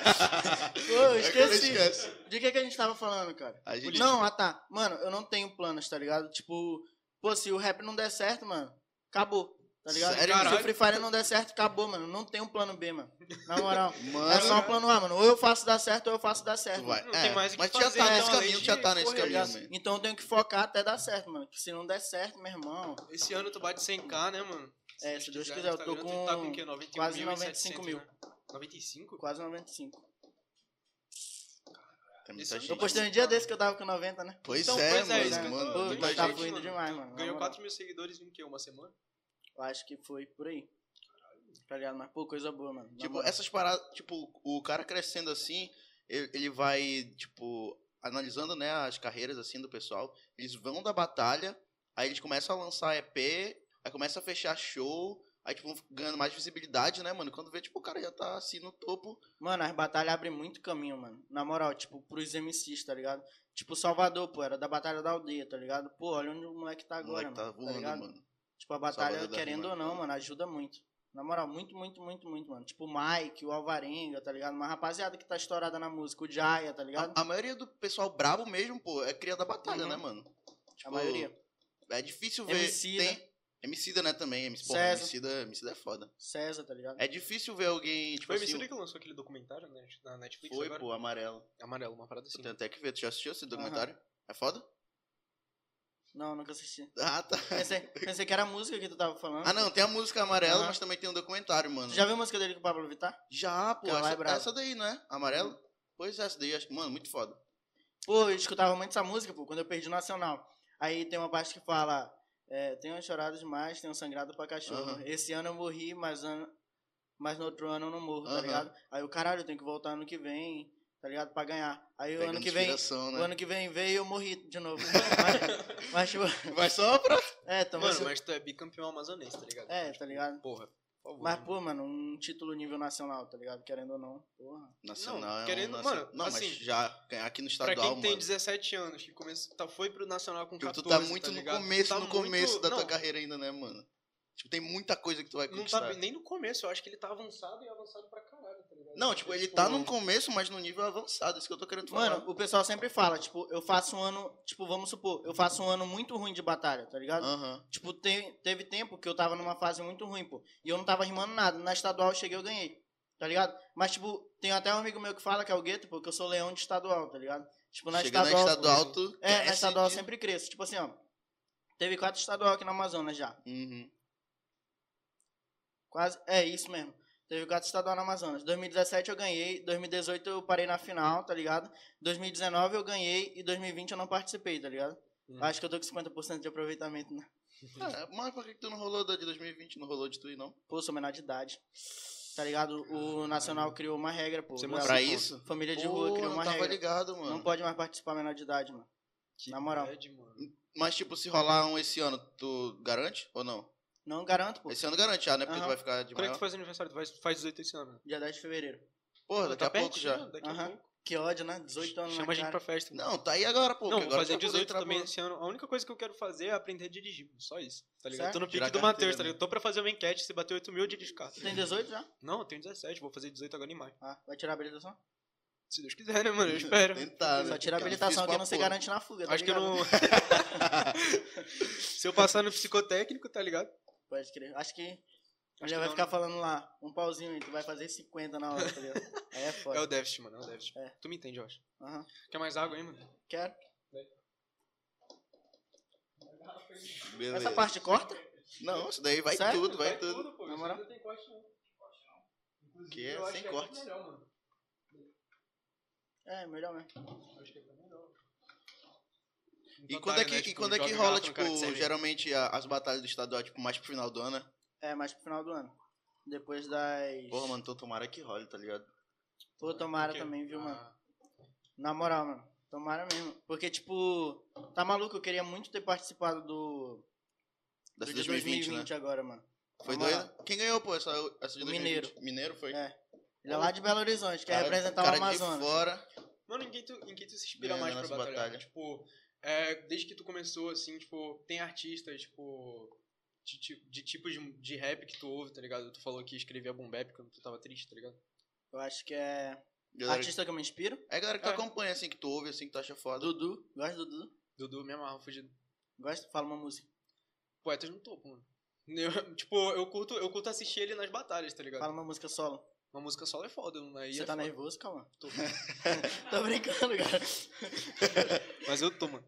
Speaker 2: pô,
Speaker 3: é
Speaker 2: eu esqueci.
Speaker 3: esquece.
Speaker 2: De que, que a gente tava falando, cara?
Speaker 3: A gente-
Speaker 2: Não, ah tá. Mano, eu não tenho planos, tá ligado? Tipo, pô, se o rap não der certo, mano, acabou. Tá ligado?
Speaker 3: Sério?
Speaker 2: se
Speaker 1: Caralho.
Speaker 2: o Free Fire não der certo, acabou, mano. Não tem um plano B, mano. Na moral. é
Speaker 3: Mano,
Speaker 2: só um plano A, mano. Ou eu faço dar certo, ou eu faço dar certo.
Speaker 3: tu vai.
Speaker 1: Não tem mais o que
Speaker 3: mas tu
Speaker 1: fazer,
Speaker 3: já tá
Speaker 2: então,
Speaker 3: nesse caminho,
Speaker 1: além
Speaker 3: tu já
Speaker 1: de
Speaker 3: tá nesse
Speaker 1: correr,
Speaker 2: tá ligado?
Speaker 3: caminho, mano.
Speaker 2: Então eu tenho que focar até dar certo, mano. Que se não der certo, meu irmão,
Speaker 1: Esse ano tu bate 100k, né, mano?
Speaker 2: É, se Deus
Speaker 1: já
Speaker 2: quiser, eu
Speaker 1: tá
Speaker 2: tô
Speaker 1: vendo, tu Tá
Speaker 2: com
Speaker 1: com o quê? 91
Speaker 2: quase
Speaker 1: mil e
Speaker 2: 95
Speaker 1: 700,
Speaker 2: mil.
Speaker 1: né? 95?
Speaker 2: quase 95.
Speaker 3: Tem
Speaker 1: Isso
Speaker 3: muita
Speaker 1: eu
Speaker 3: gente.
Speaker 2: Eu postei um dia desse que eu tava com 90, né?
Speaker 3: tá Pois
Speaker 1: Então,
Speaker 3: é,
Speaker 1: pois é,
Speaker 3: mano.
Speaker 1: isso que eu
Speaker 3: mano,
Speaker 1: tô-
Speaker 2: Pô,
Speaker 3: muita
Speaker 1: muita
Speaker 2: tá
Speaker 3: gente,
Speaker 2: fluindo
Speaker 1: mano.
Speaker 2: demais, mano. na
Speaker 1: Ganhou
Speaker 2: moral.
Speaker 1: 4 mil seguidores em que? Uma semana?
Speaker 2: Eu acho que foi por aí. Tá ligado? Mas, pô, coisa boa, mano. Na
Speaker 3: Tipo,
Speaker 2: moral.
Speaker 3: essas paradas, tipo, o cara crescendo assim, ele, ele vai, tipo, analisando, né, as carreiras, assim, do pessoal, eles vão da batalha, aí eles começam a lançar EP, aí começam a fechar show, aí, tipo, vão ganhando mais visibilidade, né, mano, quando vê, tipo, o cara já tá, assim, no topo,
Speaker 2: Mano, as batalhas abrem muito caminho, mano. Na moral, tipo, pros MCs, tá ligado? Tipo, Salvador, pô, era da Batalha da Aldeia, tá ligado? Pô, olha onde o moleque tá
Speaker 3: o
Speaker 2: agora,
Speaker 3: moleque tá
Speaker 2: mano. tá
Speaker 3: voando,
Speaker 2: ligado?
Speaker 3: mano.
Speaker 2: Tipo, a batalha,
Speaker 3: Salvador da
Speaker 2: querendo
Speaker 3: Rima.
Speaker 2: ou não, mano, ajuda muito. Na moral, muito, muito, muito, muito, mano. Tipo, o Mike, o Alvarenga, tá ligado? Uma rapaziada que tá estourada na música, o Jaya, tá ligado?
Speaker 3: A, a maioria do pessoal brabo mesmo, pô, é cria da batalha,
Speaker 2: Uhum.
Speaker 3: né, mano?
Speaker 2: a maioria.
Speaker 3: É difícil ver...
Speaker 2: Emicida.
Speaker 3: Tem... Emicida, né, também, MC, porra,
Speaker 2: César.
Speaker 3: Emicida, Emicida é foda.
Speaker 2: César, tá ligado?
Speaker 3: É difícil ver alguém, tipo
Speaker 1: Foi o
Speaker 3: assim...
Speaker 1: MC que lançou aquele documentário né, na Netflix
Speaker 3: Foi,
Speaker 1: agora?
Speaker 3: pô, amarelo.
Speaker 1: Amarelo, uma parada assim.
Speaker 3: Eu tenho até que ver. Tu já assistiu esse documentário? É foda?
Speaker 2: Não, nunca assisti.
Speaker 3: Ah, tá.
Speaker 2: Pensei, pensei que era a música que tu tava falando.
Speaker 3: Ah, não, tem a música amarela,
Speaker 2: Aham.
Speaker 3: mas também tem um documentário, mano.
Speaker 2: Tu já viu a música dele com o Pablo Vittar?
Speaker 3: Já, pô.
Speaker 2: Cara, lá é
Speaker 3: Essa,
Speaker 2: brabo.
Speaker 3: essa daí, né? Amarelo? Pois é, essa daí, acho- mano, muito foda.
Speaker 2: Pô, eu escutava muito essa música, pô, quando eu perdi o Nacional. Aí tem uma parte que fala: é, Tenho chorado demais, tenho sangrado pra cachorro.
Speaker 3: Aham.
Speaker 2: Esse ano eu morri, mas, ano, mas no outro ano eu não morro, tá
Speaker 3: Aham.
Speaker 2: ligado? Aí eu, caralho, eu tenho que voltar ano que vem, tá ligado? Pra ganhar. Aí o
Speaker 3: Pegando
Speaker 2: ano que vem.
Speaker 3: inspiração,
Speaker 2: O
Speaker 3: né?
Speaker 2: ano que vem veio e eu morri de novo. Mas, mas tipo,
Speaker 3: Vai só pra...
Speaker 2: é, tomou.
Speaker 1: Mano, mas tu é bicampeão amazonense, tá ligado?
Speaker 2: É,
Speaker 1: Então,
Speaker 2: tá
Speaker 1: tipo,
Speaker 2: ligado?
Speaker 1: Porra, por favor.
Speaker 3: né?
Speaker 2: Mas, pô, mano, um título nível nacional, tá ligado? Querendo ou não, porra.
Speaker 3: Nacional
Speaker 1: Não,
Speaker 3: é um...
Speaker 1: querendo-
Speaker 3: nacional-
Speaker 1: mano,
Speaker 3: não,
Speaker 1: assim,
Speaker 3: mas já ganhar aqui no
Speaker 1: Pra quem
Speaker 3: estadual,
Speaker 1: tem
Speaker 3: mano.
Speaker 1: 17 anos, que começou, tá, foi pro Nacional com
Speaker 3: Tipo,
Speaker 1: 14,
Speaker 3: tu tá muito no
Speaker 1: ligado?
Speaker 3: começo,
Speaker 1: Tá
Speaker 3: no começo
Speaker 1: muito-
Speaker 3: da
Speaker 1: não,
Speaker 3: tua carreira ainda, né, mano? Tipo, tem muita coisa que tu vai
Speaker 1: Não
Speaker 3: conquistar.
Speaker 1: tá nem no começo, eu acho que ele tá avançado e avançado pra caralho, tá ligado?
Speaker 3: Não, tipo, ele tá num começo, mas num nível avançado. Isso que eu tô querendo falar.
Speaker 2: Mano, o pessoal sempre fala, tipo, eu faço um ano, tipo, vamos supor, eu faço um ano muito ruim de batalha, tá ligado?
Speaker 3: Aham.
Speaker 2: Tipo, te- teve tempo que eu tava numa fase muito ruim, pô. E eu não tava rimando nada. Na estadual eu cheguei, eu ganhei. Tá ligado? Mas, tipo, tem até um amigo meu que fala que é o gueto, pô, que eu sou leão de estadual, tá ligado? Tipo, na
Speaker 3: Chega
Speaker 2: estadual.
Speaker 3: na estadual, tu...
Speaker 2: É, na
Speaker 3: cresce
Speaker 2: estadual eu
Speaker 3: de-
Speaker 2: sempre cresço. Tipo assim, ó. Teve quatro estadual aqui no Amazonas já.
Speaker 3: Uhum.
Speaker 2: Quase. É isso mesmo. Teve quatro estadual no Amazonas. 2017 eu ganhei, 2018 eu parei na final, tá ligado? 2019 eu ganhei e 2020 eu não participei, tá ligado?
Speaker 1: Hum.
Speaker 2: Acho que eu tô com 50% de aproveitamento, né?
Speaker 3: É, mas por que que tu não rolou da de 2020? Não rolou de tu ir, não?
Speaker 2: Pô, sou menor de idade. Tá ligado? O Nacional criou uma regra, pô.
Speaker 1: Você
Speaker 2: Pra-
Speaker 1: mudou
Speaker 3: pra
Speaker 1: sim, pô.
Speaker 3: isso?
Speaker 2: Família de
Speaker 3: Pô,
Speaker 2: rua criou
Speaker 3: não
Speaker 2: uma
Speaker 3: tava
Speaker 2: regra.
Speaker 3: ligado, mano.
Speaker 2: Não pode mais participar menor de idade, mano.
Speaker 1: Que
Speaker 2: Na moral.
Speaker 1: bad, mano. é
Speaker 3: Mas, tipo, se rolar um esse ano, tu garante ou não?
Speaker 2: Não garanto, pô.
Speaker 3: Esse ano garante já, né? Porque
Speaker 2: Aham.
Speaker 3: tu vai ficar
Speaker 1: Quando
Speaker 3: de
Speaker 1: é que
Speaker 3: maior.
Speaker 1: tu faz aniversário? Tu faz, faz 18 esse ano. né?
Speaker 2: Dia 10 de fevereiro.
Speaker 3: Porra, daqui
Speaker 1: Tá
Speaker 3: a pouco
Speaker 1: pertinho,
Speaker 3: já.
Speaker 1: Daqui a
Speaker 2: Aham.
Speaker 1: pouco.
Speaker 2: Que ódio, né? 18 anos
Speaker 1: Chama
Speaker 2: na
Speaker 1: a gente
Speaker 2: cara.
Speaker 1: pra festa. mano.
Speaker 3: Não, tá aí agora, pô.
Speaker 1: Não,
Speaker 3: porque
Speaker 1: vou
Speaker 3: agora
Speaker 1: fazer
Speaker 3: tu vai poder
Speaker 1: 18 também
Speaker 3: trabalhar.
Speaker 1: esse ano. A única coisa que eu quero fazer é aprender a dirigir. mano. Só isso, tá ligado?
Speaker 2: Certo.
Speaker 1: Tô no pique
Speaker 3: Tirar
Speaker 1: do
Speaker 3: carteira,
Speaker 1: Matheus, tá
Speaker 3: né?
Speaker 1: ligado? Tô pra fazer uma enquete se bater 8 mil eu dirijo carro.
Speaker 2: Tu tem 18 já?
Speaker 1: Não, eu tenho 17, vou fazer 18 agora em maio.
Speaker 2: Ah, vai tirar a habilitação?
Speaker 1: Se Deus quiser, né, mano? Eu espero.
Speaker 3: Tentar, né?
Speaker 2: Só tirar a
Speaker 3: Cara,
Speaker 2: habilitação
Speaker 3: difícil
Speaker 2: que
Speaker 3: pra
Speaker 2: não se
Speaker 3: porra.
Speaker 2: garante na fuga, tá
Speaker 1: Acho que eu
Speaker 2: ligado?
Speaker 1: não. se eu passar no psicotécnico, tá ligado?
Speaker 2: Pode crer. Acho que...
Speaker 1: Acho que
Speaker 2: Ele vai
Speaker 1: não,
Speaker 2: ficar
Speaker 1: né?
Speaker 2: falando lá, um pauzinho aí, tu vai fazer 50 na hora, tá ligado? Aí é
Speaker 1: É o
Speaker 2: foda.
Speaker 1: déficit, mano. É o déficit.
Speaker 2: É.
Speaker 1: Tu me entende, eu acho.
Speaker 2: Aham.
Speaker 1: Quer mais água aí, mano?
Speaker 2: Quero.
Speaker 3: Beleza.
Speaker 2: Essa parte corta?
Speaker 3: Não, isso daí vai
Speaker 2: Sério?
Speaker 3: tudo, vai, tudo.
Speaker 1: pô.
Speaker 2: Na moral.
Speaker 1: Isso aí Não tem corte, não. Inclusive,
Speaker 3: Que é
Speaker 1: eu acho
Speaker 3: sem
Speaker 1: que aqui
Speaker 3: cortes.
Speaker 1: é melhor, mano.
Speaker 2: É, melhor mesmo.
Speaker 1: Acho que aqui é melhor. Então tá, né?
Speaker 3: E
Speaker 2: tá
Speaker 3: quando
Speaker 2: né?
Speaker 3: é que, e quando é que rola, tipo, geralmente a- as batalhas do estadual, tipo, mais pro final do ano, né?
Speaker 2: É, mais pro final do ano. Depois das...
Speaker 3: Porra, mano, então tomara que role, tá ligado?
Speaker 2: Pô, tomara também, viu, mano? Na moral, mano. Tomara mesmo. Porque, tipo, tá maluco? Eu queria muito ter participado do.
Speaker 3: Dessa
Speaker 2: do de
Speaker 3: 2020, né?
Speaker 2: agora, mano.
Speaker 3: Foi
Speaker 2: Vamos lá.
Speaker 3: doido? Quem ganhou, pô, essa, essa de 2020?
Speaker 2: Mineiro.
Speaker 3: Mineiro foi?
Speaker 2: É. Ele é lá de Belo Horizonte, quer
Speaker 3: Cara-
Speaker 2: representar
Speaker 3: cara
Speaker 2: o Amazonas.
Speaker 3: de fora.
Speaker 1: Mano, em quem tu, em quem tu se inspira
Speaker 3: Ganhando
Speaker 1: mais pra
Speaker 3: nessa
Speaker 1: batalhar?
Speaker 3: batalha.
Speaker 1: Tipo, é, desde que tu começou, assim, tipo, tem artistas, tipo, de, ti- de tipos de, de rap que tu ouve, tá ligado? Tu falou que escrevia boom bap quando tu tava triste, tá ligado?
Speaker 2: Eu acho que é.
Speaker 3: Galera,
Speaker 2: Artista que eu me inspiro.
Speaker 3: É a galera que tu
Speaker 1: É.
Speaker 3: acompanha, assim, que tu ouve, assim, que tu acha foda.
Speaker 2: Dudu. Gosto do Dudu.
Speaker 1: Dudu, me amarra, fugido.
Speaker 2: Gosto? Fala uma música.
Speaker 1: Poetas no topo, mano. Eu- tipo, eu curto, eu curto assistir ele nas batalhas, tá ligado?
Speaker 2: Fala uma música solo.
Speaker 1: Uma música solo é foda, mano. aí
Speaker 2: Você
Speaker 1: é
Speaker 2: tá
Speaker 1: foda.
Speaker 2: nervoso, calma.
Speaker 1: Tô.
Speaker 2: Tô brincando, cara.
Speaker 1: Mas eu tô, mano.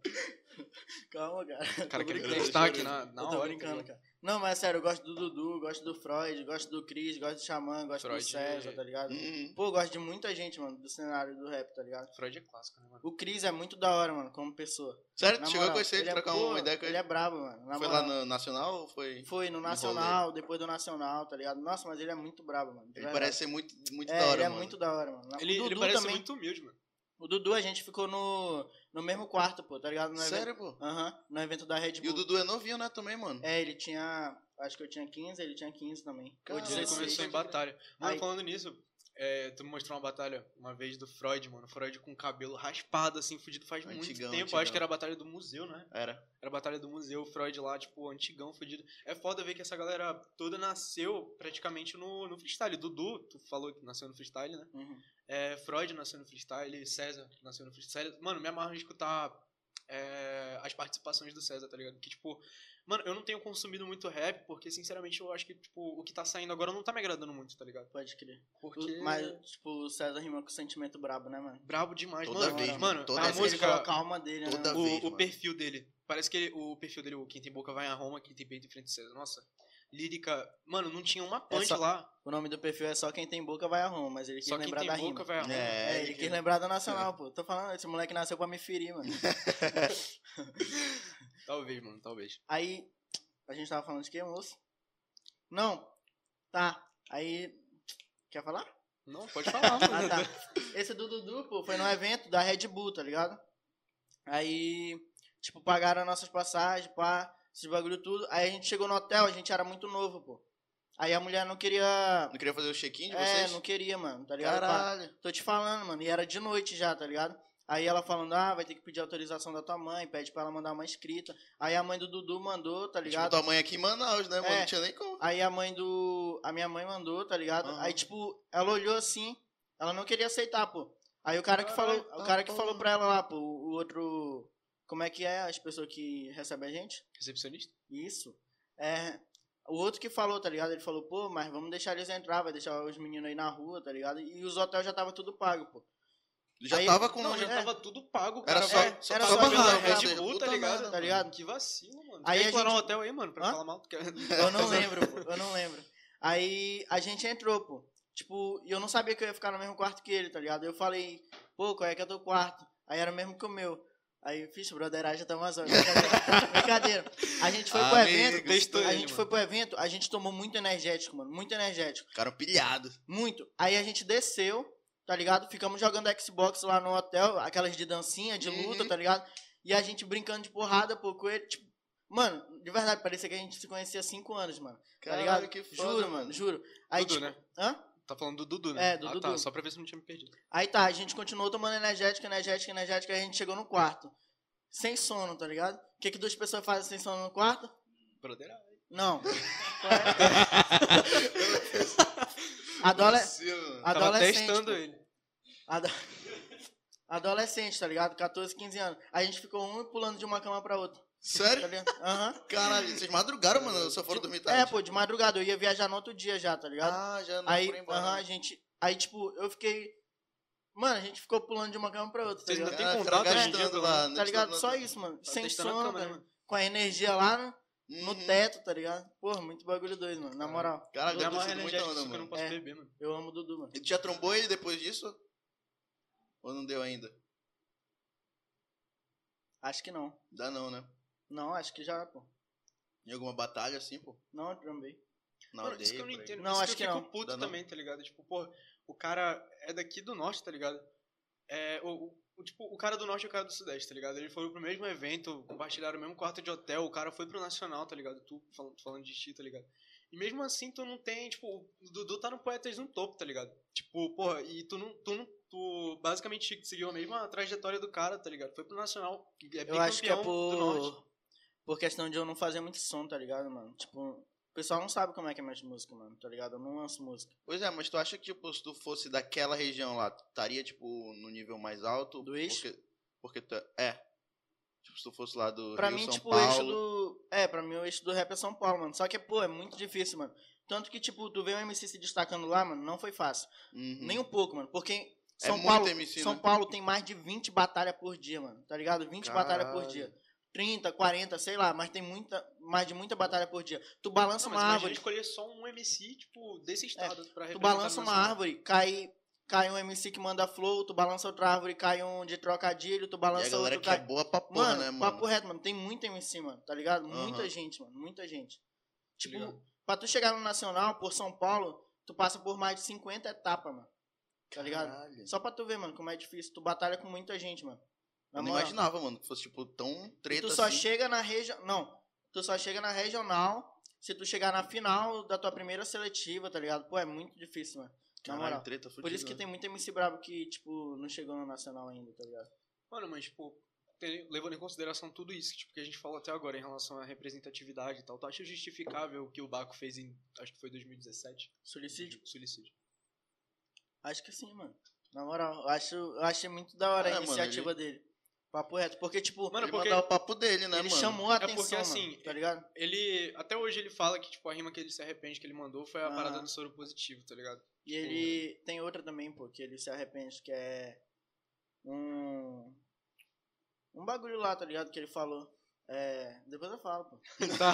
Speaker 2: Calma, cara.
Speaker 1: Cara, aquele
Speaker 3: brincando,
Speaker 1: destaque na,
Speaker 3: chorando.
Speaker 1: na
Speaker 2: eu
Speaker 1: hora.
Speaker 2: tô
Speaker 1: tá
Speaker 2: brincando,
Speaker 1: ligado?
Speaker 2: cara. Não, mas é sério, eu gosto do Dudu, gosto do Freud, gosto do Cris, gosto do Xamã, gosto
Speaker 1: Freud
Speaker 2: do
Speaker 1: é-
Speaker 2: César, tá ligado?
Speaker 3: Hum,
Speaker 2: Pô, eu gosto de muita gente, mano, do cenário do rap, tá ligado?
Speaker 1: Freud é clássico, né, mano?
Speaker 2: O Cris é muito da hora, mano, como pessoa.
Speaker 3: Sério,
Speaker 2: Na
Speaker 3: tu chegou a
Speaker 2: moral,
Speaker 3: conhecer ele,
Speaker 2: é-
Speaker 3: trocar
Speaker 2: pô,
Speaker 3: uma ideia com
Speaker 2: Ele
Speaker 3: ele?
Speaker 2: é brabo, mano. na
Speaker 3: Foi lá
Speaker 2: moral.
Speaker 3: no Nacional ou foi...
Speaker 2: Foi no
Speaker 3: No
Speaker 2: Nacional, depois do Nacional, tá ligado? Nossa, mas ele é muito brabo, mano. de
Speaker 3: Ele
Speaker 2: verdade.
Speaker 3: parece ser muito, muito
Speaker 2: é,
Speaker 3: da hora,
Speaker 2: ele é
Speaker 3: mano.
Speaker 2: muito da hora, mano. Na-
Speaker 1: Ele,
Speaker 2: o
Speaker 1: ele
Speaker 2: Dudu
Speaker 1: parece
Speaker 2: também.
Speaker 1: muito humilde, mano.
Speaker 2: O Dudu, a gente ficou no, no mesmo quarto, pô, tá ligado? No Evento...
Speaker 3: Sério, pô?
Speaker 2: Aham, no evento da Red Bull.
Speaker 3: E o Dudu é novinho, né, também, mano?
Speaker 2: É, ele tinha. Acho que eu tinha 15, ele tinha 15 também.
Speaker 3: Cara,
Speaker 2: Ou
Speaker 1: Ele
Speaker 2: 16.
Speaker 1: começou em batalha. Mano,
Speaker 2: Aí-
Speaker 1: falando nisso, é, tu me mostrou uma batalha uma vez do Freud, mano. Freud com o cabelo raspado, assim, fudido faz muito tempo.
Speaker 3: Antigão,
Speaker 1: Eu acho
Speaker 3: antigão.
Speaker 1: que era a batalha do museu, né?
Speaker 3: Era.
Speaker 1: Era a batalha do museu, o Freud lá, tipo, antigão, fudido. É foda ver que essa galera toda nasceu praticamente no, no freestyle. Dudu, tu falou que nasceu no freestyle, né?
Speaker 2: Uhum.
Speaker 1: É, Freud nasceu no freestyle, César nasceu no freestyle. Mano, me amarro em escutar é, as participações do César, tá ligado? Que, tipo, mano, eu não tenho consumido muito rap, porque, sinceramente, eu acho que, tipo, o que tá saindo agora não tá me agradando muito, tá ligado?
Speaker 2: Pode crer.
Speaker 1: Porque...
Speaker 2: O- Mas, tipo, o César rima com sentimento brabo, né, mano?
Speaker 1: Brabo demais,
Speaker 3: Toda
Speaker 1: mano.
Speaker 2: vez,
Speaker 1: mano,
Speaker 3: mano, toda
Speaker 1: a
Speaker 2: Parece
Speaker 3: vez.
Speaker 2: que ele
Speaker 1: música,
Speaker 2: coloca a alma dele, né?
Speaker 3: Toda
Speaker 2: mano?
Speaker 1: o,
Speaker 3: vez,
Speaker 1: o
Speaker 3: mano.
Speaker 1: perfil dele. Parece que ele- o perfil dele, o Quem Tem Boca Vai a Roma, Quem Tem Peito em Frente César. Nossa, lírica. Mano, não tinha uma punch
Speaker 2: Essa-
Speaker 1: lá.
Speaker 2: O nome do perfil é Só Quem Tem Boca Vai a Roma, mas ele quis
Speaker 1: Só quem
Speaker 2: lembrar
Speaker 1: tem
Speaker 2: da
Speaker 1: boca
Speaker 2: rima.
Speaker 1: vai a Roma.
Speaker 2: É,
Speaker 3: É,
Speaker 2: ele quis lembrar da Nacional, pô. Tô falando, esse moleque nasceu pra me ferir, mano.
Speaker 1: Talvez, mano, talvez.
Speaker 2: Aí, a gente tava falando de quê, moço? Não. Tá. Aí, quer falar?
Speaker 1: Não, pode falar,
Speaker 2: Ah,
Speaker 1: mano.
Speaker 2: tá. Esse do Dudu, pô, foi num evento da Red Bull, tá ligado? Aí, tipo, pagaram as nossas passagens, pá, esses bagulho tudo. Aí a gente chegou no hotel, a gente era muito novo, pô. Aí a mulher não queria.
Speaker 3: Não queria fazer o check-in de
Speaker 2: É,
Speaker 3: vocês?
Speaker 2: não queria, mano, tá ligado? Pá,
Speaker 3: Caralho. Tipo,
Speaker 2: Tô te falando, mano. E era de noite já, tá ligado? Aí ela falando, ah, vai ter que pedir autorização da tua mãe, pede pra ela mandar uma escrita. Aí a mãe do Dudu mandou, tá
Speaker 3: Tipo,
Speaker 2: ligado?
Speaker 3: tua mãe aqui em Manaus, né, mano?
Speaker 2: É.
Speaker 3: Não tinha nem como.
Speaker 2: Aí a mãe do. A minha mãe mandou, tá ligado?
Speaker 3: Aham.
Speaker 2: Aí, tipo, ela olhou assim, ela não queria aceitar, pô. Aí o cara que
Speaker 3: Caralho,
Speaker 2: falou.
Speaker 3: tá
Speaker 2: o cara que
Speaker 3: bom.
Speaker 2: falou pra ela lá, pô, o outro. Como é que é as pessoas que recebem a gente?
Speaker 1: Recepcionista?
Speaker 2: Isso. É. O outro que falou, tá ligado? Ele falou, pô, mas vamos deixar eles entrar, vai deixar os meninos aí na rua, tá ligado? E os hotéis já tava tudo pago, pô.
Speaker 3: Já
Speaker 2: Aí-
Speaker 3: tava com... um
Speaker 1: Não, já
Speaker 2: é.
Speaker 1: tava tudo pago, cara.
Speaker 3: Era só...
Speaker 2: É,
Speaker 3: só
Speaker 2: era
Speaker 3: tava
Speaker 2: só
Speaker 3: pela
Speaker 2: avisar,
Speaker 3: Red
Speaker 2: cara.
Speaker 1: Red Bull,
Speaker 3: Bull,
Speaker 1: tá ligado?
Speaker 3: mano.
Speaker 2: Tá ligado?
Speaker 1: Que vacilo, mano.
Speaker 2: Aí
Speaker 1: Aí
Speaker 2: a
Speaker 1: Quer explorar
Speaker 2: gente-
Speaker 1: o hotel aí, mano, pra
Speaker 2: Hã?
Speaker 1: falar mal? Tu quer...
Speaker 2: Eu não lembro, pô. Eu não lembro. Aí a gente entrou, pô. Tipo, e eu não sabia que eu ia ficar no mesmo quarto que ele, tá ligado? Eu falei, pô, qual é que é teu quarto? Aí era o mesmo que o meu. Aí, fiz brotheragem até umas horas. Brincadeira. Brincadeira. A gente foi pro
Speaker 3: Amigo,
Speaker 2: evento.
Speaker 1: testou
Speaker 2: A
Speaker 1: ele,
Speaker 2: gente
Speaker 1: mano.
Speaker 2: foi pro evento, a gente tomou muito energético, mano. Muito energético.
Speaker 3: Ficaram pilhados.
Speaker 2: Muito. Aí a gente desceu, tá ligado? Ficamos jogando Xbox lá no hotel, aquelas de dancinha, de luta,
Speaker 3: Uhum.
Speaker 2: tá ligado? E a gente brincando de porrada, pô, com ele. Tipo, mano, de verdade, parecia que a gente se conhecia há cinco anos, mano. Tá ligado?
Speaker 3: Caralho, que foda,
Speaker 2: juro, mano, juro. Aí,
Speaker 1: Dudu,
Speaker 2: tipo,
Speaker 1: né?
Speaker 2: hã?
Speaker 1: Tá falando do Dudu, né?
Speaker 2: É, do
Speaker 1: ah,
Speaker 2: Dudu.
Speaker 1: tá, só pra ver se eu não tinha me perdido.
Speaker 2: Aí tá, a gente continuou tomando energética, energética, energética, aí a gente chegou no quarto. Sem sono, tá ligado? O que, que duas pessoas fazem sem sono no quarto?
Speaker 1: Brother,
Speaker 2: Não. Adole...
Speaker 3: Vacilo, mano.
Speaker 1: tava
Speaker 2: Adolescente.
Speaker 1: testando
Speaker 2: pô.
Speaker 1: ele.
Speaker 2: Ado- Adolescente, tá ligado? 14, 15 anos. A gente ficou um pulando de uma cama pra outra, tá
Speaker 3: Sério?
Speaker 2: ligado? Aham.
Speaker 3: Caralho, vocês madrugaram, mano. Só foram
Speaker 1: Tá
Speaker 3: dormir tarde.
Speaker 2: É, pô, de madrugada. Eu ia viajar no outro dia já, tá ligado?
Speaker 3: Ah, já não
Speaker 2: aí,
Speaker 3: foram embora.
Speaker 1: né?
Speaker 2: aham, a gente. Aí, tipo, eu fiquei. Mano, a gente ficou pulando de uma cama pra outra, tá
Speaker 1: Vocês
Speaker 2: ligado?
Speaker 1: ainda tem
Speaker 3: Cara,
Speaker 1: contato
Speaker 3: ficaram
Speaker 1: hoje em dia,
Speaker 3: gastando
Speaker 1: pelo
Speaker 3: lá,
Speaker 1: menos?
Speaker 3: né?
Speaker 2: Tá ligado?
Speaker 3: Testando-
Speaker 2: Só isso, mano.
Speaker 1: Tá
Speaker 2: Sem
Speaker 1: testando a
Speaker 2: sono,
Speaker 1: cama,
Speaker 2: tá
Speaker 1: né,
Speaker 2: ligado?
Speaker 1: mano?
Speaker 2: com a energia lá no, no
Speaker 3: Uhum.
Speaker 2: teto, tá ligado? Porra, muito bagulho doido, mano. Na
Speaker 1: Caralho.
Speaker 2: moral,
Speaker 3: Caralho,
Speaker 1: Já
Speaker 3: deve
Speaker 1: é
Speaker 3: ter
Speaker 1: uma
Speaker 3: sido muito
Speaker 1: energética,
Speaker 3: onda,
Speaker 1: só que eu não
Speaker 3: mano.
Speaker 1: posso
Speaker 2: É.
Speaker 1: beber, mano.
Speaker 2: eu amo o Dudu, mano.
Speaker 3: E tu já trombou ele depois disso? Ou não deu ainda?
Speaker 2: Acho que não.
Speaker 3: Dá não, né?
Speaker 2: Não, acho que já, pô.
Speaker 3: Em alguma batalha assim, pô?
Speaker 2: Não, eu também.
Speaker 3: Na
Speaker 1: Mano,
Speaker 3: aldeia.
Speaker 1: isso que eu não
Speaker 3: por aí.
Speaker 1: entendo.
Speaker 2: Não,
Speaker 1: isso
Speaker 2: acho que
Speaker 1: eu fico
Speaker 2: não.
Speaker 1: puto
Speaker 3: Dá não.
Speaker 1: também, tá ligado? Tipo, pô, o cara é daqui do norte, tá ligado? É, o, o- o- tipo, o cara do norte e o cara do sudeste, tá ligado? Eles foram pro mesmo evento, compartilharam o mesmo quarto de hotel, o cara foi pro nacional, tá ligado? Tu falando, tu falando de ti, tá ligado? E mesmo assim, tu não tem, tipo, o Dudu tá no Poetas no topo, tá ligado? Tipo, porra, e tu não, tu não, tu basicamente seguiu a mesma trajetória do cara, tá ligado? Foi pro nacional, é
Speaker 2: Eu acho que é
Speaker 1: bicampeão do norte.
Speaker 2: por. Por questão de eu não fazer muito som, tá ligado, mano? Tipo, o pessoal não sabe como é que é minhas músicas, mano, tá ligado? Eu não lanço música.
Speaker 3: Pois é, mas tu acha que, tipo, se tu fosse daquela região lá, tu estaria, tipo, no nível mais alto?
Speaker 2: Do eixo?
Speaker 3: Porque, porque tu é... é. Tipo, se tu fosse lá do
Speaker 2: Pra
Speaker 3: Rio,
Speaker 2: mim,
Speaker 3: São
Speaker 2: tipo, o eixo
Speaker 3: Paulo...
Speaker 2: do. É, pra mim o eixo do rap é São Paulo, mano. Só que, pô, é muito difícil, mano. Tanto que, tipo, tu vê um MC se destacando lá, mano, não foi fácil.
Speaker 3: Uhum.
Speaker 2: Nem um pouco, mano. Porque
Speaker 3: É
Speaker 2: São
Speaker 3: muito
Speaker 2: Paulo.
Speaker 3: MC, né?
Speaker 2: São Paulo tem mais de 20 batalhas por dia, mano. Tá ligado? 20 batalhas por
Speaker 3: Caralho.
Speaker 2: dia. 30, 40, sei lá, mas tem muita. Mais de muita batalha por dia. Tu balança
Speaker 1: Não,
Speaker 2: uma
Speaker 1: mas imagina
Speaker 2: árvore.
Speaker 1: escolher só um MC, tipo, desse estado pra
Speaker 2: É,
Speaker 3: É,
Speaker 2: Tu
Speaker 1: representar
Speaker 2: balança
Speaker 1: a
Speaker 2: uma
Speaker 1: nação.
Speaker 2: árvore, cai. Cai um MC que manda flow, tu balança outra árvore, cai um de trocadilho, tu
Speaker 3: E
Speaker 2: balança
Speaker 3: a galera
Speaker 2: outro.
Speaker 3: que é
Speaker 2: cai-
Speaker 3: boa pra porra,
Speaker 2: Mano,
Speaker 3: né, mano?
Speaker 2: papo reto, mano. Tem muita MC, mano, tá ligado? Muita
Speaker 3: Aham. Tá
Speaker 2: gente, mano. Muita gente. Tipo,
Speaker 1: ligado.
Speaker 2: pra tu chegar no Nacional, por São Paulo, tu passa por mais de 50 etapas, mano. Tá ligado?
Speaker 3: Caralho.
Speaker 2: Só pra tu ver, mano, como é difícil. Tu batalha com muita gente, mano. Na
Speaker 3: Eu não
Speaker 2: moral.
Speaker 3: imaginava, mano, que fosse, tipo, tão
Speaker 2: E
Speaker 3: treta
Speaker 2: tu só
Speaker 3: assim.
Speaker 2: chega na região. Não. Tu só chega na regional se tu chegar na final da tua primeira seletiva, tá ligado? Pô, é muito difícil, mano. Na moral.
Speaker 3: Caralho, treta né?
Speaker 2: Por isso que
Speaker 3: fudida,
Speaker 1: né?
Speaker 2: tem muito MC brabo que, tipo, não chegou no Nacional ainda, tá ligado?
Speaker 1: Mano, mas, tipo, te- levando em consideração tudo isso que, tipo, que a gente falou até agora em relação à representatividade e tal, tu acha justificável o que o Baco fez em, acho que foi 2017?
Speaker 2: Suicídio?
Speaker 1: Tipo, Suicídio.
Speaker 2: Acho que sim, mano. Na moral, eu acho, eu achei muito da hora
Speaker 3: É,
Speaker 2: a
Speaker 3: mano,
Speaker 2: iniciativa dele. Papo reto. Porque, tipo,
Speaker 1: Ah, Mano,
Speaker 3: Ele
Speaker 1: porque-
Speaker 3: mandava o papo dele, né,
Speaker 2: ele
Speaker 3: mano?
Speaker 2: chamou a
Speaker 1: É porque,
Speaker 2: atenção, mano,
Speaker 1: assim,
Speaker 2: tá ligado?
Speaker 1: Ele, até hoje ele fala que, tipo, a rima que ele se arrepende que ele mandou foi a
Speaker 2: Ah.
Speaker 1: parada do soro positivo, tá ligado?
Speaker 2: E ele tem outra também, pô, que ele se arrepende, que é um... Um bagulho lá, tá ligado? Que ele falou. É, depois eu falo, pô.
Speaker 1: Tá.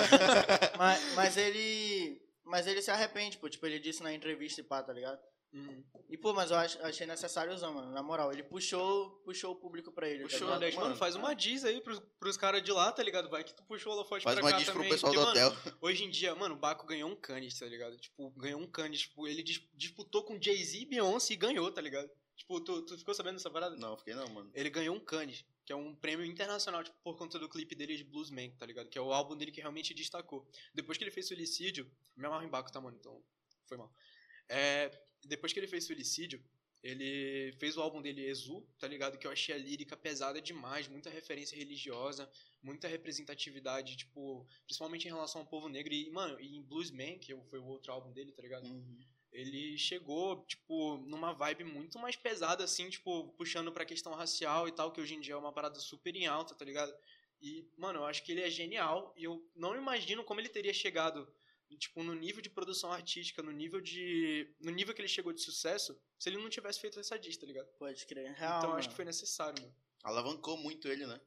Speaker 2: Mas, mas ele... Mas ele se arrepende, pô. Tipo, ele disse na entrevista e pá, tá ligado?
Speaker 1: Uhum.
Speaker 2: E, pô, mas eu ach- achei necessário usar, mano. Na moral, ele puxou, puxou o público pra ele,
Speaker 3: Puxou,
Speaker 2: tá
Speaker 1: Mano,
Speaker 2: ligado?
Speaker 1: daí, mano,
Speaker 3: mano,
Speaker 1: faz uma diz aí pros, pros caras de lá, tá ligado? Vai que tu puxou o holofote
Speaker 3: Faz
Speaker 1: pra
Speaker 3: uma
Speaker 1: cá
Speaker 3: diz pro
Speaker 1: também.
Speaker 3: pessoal do
Speaker 1: porque, mano,
Speaker 3: hotel.
Speaker 1: Hoje em dia, mano, o Baco ganhou um Cannes, tá ligado? Tipo, ganhou um Cannes. Tipo, ele dis- disputou com Jay-Z e Beyoncé e ganhou, tá ligado? Tipo, tu, tu ficou sabendo dessa parada?
Speaker 3: Não, fiquei não, mano.
Speaker 1: Ele ganhou um Cannes, que é um prêmio internacional, tipo, por conta do clipe dele de Bluesman, tá ligado? Que é o álbum dele que realmente destacou. Depois que ele fez Suicídio... Me amarro em Baco, tá, mano? Então, foi mal. É, depois que ele fez Suicídio, ele fez o álbum dele Exu, tá ligado? Que eu achei a lírica pesada demais, muita referência religiosa, muita representatividade, tipo, principalmente em relação ao povo negro. E, mano, e em Bluesman, que foi o outro álbum dele, tá ligado? ele chegou, tipo, numa vibe muito mais pesada, assim, tipo, puxando pra questão racial e tal, que hoje em dia é uma parada super em alta, tá ligado? E, mano, eu acho que ele é genial e eu não imagino como ele teria chegado, tipo, no nível de produção artística, no nível de. no nível que ele chegou de sucesso, se ele não tivesse feito essa diz, tá ligado?
Speaker 2: Pode crer. Real,
Speaker 1: Então eu
Speaker 2: mano.
Speaker 1: acho que foi necessário, mano.
Speaker 3: Alavancou muito ele, né?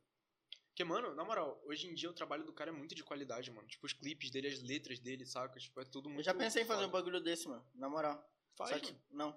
Speaker 1: Porque, mano, na moral, hoje em dia o trabalho do cara é muito de qualidade, mano. Tipo, os clipes dele, as letras dele, saca? Tipo, é tudo muito.
Speaker 2: Eu já pensei em fazer um
Speaker 1: foda.
Speaker 2: bagulho desse, mano. Na moral.
Speaker 1: Faz,
Speaker 2: Só que,
Speaker 1: mano.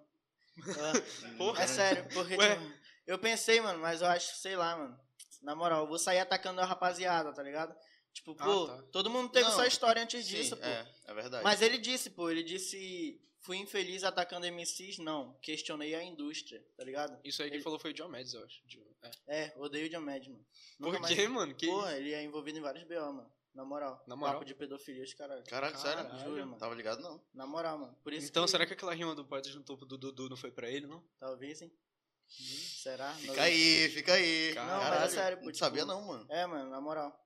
Speaker 2: não.
Speaker 1: Porra.
Speaker 2: é sério, porque,
Speaker 1: Ué.
Speaker 2: tipo, eu pensei, mano, mas eu acho, sei lá, mano. Na moral, eu vou sair atacando a rapaziada, tá ligado? Tipo,
Speaker 1: Ah,
Speaker 2: pô,
Speaker 1: tá.
Speaker 2: todo mundo teve
Speaker 3: Não.
Speaker 2: sua história antes
Speaker 3: Sim,
Speaker 2: disso, pô.
Speaker 3: É, é verdade.
Speaker 2: Mas ele disse, pô, ele disse. Fui infeliz atacando MCs? Não. Questionei a indústria, tá ligado?
Speaker 1: Isso aí quem
Speaker 2: Ele-
Speaker 1: falou foi o Diomedes, eu acho. Dio- É.
Speaker 2: É, odeio o John Madden, mano. Nunca
Speaker 1: Por
Speaker 2: mais-
Speaker 1: quê, mano? Que
Speaker 2: Porra, ele é envolvido em vários BO, mano. Na moral.
Speaker 1: Na moral?
Speaker 2: Papo de pedofilia, os caralho.
Speaker 3: Caraca, sério?
Speaker 1: Caralho. tá-
Speaker 2: Juro, mano.
Speaker 3: Tava ligado, não.
Speaker 2: Na moral, mano. Por é isso
Speaker 1: Então,
Speaker 2: que-
Speaker 1: será que aquela rima do Poetas no Topo do Dudu não foi pra ele, não?
Speaker 2: Talvez, hein? Será?
Speaker 3: Fica aí, fica aí.
Speaker 1: Não, mas é
Speaker 2: sério, pô,
Speaker 3: Não
Speaker 2: tipo-
Speaker 3: sabia não, mano.
Speaker 2: É, mano, na moral.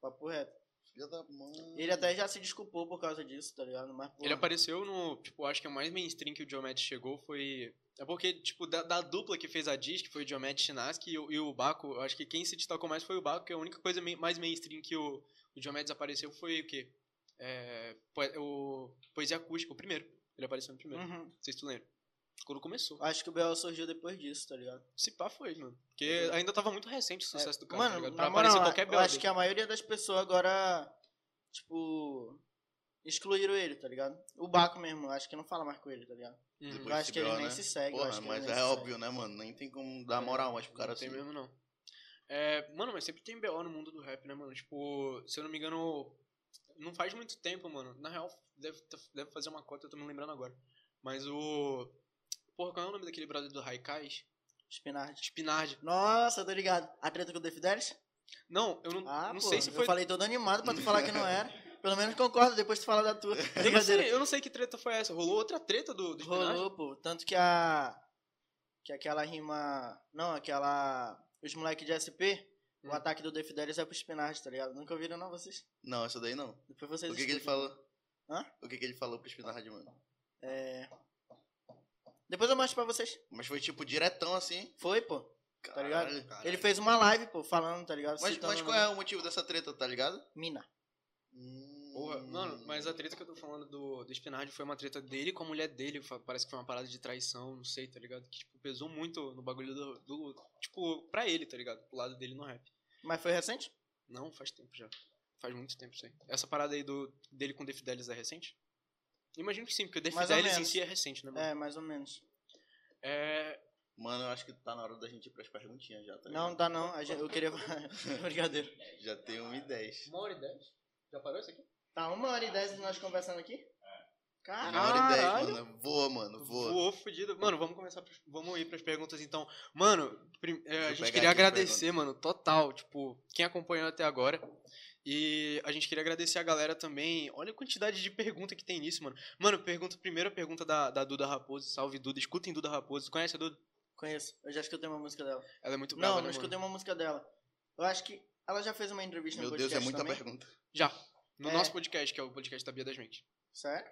Speaker 2: Papo reto.
Speaker 3: Filha da mãe.
Speaker 2: Ele é até já se desculpou por causa disso, tá ligado? Mas, pô,
Speaker 1: Ele apareceu no. Tipo, acho que o mais mainstream que o Diomedes chegou foi. É porque, tipo, da, da dupla que fez a diz, que foi o Diomedes Chinaski e, o- e o Baco, eu acho que quem se destacou mais foi o Baco, que a única coisa mei- mais mainstream que o, o Diomedes apareceu foi o quê? É, poe- o Poesia Acústica, o primeiro. Ele apareceu no primeiro,
Speaker 2: uhum.
Speaker 1: não sei se tu lembra. Quando começou.
Speaker 2: Acho que o BL surgiu depois disso, tá ligado?
Speaker 1: Se pá foi, mano. Porque ainda tava muito recente o sucesso do cara, tá
Speaker 2: Uhum. É, mano,
Speaker 1: ligado? Pra
Speaker 2: na
Speaker 1: aparecer
Speaker 2: moral,
Speaker 1: qualquer
Speaker 2: eu
Speaker 1: belo.
Speaker 2: acho que a maioria das pessoas agora, tipo, excluíram ele, tá ligado? O Baco mesmo, eu acho que não fala mais com ele, tá ligado?
Speaker 1: Uhum.
Speaker 3: Depois
Speaker 2: eu acho
Speaker 3: desse
Speaker 2: que ele
Speaker 3: BO,
Speaker 2: nem
Speaker 3: né?
Speaker 2: se segue, eu
Speaker 3: Porra,
Speaker 2: acho que ele
Speaker 3: mas
Speaker 2: nem se
Speaker 3: é óbvio,
Speaker 2: segue.
Speaker 3: né, mano? Nem tem como dar moral mais pro cara
Speaker 1: não
Speaker 3: assim.
Speaker 1: tem mesmo, não. É, mano, mas sempre tem BO no mundo do rap, né, mano? Tipo, se eu não me engano, não faz muito tempo, mano. Na real, deve, tá- deve fazer uma cota, eu tô me lembrando agora. Mas o. Porra, qual é o nome daquele brother do Haikais?
Speaker 2: Spinard.
Speaker 1: Spinard.
Speaker 2: Nossa, tô ligado. A treta com o The Fidelis?
Speaker 1: Não, eu não,
Speaker 2: Ah,
Speaker 1: não
Speaker 2: pô,
Speaker 1: sei se
Speaker 2: eu
Speaker 1: foi.
Speaker 2: falei todo animado pra tu falar que não era. Pelo menos concordo depois de tu falar da tua.
Speaker 1: Eu não,
Speaker 2: Brincadeira.
Speaker 1: sei, eu não sei que treta foi essa. Rolou outra treta do, do Spinard?
Speaker 2: Rolou, pô. Tanto que a. Que aquela rima. Não, aquela. Os moleques de SP
Speaker 3: Hum.
Speaker 2: O ataque do The Fidelis é pro Spinard, tá ligado? Nunca ouviram, não, vocês?
Speaker 3: Não, essa daí não.
Speaker 2: Depois vocês
Speaker 3: O que, que ele
Speaker 2: escutem.
Speaker 3: falou?
Speaker 2: Hã?
Speaker 3: O que, que ele falou pro Spinard, mano?
Speaker 2: É... Depois eu mostro pra vocês.
Speaker 3: Mas foi tipo diretão assim.
Speaker 2: Foi, pô. Tá ligado?
Speaker 3: Caralho.
Speaker 2: Ele fez uma live, pô, falando, tá ligado?
Speaker 3: Mas,
Speaker 2: Citando
Speaker 3: mas qual é o motivo dessa treta, tá ligado?
Speaker 2: Mina.
Speaker 1: Porra, mano, mas a treta que eu tô falando do, do Spinardi foi uma treta dele com a mulher dele. fa- Parece que foi uma parada de traição, não sei, tá ligado? Que, tipo, pesou muito no bagulho do, do- Tipo, pra ele, tá ligado? Pro lado dele no rap.
Speaker 2: Mas foi recente?
Speaker 1: Não, faz tempo já. Faz muito tempo isso aí. Essa parada aí do, dele com o The Fidelis é recente? Imagino que sim, porque o The
Speaker 2: Mais ou
Speaker 1: Fidelis em
Speaker 2: menos.
Speaker 1: si é recente, né,
Speaker 3: Hum.
Speaker 1: mano?
Speaker 2: É, mais ou menos.
Speaker 1: É,
Speaker 3: Mano, eu acho que tá na hora da gente ir pras perguntinhas já, tá
Speaker 2: Não,
Speaker 3: ligado?
Speaker 2: não dá não. A gente- eu queria... Brincadeira.
Speaker 3: Já tem 1 e 10.
Speaker 1: Uma hora e dez? Já parou isso aqui?
Speaker 2: Tá uma hora e dez nós conversando aqui?
Speaker 3: É.
Speaker 2: Ah, Caralho.
Speaker 3: Uma hora e 10,
Speaker 1: Caralho.
Speaker 3: mano. Voa, mano, voa.
Speaker 1: Voou fudido. Mano, vamos começar. pras- Vamos ir pras perguntas então. Mano, prim- eh, a
Speaker 3: eu
Speaker 1: gente
Speaker 3: pegar
Speaker 1: queria
Speaker 3: aqui as
Speaker 1: agradecer, mano, total. Tipo, quem acompanhou até agora. E a gente queria agradecer a galera também. Olha a quantidade de pergunta que tem nisso, mano. Mano, pergunta, primeira pergunta da, da Duda Raposo. Salve Duda. Escutem Duda Raposo. Conhece a Duda?
Speaker 2: Conheço. Eu já escutei uma música dela.
Speaker 1: Ela é muito brava.
Speaker 2: não,
Speaker 1: né,
Speaker 2: não escutei
Speaker 1: mano?
Speaker 2: uma música dela. Eu acho que ela já fez uma entrevista
Speaker 3: Meu
Speaker 2: no
Speaker 3: Deus,
Speaker 2: podcast
Speaker 3: é muita
Speaker 2: também.
Speaker 3: pergunta.
Speaker 1: Já. No
Speaker 2: É.
Speaker 1: nosso podcast, que é o podcast da Bia das Mentes.
Speaker 2: Sério?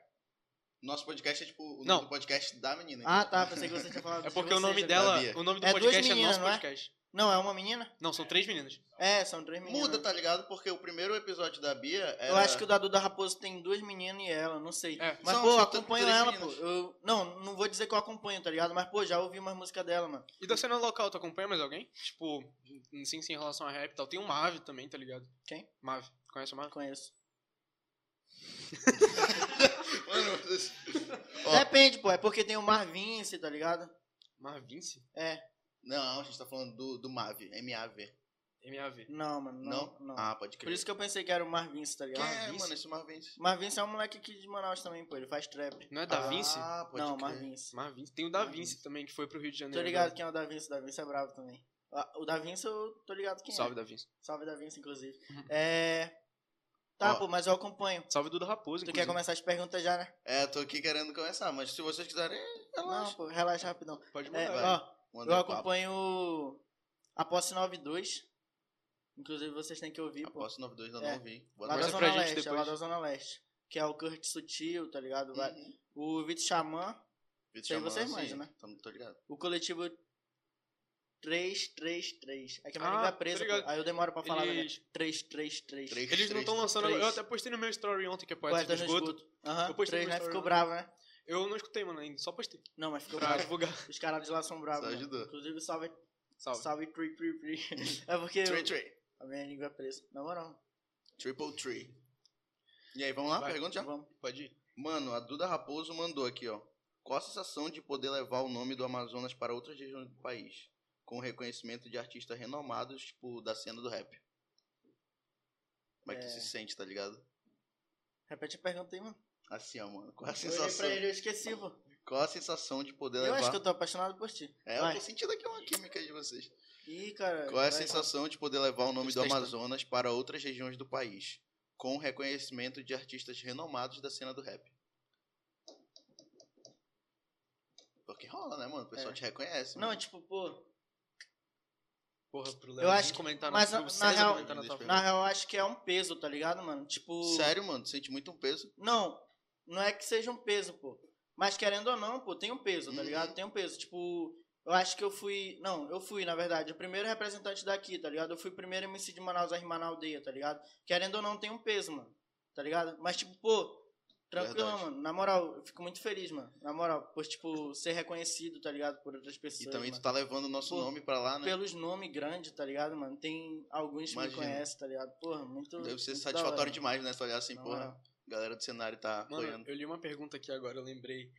Speaker 3: Nosso podcast é tipo o
Speaker 1: Não.
Speaker 3: nome do podcast da menina.
Speaker 2: Ah,
Speaker 3: entendeu?
Speaker 2: tá. Pensei que você tinha falado
Speaker 1: É
Speaker 2: de
Speaker 1: porque o
Speaker 2: vocês
Speaker 1: nome
Speaker 2: agora.
Speaker 1: dela.
Speaker 3: Bia.
Speaker 1: O nome do
Speaker 2: É duas
Speaker 1: podcast é
Speaker 2: meninas,
Speaker 1: nosso
Speaker 2: não é?
Speaker 1: podcast.
Speaker 2: Não, é uma menina?
Speaker 1: Não, são três meninas.
Speaker 2: É, são três meninas.
Speaker 3: Muda, tá ligado? Porque o primeiro episódio da Bia era...
Speaker 2: Eu acho que o da Duda Raposo tem duas meninas e ela, não sei.
Speaker 1: É.
Speaker 2: Mas,
Speaker 3: São-
Speaker 2: pô, eu
Speaker 3: são
Speaker 2: acompanho
Speaker 3: três
Speaker 2: ela,
Speaker 3: meninas.
Speaker 2: pô. Eu, não, não vou dizer que eu acompanho, tá ligado? Mas, pô, já ouvi umas músicas dela, mano.
Speaker 1: E da cena local, tu acompanha mais alguém? Tipo, sim, sim, em relação a rap e tal. Tem o Mave também, tá ligado?
Speaker 2: Quem?
Speaker 1: Mave. Conhece o Mave?
Speaker 2: Conheço.
Speaker 3: Mano, vocês- Ó.
Speaker 2: Depende, pô. É porque tem o Marvince, tá ligado?
Speaker 1: Marvince?
Speaker 2: É.
Speaker 3: Não, a gente tá falando do, do MAV, M-A-V.
Speaker 1: MAV.
Speaker 2: Não, mano. Não?
Speaker 3: Não? Ah, pode crer.
Speaker 2: Por isso que eu pensei que era o Marvince, tá
Speaker 3: Quem
Speaker 2: ligado?
Speaker 3: é,
Speaker 1: Marvins?
Speaker 3: mano, esse Marvins?
Speaker 2: Marvince é um moleque aqui de Manaus também, pô. Ele faz trap.
Speaker 1: Não é Da Vinci?
Speaker 3: Ah, pode
Speaker 2: não,
Speaker 3: crer.
Speaker 2: Marvince.
Speaker 1: Marvince. Tem o Da
Speaker 2: Marvince.
Speaker 1: Vinci também, que foi pro Rio de Janeiro. né?
Speaker 2: Tô ligado quem é o Da Vinci. O Da Vinci é bravo também. Ah, O Da Vinci eu tô ligado quem
Speaker 1: Salve,
Speaker 2: é.
Speaker 1: Da Vinci.
Speaker 2: Salve Da Vinci, inclusive.
Speaker 1: Uhum.
Speaker 2: É... Tá,
Speaker 3: Ó.
Speaker 2: pô, mas eu acompanho.
Speaker 1: Salve Duda Raposo,
Speaker 2: Tu quer
Speaker 1: inclusive.
Speaker 2: começar as perguntas já, né?
Speaker 3: É, tô aqui querendo começar, mas se vocês quiserem,
Speaker 2: Não,
Speaker 3: relaxa.
Speaker 2: pô, relaxa rapidão.
Speaker 1: Pode
Speaker 2: É,
Speaker 1: mandar.
Speaker 3: vai.
Speaker 1: velho.
Speaker 2: ó,
Speaker 3: Manda
Speaker 2: eu
Speaker 3: aí, papo.
Speaker 2: acompanho a Posse 92. Inclusive vocês têm que ouvir, pô.
Speaker 3: Aposto 92, ainda
Speaker 2: É.
Speaker 3: não vi. Boa
Speaker 2: Lá da
Speaker 1: Mostra
Speaker 3: noite.
Speaker 2: Zona
Speaker 1: pra gente
Speaker 2: Leste, é lá
Speaker 1: depois.
Speaker 2: da Zona Leste. Que é o Kurt Sutil, tá ligado? Vai-
Speaker 3: Uhum.
Speaker 2: O Vitor Xamã,
Speaker 3: Vitor
Speaker 2: Sem
Speaker 3: Xamã,
Speaker 2: vocês
Speaker 3: um, sim,
Speaker 2: manja, né?
Speaker 3: Tamo, tô ligado.
Speaker 2: o coletivo 333. É que a minha
Speaker 1: Ah,
Speaker 2: língua é
Speaker 1: tô
Speaker 2: presa,
Speaker 1: ligado.
Speaker 2: pô. Aí eu demoro pra falar, né?
Speaker 1: Eles,
Speaker 2: 333.
Speaker 3: Três,
Speaker 1: eles não
Speaker 3: três,
Speaker 1: estão lançando.
Speaker 2: três.
Speaker 1: Eu até postei no meu story ontem, que é Poeta do
Speaker 2: Poeta no
Speaker 1: Esgoto.
Speaker 2: esgoto. Aham,
Speaker 1: Eu postei
Speaker 2: 3,
Speaker 1: no
Speaker 2: né?
Speaker 1: story
Speaker 2: Ficou
Speaker 1: lá.
Speaker 2: bravo, né?
Speaker 1: Eu não escutei, mano, ainda. Só postei.
Speaker 2: Não, mas ficou
Speaker 1: Pra
Speaker 2: bravo.
Speaker 1: divulgar.
Speaker 2: Os caras de lá são bravos.
Speaker 3: Só
Speaker 2: mano.
Speaker 3: ajudou.
Speaker 2: Inclusive, salve,
Speaker 1: Salve.
Speaker 2: salve, tri, tri, tri. É porque eu-
Speaker 3: Tree, tree.
Speaker 2: a minha língua é presa. Na moral.
Speaker 3: Triple tree. E aí, vamos lá?
Speaker 1: Vai.
Speaker 3: Pergunta Então já.
Speaker 2: Vamos.
Speaker 1: Pode ir.
Speaker 3: Mano, a Duda Raposo mandou aqui, ó. Qual a sensação de poder levar o nome do Amazonas para outras regiões do país? Com o reconhecimento de artistas renomados, tipo, da cena do rap. Como é
Speaker 2: É.
Speaker 3: que tu se sente, tá ligado?
Speaker 2: Repete a pergunta aí, mano.
Speaker 3: Assim, ó, mano. Qual a
Speaker 2: Eu olhei pra
Speaker 3: sensação? É,
Speaker 2: ele e eu esqueci, pô.
Speaker 3: Qual a sensação de poder
Speaker 2: Eu
Speaker 3: levar...
Speaker 2: acho que eu tô apaixonado por ti.
Speaker 3: É, eu
Speaker 2: Vai.
Speaker 3: tô sentindo aqui uma química de vocês.
Speaker 2: Ih, cara.
Speaker 3: Qual é a
Speaker 2: vai.
Speaker 3: sensação de poder levar o nome do
Speaker 1: Tristeza.
Speaker 3: Amazonas para outras regiões do país, com o reconhecimento de artistas renomados da cena do rap? Porque rola, né, mano? O pessoal
Speaker 2: É.
Speaker 3: te reconhece.
Speaker 2: Não, é
Speaker 3: mano.
Speaker 2: tipo, pô.
Speaker 1: Porra, pro
Speaker 2: Eu
Speaker 1: Léo
Speaker 2: acho
Speaker 1: vir
Speaker 2: que-
Speaker 1: comentar
Speaker 2: mas
Speaker 1: no pro
Speaker 2: na- na
Speaker 1: César
Speaker 2: real-
Speaker 1: comentar na tua
Speaker 3: Deixa eu
Speaker 2: Na real, eu acho que é um peso, tá ligado, mano? Tipo.
Speaker 3: Sério, mano, tu sente muito um peso.
Speaker 2: Não, não é que seja um peso, pô. Mas querendo ou não, pô, tem um peso, tá
Speaker 3: Uhum.
Speaker 2: ligado? Tem um peso. Tipo, eu acho que eu fui. Não, eu fui, na verdade, o primeiro representante daqui, tá ligado? Eu fui o primeiro MC de Manaus a rimar na aldeia, tá ligado? Querendo ou não, tem um peso, mano. Tá ligado? Mas, tipo, pô, tranquilo,
Speaker 3: Verdade.
Speaker 2: mano. Na moral, eu fico muito feliz, mano. Na moral, por, tipo, ser reconhecido, tá ligado? Por outras
Speaker 3: E
Speaker 2: pessoas.
Speaker 3: também tu
Speaker 2: mano.
Speaker 3: tá levando o nosso
Speaker 2: Pô,
Speaker 3: nome pra lá, né?
Speaker 2: Pelos nomes grandes, tá ligado, mano? Tem alguns que me
Speaker 3: Imagina.
Speaker 2: conhecem, tá ligado? Porra, muito.
Speaker 3: Deve ser
Speaker 2: muito da hora,
Speaker 3: satisfatório
Speaker 2: mano.
Speaker 3: demais, né? Tu olhar assim,
Speaker 2: Na
Speaker 3: porra,
Speaker 2: moral.
Speaker 3: a galera do cenário tá
Speaker 1: Mano,
Speaker 3: apoiando.
Speaker 1: eu li uma pergunta aqui agora, eu lembrei.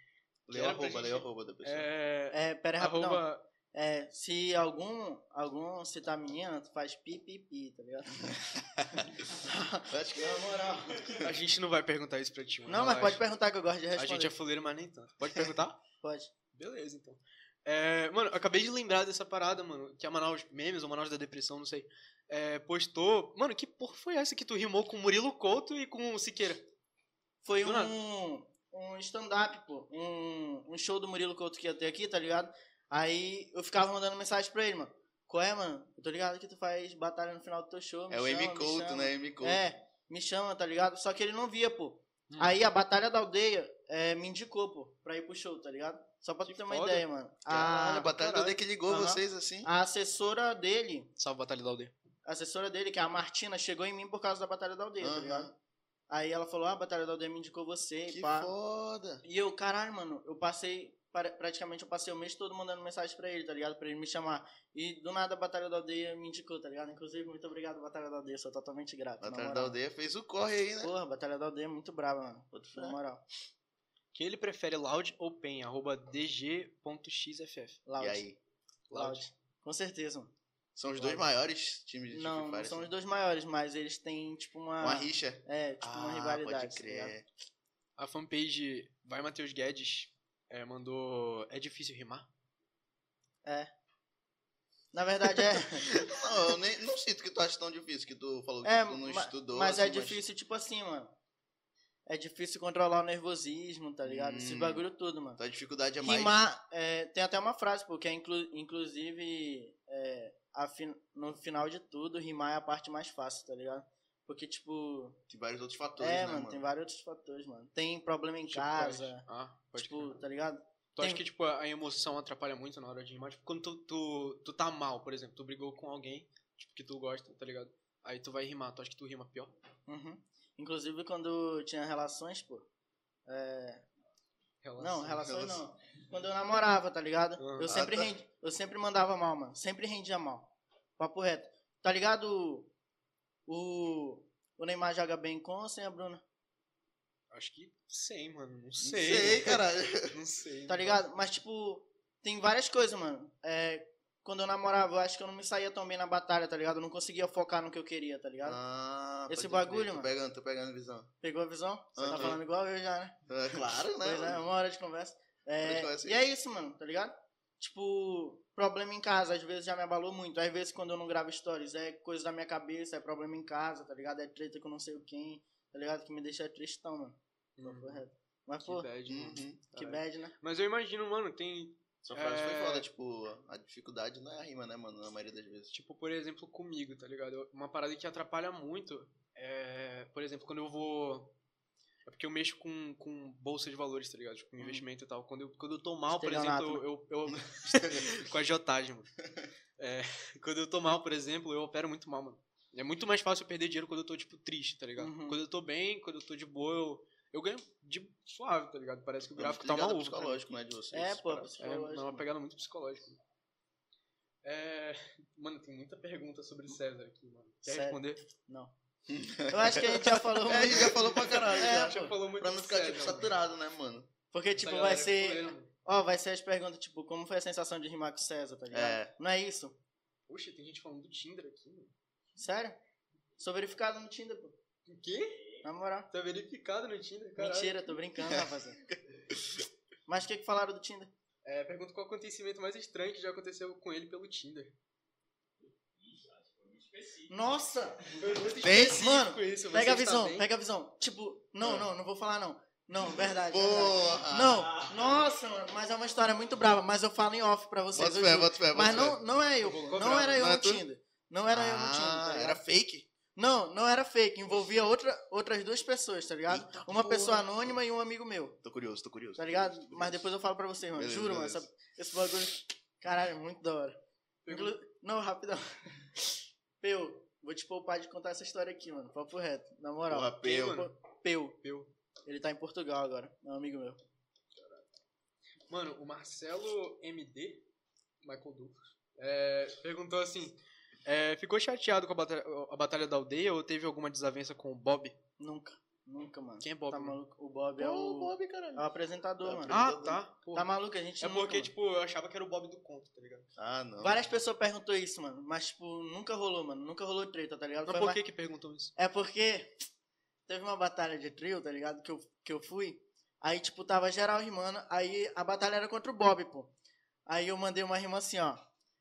Speaker 3: Leu
Speaker 1: era
Speaker 3: a
Speaker 1: pra
Speaker 3: arroba,
Speaker 1: gente-
Speaker 3: leu a arroba da pessoa.
Speaker 1: É.
Speaker 2: É, pera aí, rapidão.
Speaker 1: Arroba.
Speaker 2: É, se algum, algum citar menina, tu faz pi, pi, pi, tá ligado?
Speaker 3: Eu acho que
Speaker 2: Na moral.
Speaker 1: A gente não vai perguntar isso pra ti, mano.
Speaker 2: Não, mas pode
Speaker 1: relaxa.
Speaker 2: perguntar que eu gosto de
Speaker 1: A
Speaker 2: responder.
Speaker 1: gente é fuleiro, mas nem tanto. Pode perguntar?
Speaker 2: Pode.
Speaker 1: Beleza, então. É, mano, eu acabei de lembrar dessa parada, mano, que a Manaus Memes, ou Manaus da Depressão, não sei, é, postou. Mano, que porra foi essa que tu rimou com o Murilo Couto e com o Siqueira?
Speaker 2: Foi
Speaker 1: Do nada.
Speaker 2: um, um stand-up, pô. Um, um show do Murilo Couto que ia ter aqui, tá ligado? Aí eu ficava mandando mensagem pra ele, mano. Qual é, mano? Eu tô ligado que tu faz batalha no final do teu show. me
Speaker 3: É o
Speaker 2: chama,
Speaker 3: M
Speaker 2: me
Speaker 3: Couto,
Speaker 2: chama.
Speaker 3: né? M Couto.
Speaker 2: É, me chama, tá ligado? Só que ele não via, pô.
Speaker 1: Hum.
Speaker 2: Aí a Batalha da Aldeia é, me indicou, pô, pra ir pro show, tá ligado? Só pra tu
Speaker 1: Que
Speaker 2: ter uma
Speaker 1: foda.
Speaker 2: ideia, mano.
Speaker 3: Caralho, a
Speaker 2: A,
Speaker 3: Ah, batalha
Speaker 1: caralho.
Speaker 3: toda que ligou
Speaker 2: Ah, Aham.
Speaker 3: vocês assim.
Speaker 2: a assessora dele,
Speaker 1: Salve Batalha da Aldeia.
Speaker 2: a assessora dele, que é a Martina, chegou em mim por causa da Batalha da Aldeia, tá
Speaker 3: Aham.
Speaker 2: ligado? Aí ela falou, ah, a Batalha da Aldeia me indicou você, e
Speaker 3: Que
Speaker 2: pá.
Speaker 3: foda.
Speaker 2: E eu, caralho, mano, eu passei, pra- praticamente eu passei o mês todo mandando mensagem pra ele, tá ligado? Pra ele me chamar. E do nada a Batalha da Aldeia me indicou, tá ligado? Inclusive, muito obrigado, Batalha da Aldeia, sou totalmente grato. na
Speaker 3: Batalha da
Speaker 2: moral.
Speaker 3: Aldeia fez o corre aí, né?
Speaker 2: Porra, Batalha da Aldeia é muito brava, mano.
Speaker 3: Outro
Speaker 2: Na moral.
Speaker 1: Que ele prefere loud ou pen? Arroba dg.xff.
Speaker 2: Loud.
Speaker 3: E aí?
Speaker 2: Loud. Com certeza, mano.
Speaker 3: São os dois
Speaker 2: Loud.
Speaker 3: maiores times de
Speaker 2: Não,
Speaker 3: Free
Speaker 2: não
Speaker 3: Fire,
Speaker 2: são
Speaker 3: assim?
Speaker 2: os dois maiores, mas eles têm, tipo, uma.
Speaker 3: Uma rixa.
Speaker 2: É, tipo, uma
Speaker 3: Ah,
Speaker 2: rivalidade.
Speaker 3: Pode crer.
Speaker 1: A fanpage Vai Matheus Guedes é, mandou. É difícil rimar?
Speaker 2: Na verdade, é.
Speaker 3: não, eu nem, não sinto que tu acha tão difícil, que tu falou que
Speaker 2: é
Speaker 3: tu não
Speaker 2: ma-
Speaker 3: estudou.
Speaker 2: mas é
Speaker 3: assim,
Speaker 2: difícil, tipo assim, mano. É difícil controlar o nervosismo, tá ligado? Esses
Speaker 3: Hum.
Speaker 2: bagulho tudo, mano.
Speaker 3: Então a dificuldade é mais.
Speaker 2: Rimar, é, tem até uma frase, porque é inclu- inclusive é, a fin- no final de tudo, rimar é a parte mais fácil, tá ligado? Porque, tipo,
Speaker 3: Tem vários outros fatores,
Speaker 2: é,
Speaker 3: né,
Speaker 2: mano,
Speaker 3: mano?
Speaker 2: tem vários outros fatores, mano. Tem problema em
Speaker 1: Tipo,
Speaker 2: casa,
Speaker 1: quais? Ah, pode
Speaker 2: tipo,
Speaker 1: tipo,
Speaker 2: tá ligado?
Speaker 1: Tu acha
Speaker 2: tem-
Speaker 1: que tipo, a emoção atrapalha muito na hora de rimar? Tipo, quando tu, tu, tu tá mal, por exemplo, tu brigou com alguém tipo, que tu gosta, tá ligado? Aí tu vai rimar, tu acha que tu rima pior?
Speaker 2: Uhum. Inclusive, quando eu tinha relações, pô. é, Não, relações
Speaker 3: relação.
Speaker 2: não. Quando eu namorava, tá ligado?
Speaker 1: Ah,
Speaker 2: Eu sempre,
Speaker 3: tá.
Speaker 2: rendi- eu sempre mandava mal, mano. Sempre rendia mal. Papo reto. Tá ligado? O, o Neymar joga bem com ou sem a Bruna?
Speaker 1: Acho que sei, mano. Não
Speaker 3: Não
Speaker 1: sei.
Speaker 3: sei, caralho.
Speaker 1: Não sei.
Speaker 2: Tá ligado? Mas, tipo, tem várias coisas, mano. É, quando eu namorava, eu acho que eu não me saía tão bem na batalha, tá ligado? Eu não conseguia focar no que eu queria, tá ligado?
Speaker 3: Ah,
Speaker 2: Esse
Speaker 3: pode crer,
Speaker 2: bagulho,
Speaker 3: tô
Speaker 2: mano.
Speaker 3: Pegando, tô pegando visão.
Speaker 2: Pegou a visão? Você tá
Speaker 3: Aham.
Speaker 2: falando igual eu já, né?
Speaker 3: É, claro, né?
Speaker 2: Pois é,
Speaker 3: mano?
Speaker 2: uma hora de conversa. É,
Speaker 3: Hora de conversa aí.
Speaker 2: e é isso, mano, tá ligado? Tipo, problema em casa, às vezes já me abalou muito. Às vezes quando eu não gravo stories, é coisa da minha cabeça, é problema em casa, tá ligado? É treta com não sei quem, tá ligado? Que me deixa tristão, mano. Papo
Speaker 1: Uhum.
Speaker 2: reto. Mas,
Speaker 1: Que
Speaker 2: pô,
Speaker 1: bad, mano.
Speaker 3: Uhum.
Speaker 2: que
Speaker 1: Caralho.
Speaker 2: bad, né?
Speaker 1: Mas eu imagino, mano, tem,
Speaker 3: Sua frase foi
Speaker 1: É.
Speaker 3: foda, tipo, a dificuldade não é a rima, né, mano? Na maioria das vezes.
Speaker 1: tipo, por exemplo, comigo, tá ligado? Eu- Uma parada que atrapalha muito é, por exemplo, quando eu vou. É porque eu mexo com, com bolsa de valores, tá ligado? Tipo, com
Speaker 2: Uhum.
Speaker 1: investimento e tal. Quando eu, quando eu tô mal, por
Speaker 2: Estelionato, né?
Speaker 1: exemplo, eu. eu, eu com a jotagem, mano. É, quando eu tô mal, por exemplo, eu opero muito mal, mano. É muito mais fácil eu perder dinheiro quando eu tô, tipo, triste, tá ligado?
Speaker 2: Uhum.
Speaker 1: Quando eu tô bem, quando eu tô de boa, eu, eu ganho de suave, tá ligado? Parece que o gráfico tá
Speaker 3: Ligado
Speaker 1: maluco.
Speaker 3: ao psicológico, né, de vocês.
Speaker 2: É, pô,
Speaker 3: Parada.
Speaker 1: É,
Speaker 2: psicológico.
Speaker 1: é uma
Speaker 2: mano.
Speaker 1: pegada muito psicológica. É... Mano, tem muita pergunta sobre César aqui, mano. Quer
Speaker 2: Sério?
Speaker 1: responder?
Speaker 2: Eu acho que a gente já falou
Speaker 3: É, a
Speaker 2: muito.
Speaker 3: gente já falou pra caralho,
Speaker 2: É,
Speaker 3: já.
Speaker 1: Já falou muito
Speaker 3: Pra não
Speaker 1: do
Speaker 3: ficar, tipo,
Speaker 1: César, mano.
Speaker 3: saturado, né, mano?
Speaker 2: Porque,
Speaker 1: Essa
Speaker 2: tipo, vai
Speaker 1: galera
Speaker 2: ser.
Speaker 1: ficou lendo.
Speaker 2: Ó, vai ser as perguntas, tipo, como foi a sensação de rimar com o César, tá ligado?
Speaker 3: É.
Speaker 2: Não é isso?
Speaker 1: Poxa, tem gente falando do Tinder aqui, mano.
Speaker 2: Sério? Sou verificado no Tinder, pô.
Speaker 1: O quê?
Speaker 2: Na moral.
Speaker 1: Tá verificado no Tinder, cara.
Speaker 2: Mentira, tô brincando, rapaziada. Mas o que, que falaram do Tinder?
Speaker 1: É, pergunta qual acontecimento mais estranho que já aconteceu com ele pelo Tinder.
Speaker 2: Nossa!
Speaker 1: Foi muito
Speaker 3: Tem?
Speaker 1: específico
Speaker 2: Mano,
Speaker 1: isso,
Speaker 2: Pega a
Speaker 1: você está
Speaker 2: visão,
Speaker 1: tá bem?
Speaker 2: pega a visão. Tipo, não,
Speaker 3: Ah.
Speaker 2: não, não vou falar não. Não, verdade. verdade.
Speaker 3: Porra!
Speaker 2: Não, nossa, mano, mas é uma história muito brava, mas eu falo em off pra vocês.
Speaker 3: Bota
Speaker 2: eu
Speaker 3: fé,
Speaker 2: juro.
Speaker 3: bota fé, bota
Speaker 2: mas
Speaker 3: fé.
Speaker 2: não, não é eu,
Speaker 1: Eu vou
Speaker 2: pô. não
Speaker 1: cobrar.
Speaker 2: era eu
Speaker 3: Não é
Speaker 2: no
Speaker 3: tu?
Speaker 2: Tinder. Não era eu no
Speaker 3: Ah,
Speaker 2: Tinder, tá ligado?
Speaker 3: Era fake?
Speaker 2: Não, não era fake, envolvia outra, outras duas pessoas, tá ligado?
Speaker 3: Eita
Speaker 2: uma
Speaker 3: porra.
Speaker 2: pessoa anônima e um amigo meu,
Speaker 3: Tô curioso, tô curioso.
Speaker 2: tá ligado?
Speaker 3: Tô curioso.
Speaker 2: Mas depois eu falo pra vocês, mano.
Speaker 3: Beleza,
Speaker 2: Juro, mano,
Speaker 3: beleza.
Speaker 2: essa- esse bagulho. Caralho, é muito da hora.
Speaker 1: Pergunta-
Speaker 2: Inclu- Não, rapidão. Peu, vou te poupar de contar essa história aqui, mano. Papo reto, na moral.
Speaker 3: Porra, Peu.
Speaker 1: mano?
Speaker 2: Peu.
Speaker 1: Peu.
Speaker 2: Ele tá em Portugal agora, é um amigo meu.
Speaker 1: Mano, o Marcelo MD, Michael Douglas, é, perguntou assim: é, ficou chateado com a batalha, a batalha da aldeia ou teve alguma desavença com o Bob?
Speaker 2: Nunca, nunca, mano.
Speaker 1: Quem é Bob?
Speaker 2: Tá
Speaker 1: mano?
Speaker 2: maluco? O Bob é
Speaker 3: Pô,
Speaker 2: o,
Speaker 3: o Bob, caralho.
Speaker 2: é o apresentador,
Speaker 3: É o
Speaker 2: mano.
Speaker 3: apresentador.
Speaker 1: Ah, tá.
Speaker 2: Tá
Speaker 1: porra.
Speaker 2: maluco? tá A gente
Speaker 1: é
Speaker 2: nunca,
Speaker 1: porque,
Speaker 2: mano.
Speaker 1: tipo, eu achava que era o Bob do conto, tá ligado?
Speaker 3: Ah, não.
Speaker 2: Várias pessoas perguntou isso, mano. Mas, tipo, nunca rolou, mano. Nunca rolou treta, tá ligado?
Speaker 1: Mas
Speaker 2: Foi
Speaker 1: por
Speaker 2: mais-
Speaker 1: que que perguntou isso?
Speaker 2: É porque teve uma batalha de trio, tá ligado? Que eu, que eu fui. Aí, tipo, tava geral rimando. Aí a batalha era contra o Bob, pô. Aí eu mandei uma rima assim, ó.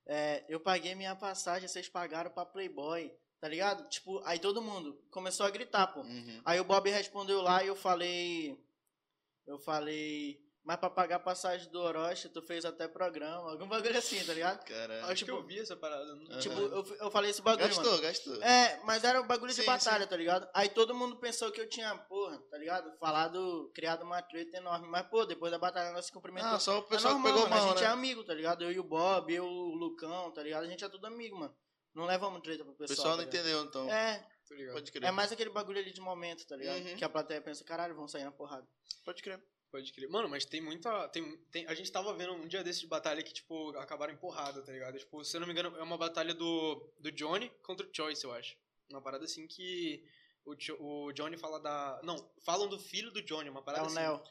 Speaker 2: É, eu paguei minha passagem, vocês pagaram pra Playboy, tá ligado? Tipo, aí todo mundo começou a gritar, pô.
Speaker 3: Uhum.
Speaker 2: Aí o Bob respondeu lá e eu falei. Eu falei. Mas pra pagar a passagem do Orochi, tu fez até programa, algum bagulho assim, tá ligado?
Speaker 3: Caralho.
Speaker 1: Acho que eu vi essa parada. não-
Speaker 3: Aham.
Speaker 2: Tipo, eu, eu falei esse bagulho, mano.
Speaker 3: Gastou, gastou.
Speaker 2: É, mas era um bagulho
Speaker 3: Sim,
Speaker 2: de batalha, tá ligado? Aí todo mundo pensou que eu tinha, porra, tá ligado? Falado, criado uma treta enorme. Mas, pô, depois da batalha nós se cumprimentamos.
Speaker 3: Ah, só o
Speaker 2: É
Speaker 3: pessoal
Speaker 2: normal,
Speaker 3: que pegou
Speaker 2: mano,
Speaker 3: mal,
Speaker 2: a gente
Speaker 3: né?
Speaker 2: é amigo, tá ligado? Eu e o Bob, eu o Lucão, tá ligado? A gente é tudo amigo, mano. Não levamos treta pro
Speaker 3: O
Speaker 2: pessoal.
Speaker 3: pessoal não
Speaker 2: tá ligado?
Speaker 3: entendeu, então.
Speaker 2: É,
Speaker 1: Tô tá ligado.
Speaker 3: Pode crer.
Speaker 2: é mais aquele bagulho ali de momento, tá ligado?
Speaker 3: Uhum.
Speaker 2: Que a plateia pensa, caralho, vão sair na porrada. É
Speaker 3: Pode crer.
Speaker 1: Pode crer. Mano, mas tem muita. Tem, tem- a gente tava vendo um dia desse de batalha que, tipo, acabaram em porrada, tá ligado? Tipo, se eu não me engano, é uma batalha do, do Johnny contra o Choice, eu acho. Uma parada assim que. O, Jo- o Johnny fala da. Não, falam do filho do Johnny, uma
Speaker 2: É
Speaker 1: parada
Speaker 2: o
Speaker 1: assim.
Speaker 2: Nel.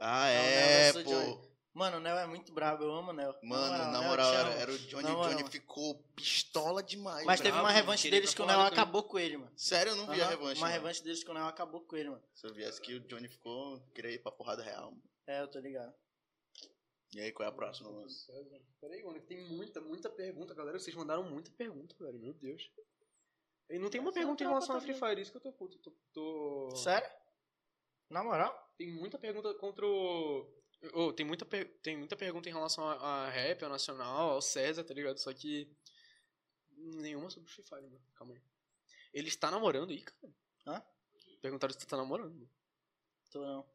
Speaker 3: Ah,
Speaker 2: Não,
Speaker 3: é,
Speaker 2: não, eu sou
Speaker 3: pô.
Speaker 2: Mano, o Nel é muito brabo, eu amo o Nel.
Speaker 3: Mano, na
Speaker 2: Nel,
Speaker 3: moral,
Speaker 2: te amo.
Speaker 3: era, era o Johnny.
Speaker 2: Na
Speaker 3: O
Speaker 2: moral,
Speaker 3: Johnny
Speaker 2: mano.
Speaker 3: ficou pistola demais.
Speaker 2: Mas
Speaker 3: velho.
Speaker 2: teve uma
Speaker 1: brabo,
Speaker 2: revanche
Speaker 1: queria ir
Speaker 2: deles
Speaker 1: pra
Speaker 2: que o
Speaker 1: porrada
Speaker 2: Nel
Speaker 1: também.
Speaker 2: acabou com ele, mano.
Speaker 3: Sério, eu não vi a
Speaker 2: Aham,
Speaker 3: revanche.
Speaker 2: Uma
Speaker 3: mano.
Speaker 2: revanche deles que o Nel acabou com ele, mano.
Speaker 3: Se eu viesse que o Johnny ficou, queria ir pra porrada real. mano.
Speaker 2: É, eu tô ligado.
Speaker 3: E aí, qual é a próxima, mano?
Speaker 1: Peraí, mano, tem muita, muita pergunta, galera. Vocês mandaram muita pergunta, velho. Meu Deus. E não tem uma
Speaker 2: Essa é
Speaker 1: pergunta em
Speaker 2: uma
Speaker 1: relação a
Speaker 2: tropa
Speaker 1: Free Fire, isso que eu tô puto. Tô, tô-
Speaker 2: Sério? Na moral?
Speaker 1: Tem muita pergunta contra o. Ô, tem, muita per- tem muita pergunta em relação a, a rap, ao nacional, ao César, tá ligado? Só que. Nenhuma sobre o Free Fire, mano. Calma aí. Ele está namorando aí, cara?
Speaker 2: Hã?
Speaker 1: Perguntaram se tu tá namorando.
Speaker 2: Tô não.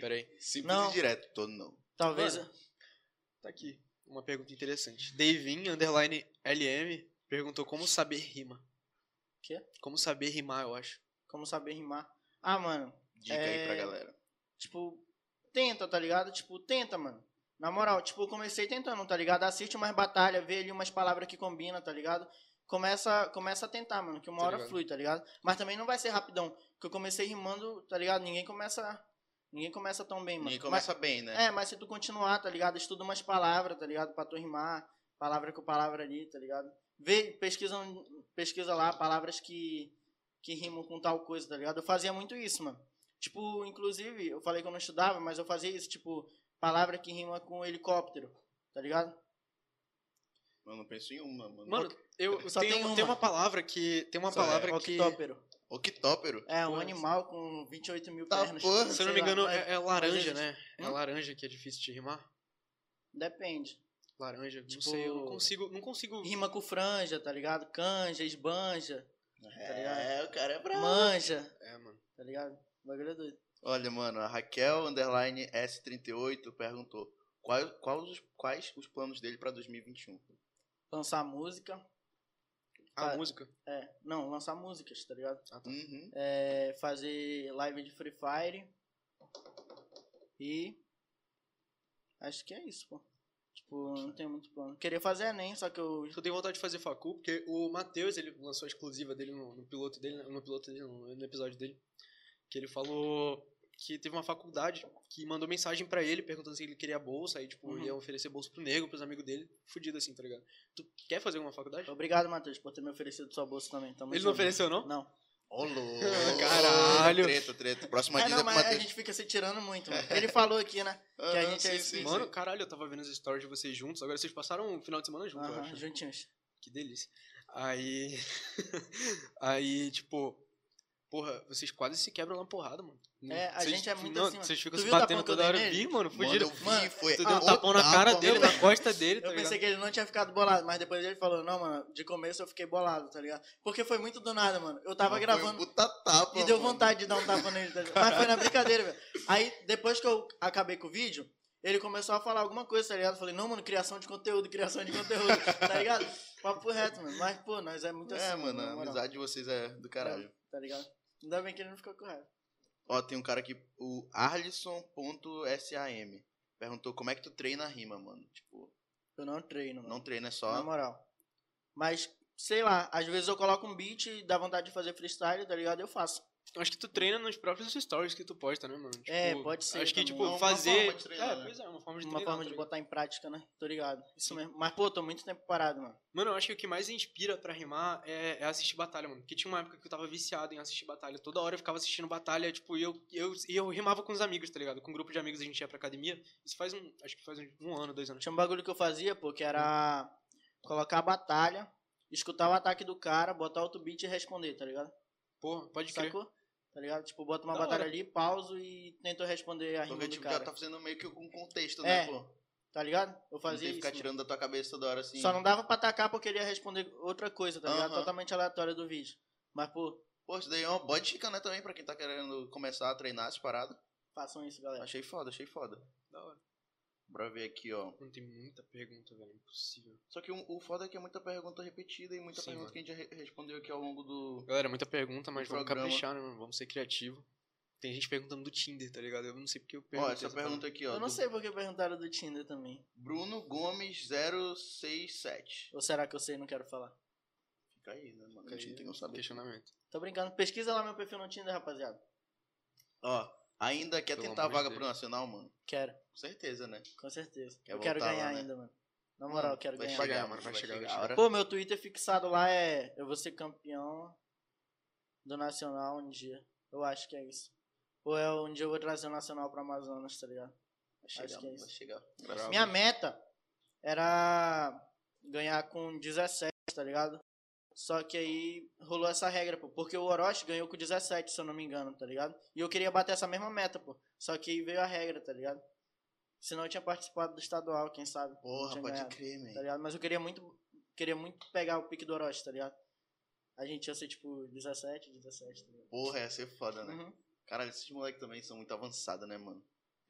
Speaker 1: Pera aí.
Speaker 3: Simples
Speaker 2: Não.
Speaker 3: e direto, tô não.
Speaker 2: Talvez.
Speaker 1: Mano. Tá aqui. Uma pergunta interessante. Davin, underline LM, perguntou como saber rima.
Speaker 2: Quê?
Speaker 1: Como saber rimar, eu acho.
Speaker 2: Como saber rimar? Ah, mano.
Speaker 3: Dica aí pra
Speaker 2: É.
Speaker 3: galera.
Speaker 2: Tipo, tenta, tá ligado? Tipo, tenta, mano. Na moral, tipo, eu comecei tentando, tá ligado? Assiste umas batalhas, vê ali umas palavras que combinam, tá ligado? Começa, começa a tentar, mano, que uma
Speaker 1: Tá
Speaker 2: hora
Speaker 1: ligado.
Speaker 2: flui, tá ligado? Mas também não vai ser rapidão, porque eu comecei rimando, tá ligado? Ninguém começa, ninguém começa tão bem, mano.
Speaker 3: Ninguém
Speaker 2: Mas-
Speaker 3: começa bem, né?
Speaker 2: É, mas se tu continuar, tá ligado? Estuda umas palavras, tá ligado? Pra tu rimar, palavra com palavra ali, tá ligado? Vê, pesquisa, pesquisa lá palavras que, que rimam com tal coisa, tá ligado? Eu fazia muito isso, mano. Tipo, inclusive, eu falei que eu não estudava, mas eu fazia isso, tipo, palavra que rima com helicóptero, tá ligado?
Speaker 3: Eu não penso em uma, mano.
Speaker 1: Mano, eu
Speaker 2: Só
Speaker 1: tem,
Speaker 2: tem
Speaker 1: uma.
Speaker 2: uma.
Speaker 1: tem uma palavra que. Tem uma
Speaker 3: Só é.
Speaker 1: palavra que.
Speaker 2: Octópero.
Speaker 3: Octópero.
Speaker 2: É, um
Speaker 1: Porra.
Speaker 2: animal com 28 mil
Speaker 3: Tá
Speaker 2: pernas.
Speaker 3: porra.
Speaker 1: Se eu
Speaker 2: sei
Speaker 1: não me
Speaker 2: lá,
Speaker 1: engano,
Speaker 2: mas
Speaker 1: é, é laranja,
Speaker 2: mas
Speaker 1: né? É
Speaker 2: Hum?
Speaker 1: laranja que é difícil de rimar.
Speaker 2: Depende.
Speaker 1: Laranja, não
Speaker 2: Tipo-
Speaker 1: sei, eu não consigo. Não consigo.
Speaker 2: Rima com franja, tá ligado? Canja, esbanja,
Speaker 3: É, o cara é brabo.
Speaker 2: manja,
Speaker 1: É, tá mano.
Speaker 2: tá ligado? O bagulho é doido.
Speaker 3: Olha, mano, a Raquel underline S38 perguntou quais, quais, os, quais os planos dele pra 2021.
Speaker 2: lançar música.
Speaker 1: A
Speaker 2: Tá.
Speaker 1: música.
Speaker 2: É, não, lançar músicas, tá ligado?
Speaker 3: Uhum.
Speaker 2: É, fazer live de Free Fire. E. Acho que é isso, pô. Tipo, não tem muito plano. Queria fazer Enem, só que eu.
Speaker 1: Eu tenho vontade de fazer facu, porque o Matheus, ele lançou a exclusiva dele no, no piloto dele, né? no piloto dele, não, no episódio dele, que ele falou que teve uma faculdade que mandou mensagem pra ele perguntando se ele queria bolsa, aí tipo,
Speaker 2: Uhum.
Speaker 1: ia oferecer bolsa pro negro, pros amigos dele, fudido assim, tá ligado? Tu quer fazer alguma faculdade?
Speaker 2: Obrigado, Matheus, por ter me oferecido sua bolsa também. Tamo
Speaker 1: Ele
Speaker 2: junto.
Speaker 1: não ofereceu, não?
Speaker 2: Não.
Speaker 3: Ô, louco.
Speaker 1: Caralho.
Speaker 3: Treta, treta. Próxima
Speaker 2: É,
Speaker 3: dica
Speaker 2: não,
Speaker 3: é pro
Speaker 2: mas a
Speaker 3: Matheus. Ah,
Speaker 2: gente fica se tirando muito, mano. Ele falou aqui, né? que a
Speaker 3: Aham,
Speaker 2: gente é esse- Sim,
Speaker 1: Mano, caralho, eu tava vendo as stories de vocês juntos, agora vocês passaram um final de semana junto, eu
Speaker 2: Aham,
Speaker 1: acho.
Speaker 2: juntinhos.
Speaker 1: Que delícia. Aí. aí, tipo. Porra, vocês quase se quebram na porrada, mano.
Speaker 2: É, a
Speaker 1: Vocês-
Speaker 2: gente é muito
Speaker 1: não,
Speaker 2: assim, mano.
Speaker 1: Vocês ficam
Speaker 2: Tu
Speaker 1: se
Speaker 2: viu o
Speaker 1: batendo
Speaker 2: tapão que eu
Speaker 1: toda hora.
Speaker 2: dei
Speaker 1: Eu vi,
Speaker 2: nele?
Speaker 1: mano, fudido.
Speaker 3: eu vi, foi.
Speaker 1: Tu deu
Speaker 3: Ah,
Speaker 1: um tapão na
Speaker 3: tapa,
Speaker 1: cara
Speaker 3: mano.
Speaker 1: dele, na costa dele, tá
Speaker 2: Eu
Speaker 1: ligado?
Speaker 2: pensei que ele não tinha ficado bolado, mas depois ele falou, não, mano, de começo eu fiquei bolado, tá ligado? Porque foi muito do nada, mano. Eu tava
Speaker 3: Foi um
Speaker 2: gravando.
Speaker 3: puta tapa,
Speaker 2: E deu
Speaker 3: mano.
Speaker 2: vontade de dar um tapa nele. tá ligado? Mas foi na brincadeira, velho. Aí, depois que eu acabei com o vídeo, ele começou a falar alguma coisa, tá ligado? Eu falei, não, mano, criação de conteúdo, criação de conteúdo, tá ligado? Papo reto, mano. Mas, pô, nós é muito assim.
Speaker 3: É, mano,
Speaker 2: na
Speaker 3: a
Speaker 2: moral,
Speaker 3: amizade de vocês é do caralho.
Speaker 2: Tá ligado? Ainda bem que ele não ficou com raiva.
Speaker 3: Ó, tem um cara aqui, o Arlisson.sam. Perguntou como é que tu treina a rima, mano. Tipo,
Speaker 2: Eu não treino, mano.
Speaker 3: não treina, é
Speaker 2: Na
Speaker 3: só.
Speaker 2: moral. Mas, sei lá, às vezes eu coloco um beat e dá vontade de fazer freestyle, tá ligado? Eu faço.
Speaker 1: Eu Acho que tu treina nos próprios stories que tu posta, né, mano? Tipo,
Speaker 2: É, pode ser
Speaker 1: Acho que,
Speaker 2: também.
Speaker 1: tipo,
Speaker 3: É uma
Speaker 1: fazer.
Speaker 3: forma de treinar,
Speaker 1: é,
Speaker 3: né?
Speaker 1: pois é, uma forma de
Speaker 2: Uma
Speaker 1: treinar.
Speaker 2: forma
Speaker 1: tá
Speaker 2: de
Speaker 1: ligado?
Speaker 2: botar em prática, né? Tô ligado. Isso mesmo. Mas, pô, tô muito tempo parado, mano.
Speaker 1: Mano, eu acho que o que mais inspira pra rimar é, é assistir batalha, mano. Porque tinha uma época que eu tava viciado em assistir batalha. Toda hora eu ficava assistindo batalha, tipo, e eu, e eu, e eu rimava com os amigos, tá ligado? Com um grupo de amigos a gente ia pra academia. Isso faz um. Acho que faz um, um ano, dois anos.
Speaker 2: Tinha um bagulho que eu fazia, pô, que era
Speaker 3: Hum.
Speaker 2: colocar a batalha, escutar o ataque do cara, botar outro beat e responder, tá ligado?
Speaker 1: Porra, pode crer.
Speaker 2: Sacou? Tá ligado? Tipo, bota uma
Speaker 1: Da
Speaker 2: batalha
Speaker 1: hora.
Speaker 2: ali, pauso e tento responder a rima
Speaker 3: Porque,
Speaker 2: do
Speaker 3: tipo, já
Speaker 2: cara.
Speaker 3: tá fazendo meio que um contexto,
Speaker 2: É,
Speaker 3: né, pô?
Speaker 2: Tá ligado? Eu
Speaker 3: Não
Speaker 2: fazia
Speaker 3: tem que
Speaker 2: isso.
Speaker 3: ficar
Speaker 2: mano.
Speaker 3: tirando da tua cabeça toda hora, assim.
Speaker 2: Só não dava pra atacar porque ele ia responder outra coisa, tá ligado?
Speaker 3: Aham.
Speaker 2: Totalmente aleatória do vídeo. Mas, pô,
Speaker 3: Pô, isso daí é uma boa dica, né, também, pra quem tá querendo começar a treinar essa parada.
Speaker 2: façam isso, galera.
Speaker 3: Achei foda, achei foda.
Speaker 1: Da hora.
Speaker 3: Bora ver aqui, ó.
Speaker 1: Mano, tem muita pergunta, velho. Impossível.
Speaker 3: Só que o, o foda é que é muita pergunta repetida e muita
Speaker 1: Sim, mano.
Speaker 3: pergunta que a gente já re- respondeu aqui ao longo do.
Speaker 1: Galera, muita pergunta, mas
Speaker 3: O
Speaker 1: vamos
Speaker 3: programa.
Speaker 1: caprichar, né, mano? Vamos ser criativo. Tem gente perguntando do Tinder, tá ligado? Eu não sei porque eu
Speaker 3: Ó,
Speaker 1: perguntei.
Speaker 3: essa
Speaker 1: parada.
Speaker 3: pergunta aqui, ó.
Speaker 2: Eu não
Speaker 3: é do
Speaker 2: sei porque perguntaram do Tinder também.
Speaker 3: Bruno Gomes 067.
Speaker 2: Ou será que eu sei e não quero falar?
Speaker 3: Fica aí, né, mano?
Speaker 1: Fica
Speaker 3: A gente
Speaker 1: aí
Speaker 3: não tem como saber.
Speaker 1: Questionamento.
Speaker 2: Tô brincando. Pesquisa lá meu perfil no Tinder, rapaziada.
Speaker 3: Ó, ainda quer
Speaker 1: Pelo
Speaker 3: tentar a
Speaker 1: amor de
Speaker 3: vaga
Speaker 1: Deus.
Speaker 3: pro Nacional, mano?
Speaker 2: Quero,
Speaker 3: Com certeza, né?
Speaker 2: com certeza.
Speaker 3: Quer
Speaker 2: eu quero
Speaker 3: voltar
Speaker 2: ganhar
Speaker 3: lá, né?
Speaker 2: ainda, mano. Na moral, eu quero
Speaker 3: vai
Speaker 2: ganhar.
Speaker 3: Chegar,
Speaker 1: Vai ganhar,
Speaker 3: mano,
Speaker 1: mano, vai
Speaker 3: vai
Speaker 1: chegar, vai
Speaker 3: chegar a hora.
Speaker 2: Pô, meu Twitter fixado lá é eu vou ser campeão do Nacional um dia. Eu acho que é isso. Ou é um dia eu vou trazer o Nacional pro Amazonas, tá ligado?
Speaker 3: Vai chegar,
Speaker 2: Acho que é
Speaker 3: mano,
Speaker 2: isso.
Speaker 3: vai chegar.
Speaker 1: Bravo.
Speaker 2: Minha meta era ganhar com 17, tá ligado? Só que aí rolou essa regra, pô. Porque o Orochi ganhou com 17, se eu não me engano, tá ligado? E eu queria bater essa mesma meta, pô. Só que aí veio a regra, tá ligado? Senão eu tinha participado do estadual, quem sabe.
Speaker 3: Porra,
Speaker 2: Tinha
Speaker 3: pode
Speaker 2: ganhado,
Speaker 3: crer, man.
Speaker 2: Tá ligado? Mas eu queria muito, queria muito pegar o pique do Orochi, tá ligado? A gente ia ser tipo 17, 17, tá ligado?
Speaker 3: Porra, ia ser foda, né?
Speaker 2: Uhum.
Speaker 3: Caralho, esses moleques também são muito avançados, né, mano?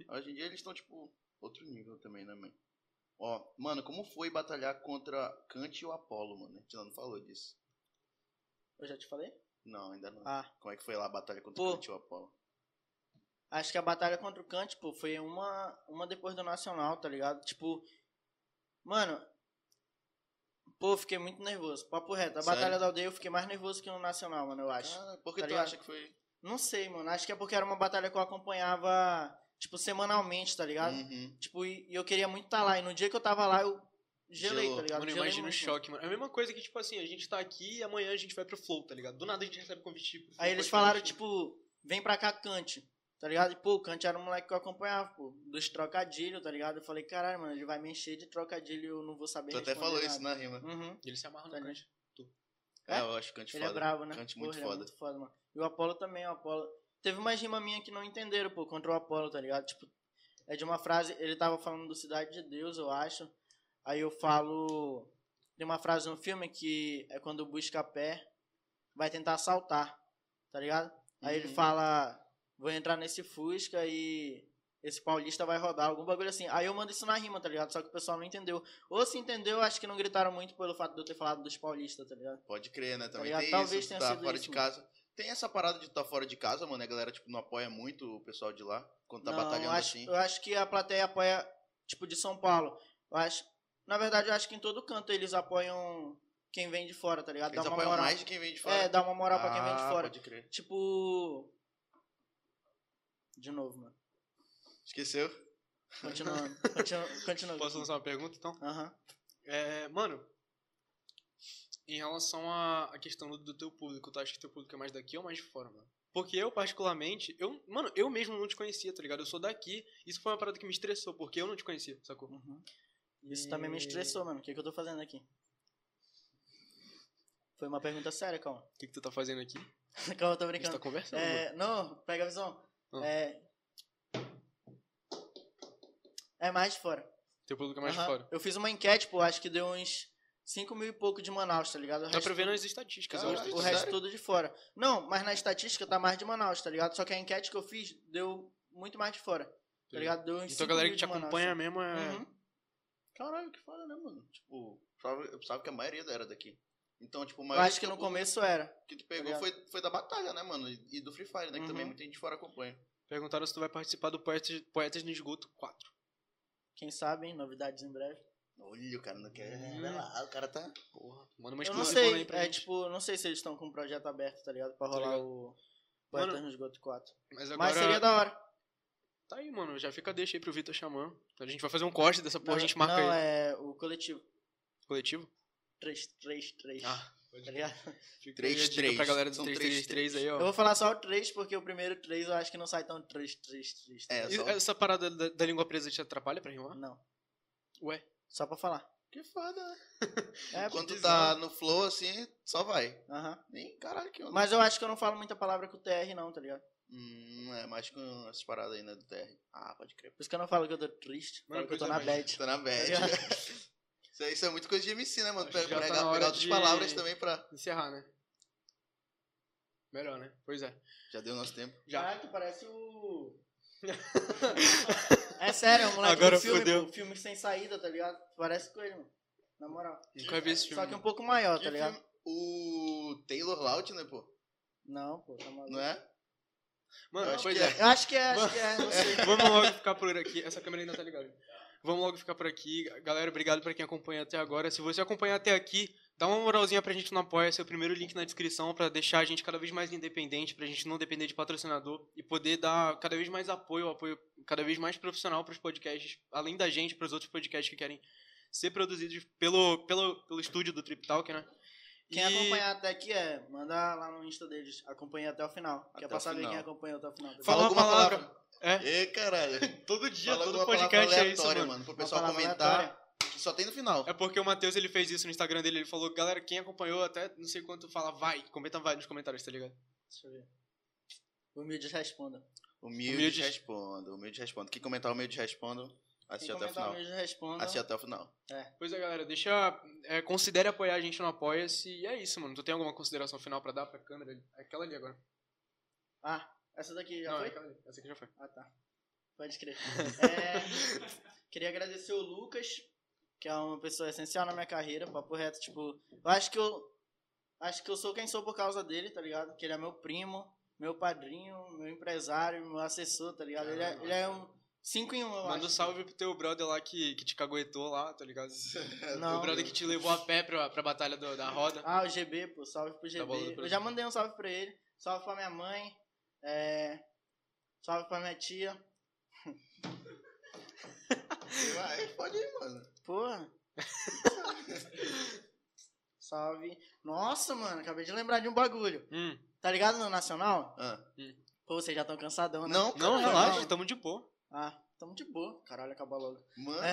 Speaker 3: Hoje em dia eles estão, tipo, outro nível também, né, mano? Ó, mano, como foi batalhar contra Kant e o Apollo, mano? A gente ainda não falou disso.
Speaker 2: Eu já te falei?
Speaker 3: Não, ainda não.
Speaker 2: Ah.
Speaker 3: Como é que foi lá a batalha contra
Speaker 2: Pô.
Speaker 3: Kant e o Apollo?
Speaker 2: Acho que a batalha contra o Kant, pô, foi uma, uma depois do Nacional, tá ligado? Tipo, mano, pô, fiquei muito nervoso. Papo reto, a
Speaker 3: Sério? Ah,
Speaker 2: batalha da aldeia eu fiquei mais nervoso que no Nacional, mano, eu acho.
Speaker 3: Cara, por que
Speaker 2: tá
Speaker 3: tu
Speaker 2: ligado?
Speaker 3: acha que foi?
Speaker 2: Não sei, mano, acho que é porque era uma batalha que eu acompanhava, tipo, semanalmente, tá ligado?
Speaker 3: Uhum.
Speaker 2: Tipo, e, e eu queria muito estar lá, e no dia que eu tava lá eu gelei,
Speaker 3: Gelou.
Speaker 2: tá ligado?
Speaker 1: Mano,
Speaker 2: Gelei
Speaker 1: imagina o
Speaker 2: muito,
Speaker 1: choque, mano. É a mesma coisa que, tipo assim, a gente tá aqui e amanhã a gente vai pro Flow, tá ligado? Do nada a gente recebe convite. pro Flow
Speaker 2: Aí eles
Speaker 1: Podcast.
Speaker 2: falaram, tipo, vem pra cá, Kant. Tá ligado? E, pô, o Kant era um moleque que eu acompanhava, pô. Dos trocadilhos, tá ligado? Eu falei, caralho, mano, ele vai me encher de trocadilho e eu não vou saber
Speaker 3: Tu até
Speaker 2: responder
Speaker 3: falou
Speaker 2: nada.
Speaker 3: isso né? na rima.
Speaker 2: Uhum.
Speaker 1: E eles se amarram
Speaker 2: Tá
Speaker 1: no canto.
Speaker 2: É?
Speaker 3: É, eu acho Kant
Speaker 2: Ele
Speaker 3: foda.
Speaker 2: é bravo, né?
Speaker 3: Kant
Speaker 2: Porra,
Speaker 3: muito
Speaker 2: ele é
Speaker 3: foda.
Speaker 2: muito foda, mano. E o Apollo também, o Apollo. Teve umas rimas minhas que não entenderam, pô, contra o Apollo, tá ligado? Tipo, é de uma frase, ele tava falando do Cidade de Deus, eu acho. Aí eu falo. Tem uma frase no filme que é quando busca pé, vai tentar assaltar, tá ligado? Aí ele
Speaker 3: Uhum.
Speaker 2: fala, vou entrar nesse Fusca e esse paulista vai rodar, algum bagulho assim. Aí eu mando isso na rima, tá ligado? Só que o pessoal não entendeu. Ou se entendeu, acho que não gritaram muito pelo fato de eu ter falado dos paulistas, tá ligado?
Speaker 3: Pode crer, né? Também
Speaker 2: ligado?
Speaker 3: tem
Speaker 2: Talvez
Speaker 3: isso,
Speaker 2: tenha
Speaker 3: tu tá
Speaker 2: sido
Speaker 3: fora
Speaker 2: isso,
Speaker 3: de
Speaker 2: mano.
Speaker 3: casa. Tem essa parada de tu tá fora de casa, mano, e a galera, tipo, não apoia muito o pessoal de lá quando tá
Speaker 2: Não, eu
Speaker 3: batalhando
Speaker 2: acho,
Speaker 3: assim.
Speaker 2: Eu acho que a plateia apoia, tipo, de São Paulo. Eu acho, na verdade, eu acho que em todo canto eles apoiam quem vem de fora, tá ligado?
Speaker 3: Eles
Speaker 2: dá uma
Speaker 3: apoiam
Speaker 2: moral.
Speaker 3: mais de quem vem de fora.
Speaker 2: É, dá uma moral pra quem vem de
Speaker 3: Ah,
Speaker 2: fora.
Speaker 3: Pode crer.
Speaker 2: Tipo. De novo, mano.
Speaker 3: Esqueceu?
Speaker 2: Continuando. continu, continuando.
Speaker 1: Posso lançar uma pergunta, então?
Speaker 2: Aham.
Speaker 1: É, mano, em relação à, à questão do, do teu público, tu acha que teu público é mais daqui ou mais de fora, mano? Porque eu, particularmente, eu, mano, eu mesmo não te conhecia, tá ligado? Eu sou daqui. Isso foi uma parada que me estressou, porque eu não te conhecia, sacou?
Speaker 2: Uhum. Isso também me
Speaker 1: E-
Speaker 2: estressou, mano. O que, que eu tô fazendo aqui? Foi uma pergunta séria, calma.
Speaker 1: O que, que tu tá fazendo aqui?
Speaker 2: Calma, eu tô
Speaker 1: A gente tá
Speaker 2: brincando.
Speaker 1: conversando. mano.
Speaker 2: É, não, pega a visão.
Speaker 1: Ah.
Speaker 2: É. É mais de fora.
Speaker 1: Teu público é mais
Speaker 2: Aham.
Speaker 1: de fora.
Speaker 2: Eu fiz uma enquete, pô, acho que deu uns 5 mil e pouco de Manaus, tá ligado? O
Speaker 1: Dá
Speaker 2: resto, Ah,
Speaker 1: pra ver nas estatísticas.
Speaker 3: Caralho,
Speaker 1: eu acho.
Speaker 2: o
Speaker 3: Sério?
Speaker 2: resto tudo de fora. Não, mas na estatística tá mais de Manaus, tá ligado? Só que a enquete que eu fiz deu muito mais de fora, tá ligado? Deu uns
Speaker 1: Então a
Speaker 2: 5
Speaker 1: galera
Speaker 2: mil
Speaker 1: que te
Speaker 2: de Manaus,
Speaker 1: acompanha
Speaker 2: tá
Speaker 1: mesmo é.
Speaker 2: ligado? Uhum.
Speaker 3: Caralho, que foda, né, mano? Tipo, sabe, eu pensava que a maioria era daqui. Então, tipo, a
Speaker 2: Eu
Speaker 3: maioria
Speaker 2: acho que no começo era.
Speaker 3: que tu pegou
Speaker 2: tá
Speaker 3: foi, foi da batalha, né, mano? E e do Free Fire, né? Que
Speaker 2: Uhum.
Speaker 3: também muita gente fora acompanha.
Speaker 1: Perguntaram se tu vai participar do Poetas, Poetas no Esgoto 4.
Speaker 2: Quem sabe, hein? Novidades em breve.
Speaker 3: Olha, o cara não quer
Speaker 1: Hum.
Speaker 3: revelar, o cara tá...
Speaker 1: Porra, manda uma
Speaker 2: eu não
Speaker 1: exclusiva aí
Speaker 2: sei,
Speaker 1: pra
Speaker 2: é
Speaker 1: gente.
Speaker 2: tipo, não sei se eles estão com o projeto aberto, tá ligado? Pra
Speaker 1: Tá
Speaker 2: rolar
Speaker 1: ligado.
Speaker 2: o Poetas
Speaker 1: Mano,
Speaker 2: no Esgoto 4.
Speaker 1: Mas
Speaker 2: Mas seria da hora.
Speaker 1: Tá aí, mano. Já fica a deixa aí pro Vitor chamando. A gente vai fazer um corte dessa porra,
Speaker 2: não,
Speaker 1: a gente marca
Speaker 2: não,
Speaker 1: aí.
Speaker 2: é o coletivo.
Speaker 1: Coletivo?
Speaker 2: 333.
Speaker 1: Ah,
Speaker 2: Tá ligado?
Speaker 1: fica aí a dica
Speaker 3: 3-3.
Speaker 1: Pra galera do
Speaker 3: São
Speaker 1: 333 aí,
Speaker 2: Eu
Speaker 1: ó.
Speaker 2: vou falar só o 3, porque o primeiro 3 eu acho que não sai tão 3, 3, 3.
Speaker 3: É,
Speaker 1: E
Speaker 3: só...
Speaker 1: essa parada da, da língua presa te atrapalha pra rimar?
Speaker 2: Não.
Speaker 1: Ué?
Speaker 2: Só pra falar.
Speaker 1: Que foda, né?
Speaker 2: É, pô.
Speaker 3: Quando tu tá no flow, assim, só vai.
Speaker 2: Aham.
Speaker 3: Nem caralho que onda.
Speaker 2: Mas eu acho que eu não falo muita palavra com o TR, não, tá ligado?
Speaker 3: Hum, é mais com essas paradas aí, né, do TR. Ah, pode crer.
Speaker 2: Por isso que eu não falo que eu tô triste,
Speaker 1: Mano,
Speaker 2: falo que eu tô
Speaker 1: coisa
Speaker 2: na
Speaker 1: mais-
Speaker 2: bad.
Speaker 3: Tá na
Speaker 2: Tá
Speaker 3: bad. isso, aí, isso é muito coisa de MC, né, mano?
Speaker 1: Acho que
Speaker 3: Pega,
Speaker 1: já tá
Speaker 3: pegar
Speaker 1: na hora
Speaker 3: pegar outras
Speaker 1: de-
Speaker 3: palavras também pra...
Speaker 1: Encerrar, né? Melhor, né? Pois é.
Speaker 3: Já deu nosso tempo.
Speaker 1: Já.
Speaker 2: Ah, tu parece o... é sério, é um moleque
Speaker 1: Agora
Speaker 2: do filme,
Speaker 1: fudeu.
Speaker 2: pô, filme sem saída, tá ligado? Tu parece com ele, mano. Na moral.
Speaker 1: Nunca vi esse filme.
Speaker 2: Só que um pouco maior,
Speaker 3: Que
Speaker 2: tá ligado?
Speaker 3: filme? O Taylor Lautner, né, pô.
Speaker 2: Não, pô, tá maluco.
Speaker 3: Não é?
Speaker 1: Mano,
Speaker 3: Eu acho
Speaker 1: pois
Speaker 3: que
Speaker 1: é.
Speaker 2: Eu acho que é, acho que é, não sei.
Speaker 1: Vamos logo ficar por aqui. Essa câmera ainda tá ligada. Vamos logo ficar por aqui. Galera, obrigado pra quem acompanha até agora. Se você acompanhar até aqui, dá uma moralzinha pra gente no Apoia. Seu primeiro link na descrição pra deixar a gente cada vez mais independente, pra gente não depender de patrocinador e poder dar cada vez mais apoio, apoio cada vez mais profissional pros podcasts, além da gente, pros outros podcasts que querem ser produzidos pelo, pelo, pelo estúdio do Trip Talk, né?
Speaker 2: Quem
Speaker 1: E-
Speaker 2: acompanhar até aqui é, mandar lá no Insta deles, acompanha até o final. que
Speaker 3: Até
Speaker 2: é
Speaker 3: o
Speaker 2: pra saber
Speaker 3: final.
Speaker 2: quem acompanhou até o final. tá ligado?
Speaker 1: Fala uma palavra. É.
Speaker 3: Ê, caralho.
Speaker 1: Todo dia,
Speaker 3: Fala
Speaker 1: todo
Speaker 3: alguma palavra
Speaker 1: podcast é isso,
Speaker 3: aleatória,
Speaker 1: mano.
Speaker 3: Pro
Speaker 2: Uma
Speaker 3: pessoal
Speaker 2: palavra
Speaker 3: comentar.
Speaker 2: aleatória.
Speaker 3: que Só tem no final.
Speaker 1: É porque o Matheus ele fez isso no Instagram dele, ele falou, galera, quem acompanhou até não sei quanto fala vai, comenta vai nos comentários, tá ligado?
Speaker 2: Deixa eu ver. Humildes responda.
Speaker 3: Humilde,
Speaker 1: Humilde.
Speaker 3: respondo. Humilde respondo. Quem comentar humilde respondo, assiste
Speaker 2: Quem
Speaker 3: até o
Speaker 2: comentar
Speaker 3: final.
Speaker 2: humildes responda.
Speaker 3: Assiste até o final.
Speaker 1: Pois é, galera, deixa. é, considere apoiar a gente no Apoia-se. E é isso, mano. Tu tem alguma consideração final pra dar pra câmera? ali? Aquela ali agora.
Speaker 2: Ah, essa daqui já
Speaker 1: não, é
Speaker 2: foi?
Speaker 1: aquela ali. Essa aqui já foi.
Speaker 2: Ah, tá. Pode crer. É, queria agradecer o Lucas, que é uma pessoa essencial na minha carreira, papo reto, tipo, eu acho que eu acho que eu sou quem sou por causa dele, tá ligado? Que ele é meu primo, meu padrinho, meu empresário, meu assessor, tá ligado? Ele é, ele é um 5 em 1, eu
Speaker 1: Manda um
Speaker 2: acho.
Speaker 1: salve pro teu brother lá que, que te caguetou lá, tá ligado?
Speaker 2: Não.
Speaker 1: O brother que te levou a pé pra, pra batalha do- da roda.
Speaker 2: Ah, o GB, pô, salve pro
Speaker 1: bola do
Speaker 2: GB. Eu
Speaker 1: presidente.
Speaker 2: já mandei um salve pra ele, salve pra minha mãe, é, salve pra minha tia.
Speaker 3: Vai, pode ir, mano.
Speaker 2: Porra. Salve. Nossa, mano, acabei de lembrar de um bagulho.
Speaker 1: Hum.
Speaker 2: Tá ligado no Nacional?
Speaker 3: Ah.
Speaker 2: Pô, vocês já estão cansadão, né?
Speaker 3: Não,
Speaker 1: Não,
Speaker 3: cara,
Speaker 1: relaxa,
Speaker 2: não.
Speaker 1: tamo de boa.
Speaker 2: Ah, tamo de boa. Caralho, acabou logo.
Speaker 3: Mano,
Speaker 2: É.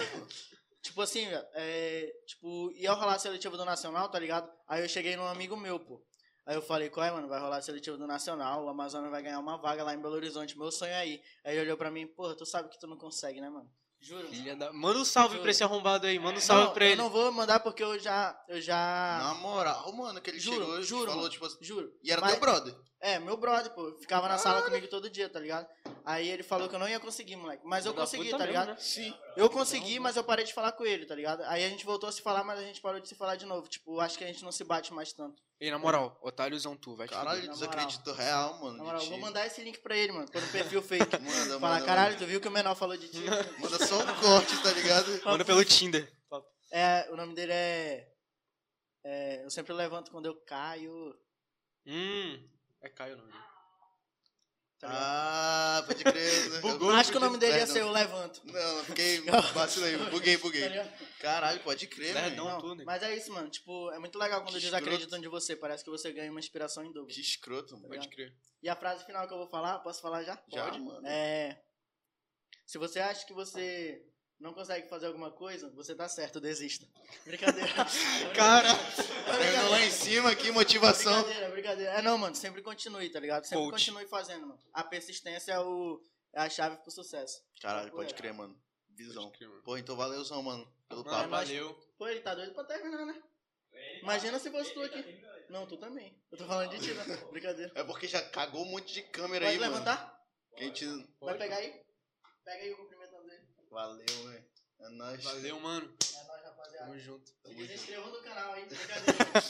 Speaker 2: Tipo assim, velho, é, tipo, ia rolar a seletiva do Nacional, tá ligado? Aí eu cheguei num amigo meu, pô. Aí eu falei, qual é, mano? Vai rolar a seletiva do Nacional, o Amazonas vai ganhar uma vaga lá em Belo Horizonte, meu sonho é aí. Aí ele olhou pra mim, porra, tu sabe que tu não consegue, né, mano? Juro.
Speaker 1: Filha da- Manda um salve pra esse arrombado aí, manda um salve
Speaker 2: não,
Speaker 1: pra
Speaker 2: eu
Speaker 1: ele.
Speaker 2: não vou mandar porque eu já. Eu já.
Speaker 3: na moral, mano, que ele
Speaker 2: Juro,
Speaker 3: chegou e
Speaker 2: juro,
Speaker 3: falou,
Speaker 2: mano.
Speaker 3: tipo assim.
Speaker 2: Juro.
Speaker 3: E era
Speaker 2: Mas-
Speaker 3: teu brother.
Speaker 2: É, meu brother, pô. Ficava na sala comigo todo dia, tá ligado? Aí ele falou que eu não ia conseguir, moleque. Mas eu
Speaker 1: Filho da
Speaker 2: consegui,
Speaker 1: puta
Speaker 2: tá
Speaker 1: mesmo,
Speaker 2: ligado?
Speaker 1: né?
Speaker 3: Sim.
Speaker 2: Eu consegui, mas eu parei de falar com ele, tá ligado? Aí a gente voltou a se falar, mas a gente parou de se falar de novo. Tipo, acho que a gente não se bate mais tanto.
Speaker 1: E na moral, otáriozão tu, vai te
Speaker 3: Caralho,
Speaker 2: Na
Speaker 3: desacredito real, mano.
Speaker 2: Na moral,
Speaker 3: de
Speaker 2: eu vou
Speaker 3: ti.
Speaker 2: mandar esse link pra ele, mano. Pelo perfil fake.
Speaker 3: Manda,
Speaker 2: Falar,
Speaker 3: manda,
Speaker 2: caralho, tu viu que o menor falou de ti?
Speaker 3: manda. Manda só um corte, tá ligado?
Speaker 1: fuder. Manda pelo Tinder.
Speaker 2: é, o nome dele é. É. Eu sempre levanto quando eu caio.
Speaker 1: Hum. É Caio o nome. dele.
Speaker 2: Tá ligado?
Speaker 3: Ah, pode crer. né?
Speaker 1: Bugou.
Speaker 3: Eu-
Speaker 2: acho que o nome dele ia
Speaker 3: Perdão.
Speaker 2: ser Eu Levanto.
Speaker 3: Não, eu fiquei. Vacilei, buguei,
Speaker 2: Tá
Speaker 3: buguei.
Speaker 2: ligado?
Speaker 3: Caralho, pode crer,
Speaker 1: Lerdão.
Speaker 3: velho.
Speaker 1: Não,
Speaker 2: Não,
Speaker 1: tudo, né?
Speaker 2: mas é isso, mano. Tipo, é muito legal quando
Speaker 3: Que
Speaker 2: eles
Speaker 3: escroto.
Speaker 2: acreditam de você. Parece que você ganha uma inspiração em dúvida.
Speaker 3: Que escroto, mano.
Speaker 1: Pode crer.
Speaker 2: E a frase final que eu vou falar, posso falar já?
Speaker 3: Já,
Speaker 2: Pode.
Speaker 3: mano.
Speaker 2: É. Se você acha que você não consegue fazer alguma coisa, você tá certo, desista. Brincadeira.
Speaker 3: Cara,
Speaker 2: Obrigado.
Speaker 3: terminou lá em cima aqui, motivação.
Speaker 2: brincadeira, brincadeira. É não, mano, sempre continue, tá ligado? Sempre
Speaker 1: Coach.
Speaker 2: continue fazendo, mano. A persistência é, o, é a chave pro sucesso.
Speaker 3: Caralho, pode crer, mano. Visão.
Speaker 1: Pode crer, mano.
Speaker 3: Pô, então valeuzão, mano, pelo
Speaker 1: Mano,
Speaker 3: papo.
Speaker 2: mas-
Speaker 1: valeu.
Speaker 2: Pô, ele tá doido pra terminar, né? Imagina se fosse tu aqui. Não, tu também. Eu tô falando de ti, né? Brincadeira.
Speaker 3: É porque já cagou um monte de câmera
Speaker 2: Pode
Speaker 3: aí, mano.
Speaker 2: levantar?
Speaker 3: Que a gente...
Speaker 2: Vai pegar aí? Pega aí o cumprimento dele.
Speaker 3: Valeu, velho. É nóis.
Speaker 1: Valeu, mano.
Speaker 2: É nóis, rapaziada.
Speaker 1: Tamo junto.
Speaker 2: Se inscrevam no canal, hein? Brincadeira.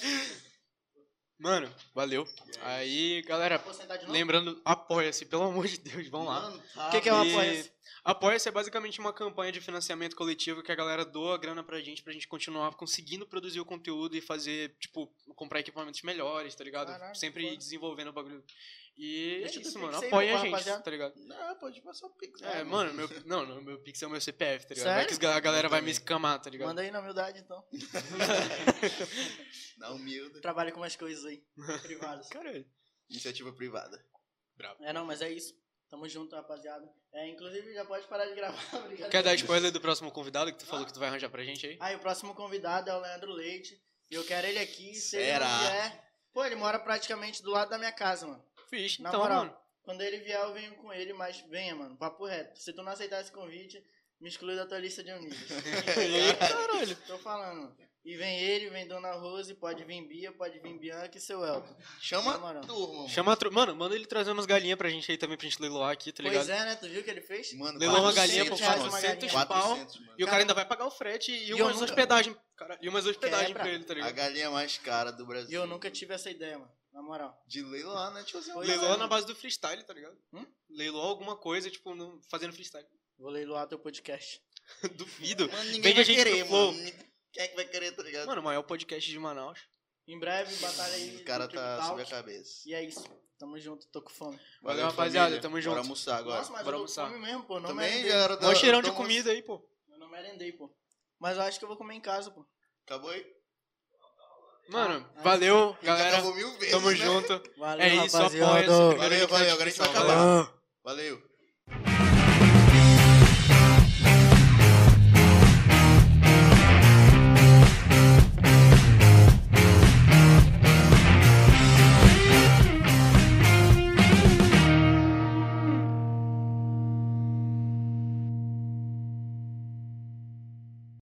Speaker 1: Mano, valeu. Aí, galera,
Speaker 2: Vou É, sentar de novo.
Speaker 1: lembrando, apoia-se, pelo amor de Deus, vamos lá.
Speaker 3: Mano, tá,
Speaker 2: Que que é o
Speaker 1: E
Speaker 2: Apoia-se?
Speaker 1: Apoia-se é basicamente uma campanha de financiamento coletivo que a galera doa grana pra gente, pra gente continuar conseguindo produzir o conteúdo e fazer, tipo, comprar equipamentos melhores, tá ligado?
Speaker 2: Caraca,
Speaker 1: Sempre
Speaker 2: foda.
Speaker 1: desenvolvendo o bagulho. E
Speaker 2: Deixa
Speaker 1: é
Speaker 2: teu
Speaker 1: isso,
Speaker 2: pix
Speaker 1: mano.
Speaker 2: aí,
Speaker 1: Apoia a
Speaker 2: vamos
Speaker 1: gente,
Speaker 2: lá, rapaziada.
Speaker 1: tá ligado?
Speaker 3: Não, pode passar o pix.
Speaker 1: É,
Speaker 3: né,
Speaker 1: mano, meu. Não, não, meu Pix é o meu CPF, tá ligado?
Speaker 2: Sério?
Speaker 1: Vai que a galera
Speaker 3: Eu
Speaker 1: vai me
Speaker 3: também.
Speaker 1: escamar, tá ligado?
Speaker 2: Manda aí na humildade, então.
Speaker 3: Na humilde.
Speaker 2: Trabalha com umas coisas aí. Privadas.
Speaker 1: Cara,
Speaker 3: Iniciativa privada.
Speaker 2: É, não, mas é isso. Tamo junto, rapaziada. É, inclusive, já pode parar de gravar. obrigado.
Speaker 1: Quer dar spoiler do próximo convidado que tu falou que tu vai arranjar pra gente aí?
Speaker 2: Aí, o próximo convidado é o Leandro Leite. E eu quero ele aqui. Se ele
Speaker 3: Será?
Speaker 2: não vier... Pô, ele mora praticamente do lado da minha casa, mano.
Speaker 1: Fiz,
Speaker 2: Na
Speaker 1: então,
Speaker 2: moral.
Speaker 1: mano.
Speaker 2: Quando ele vier, eu venho com ele, mas venha, mano. Papo reto. Se tu não aceitar esse convite, me exclui da tua lista de amigos.
Speaker 1: Ih, Caralho.
Speaker 2: Tô falando. E vem ele, vem Dona Rose, pode vir Bia, pode vir Bianca e seu Elton.
Speaker 3: Chama
Speaker 2: Na
Speaker 3: a
Speaker 2: moral.
Speaker 3: turma, mano.
Speaker 1: Chama a tru... Mano, manda ele trazer umas galinhas pra gente aí também pra gente leiloar aqui, tá ligado?
Speaker 2: Pois é, né? Tu viu o que ele fez?
Speaker 3: Mano,
Speaker 1: Leilão uma
Speaker 3: 400
Speaker 1: galinha por
Speaker 2: reais uma
Speaker 1: 400
Speaker 2: galinha.
Speaker 1: pau.
Speaker 3: 400, mano.
Speaker 1: E o cara ainda vai pagar o frete e,
Speaker 2: E eu
Speaker 1: umas
Speaker 2: nunca-
Speaker 1: hospedagens. Cara, e umas hospedagens
Speaker 2: Quebra.
Speaker 1: pra ele, tá
Speaker 3: A
Speaker 1: ligado?
Speaker 3: galinha mais cara do Brasil.
Speaker 2: E eu nunca tive essa ideia, mano. Na moral.
Speaker 3: De leiloar, né, tiozinho?
Speaker 2: Pois
Speaker 1: Leiloa
Speaker 2: é.
Speaker 1: na base do freestyle, tá ligado?
Speaker 2: Hum?
Speaker 1: Leiloa alguma coisa, tipo, no- fazendo freestyle.
Speaker 2: Vou leiloar teu podcast.
Speaker 1: Duvido.
Speaker 3: Mano,
Speaker 1: Vem
Speaker 3: ninguém
Speaker 1: que a
Speaker 3: vai
Speaker 1: gente
Speaker 3: querer,
Speaker 1: pro Flow.
Speaker 3: mano. Ni- Quem é que vai querer, tá ligado?
Speaker 1: Mano, o maior podcast de Manaus.
Speaker 2: Em breve, batalha aí.
Speaker 3: o cara
Speaker 2: no
Speaker 3: tá
Speaker 2: Tribal.
Speaker 3: sobre a cabeça.
Speaker 2: E é isso. Tamo junto, tô com fome.
Speaker 1: Valeu, rapaziada,
Speaker 3: família.
Speaker 1: tamo
Speaker 3: Bora
Speaker 1: junto.
Speaker 3: almoçar agora.
Speaker 2: Nossa, mas
Speaker 1: bora
Speaker 2: eu tô com
Speaker 1: almoçar.
Speaker 2: fome mesmo, pô. Não
Speaker 1: é
Speaker 2: então
Speaker 3: Também
Speaker 2: merendei.
Speaker 3: já era da...
Speaker 1: Mó cheirão de
Speaker 3: do almoço.
Speaker 1: comida aí, pô.
Speaker 2: Eu não merendei, pô. Mas eu acho que eu vou comer em casa, pô.
Speaker 3: Acabou aí?
Speaker 1: Mano,
Speaker 2: Ah,
Speaker 1: valeu,
Speaker 3: Já
Speaker 1: galera.
Speaker 3: Acabou mil vezes,
Speaker 1: Tamo
Speaker 3: né?
Speaker 1: junto.
Speaker 2: Valeu,
Speaker 1: É isso,
Speaker 2: rapaziada.
Speaker 1: apoia essa primeira
Speaker 3: Valeu,
Speaker 1: link na
Speaker 3: valeu, agora a gente vai
Speaker 1: descrição,
Speaker 3: acabar.
Speaker 1: valeu.
Speaker 3: Valeu.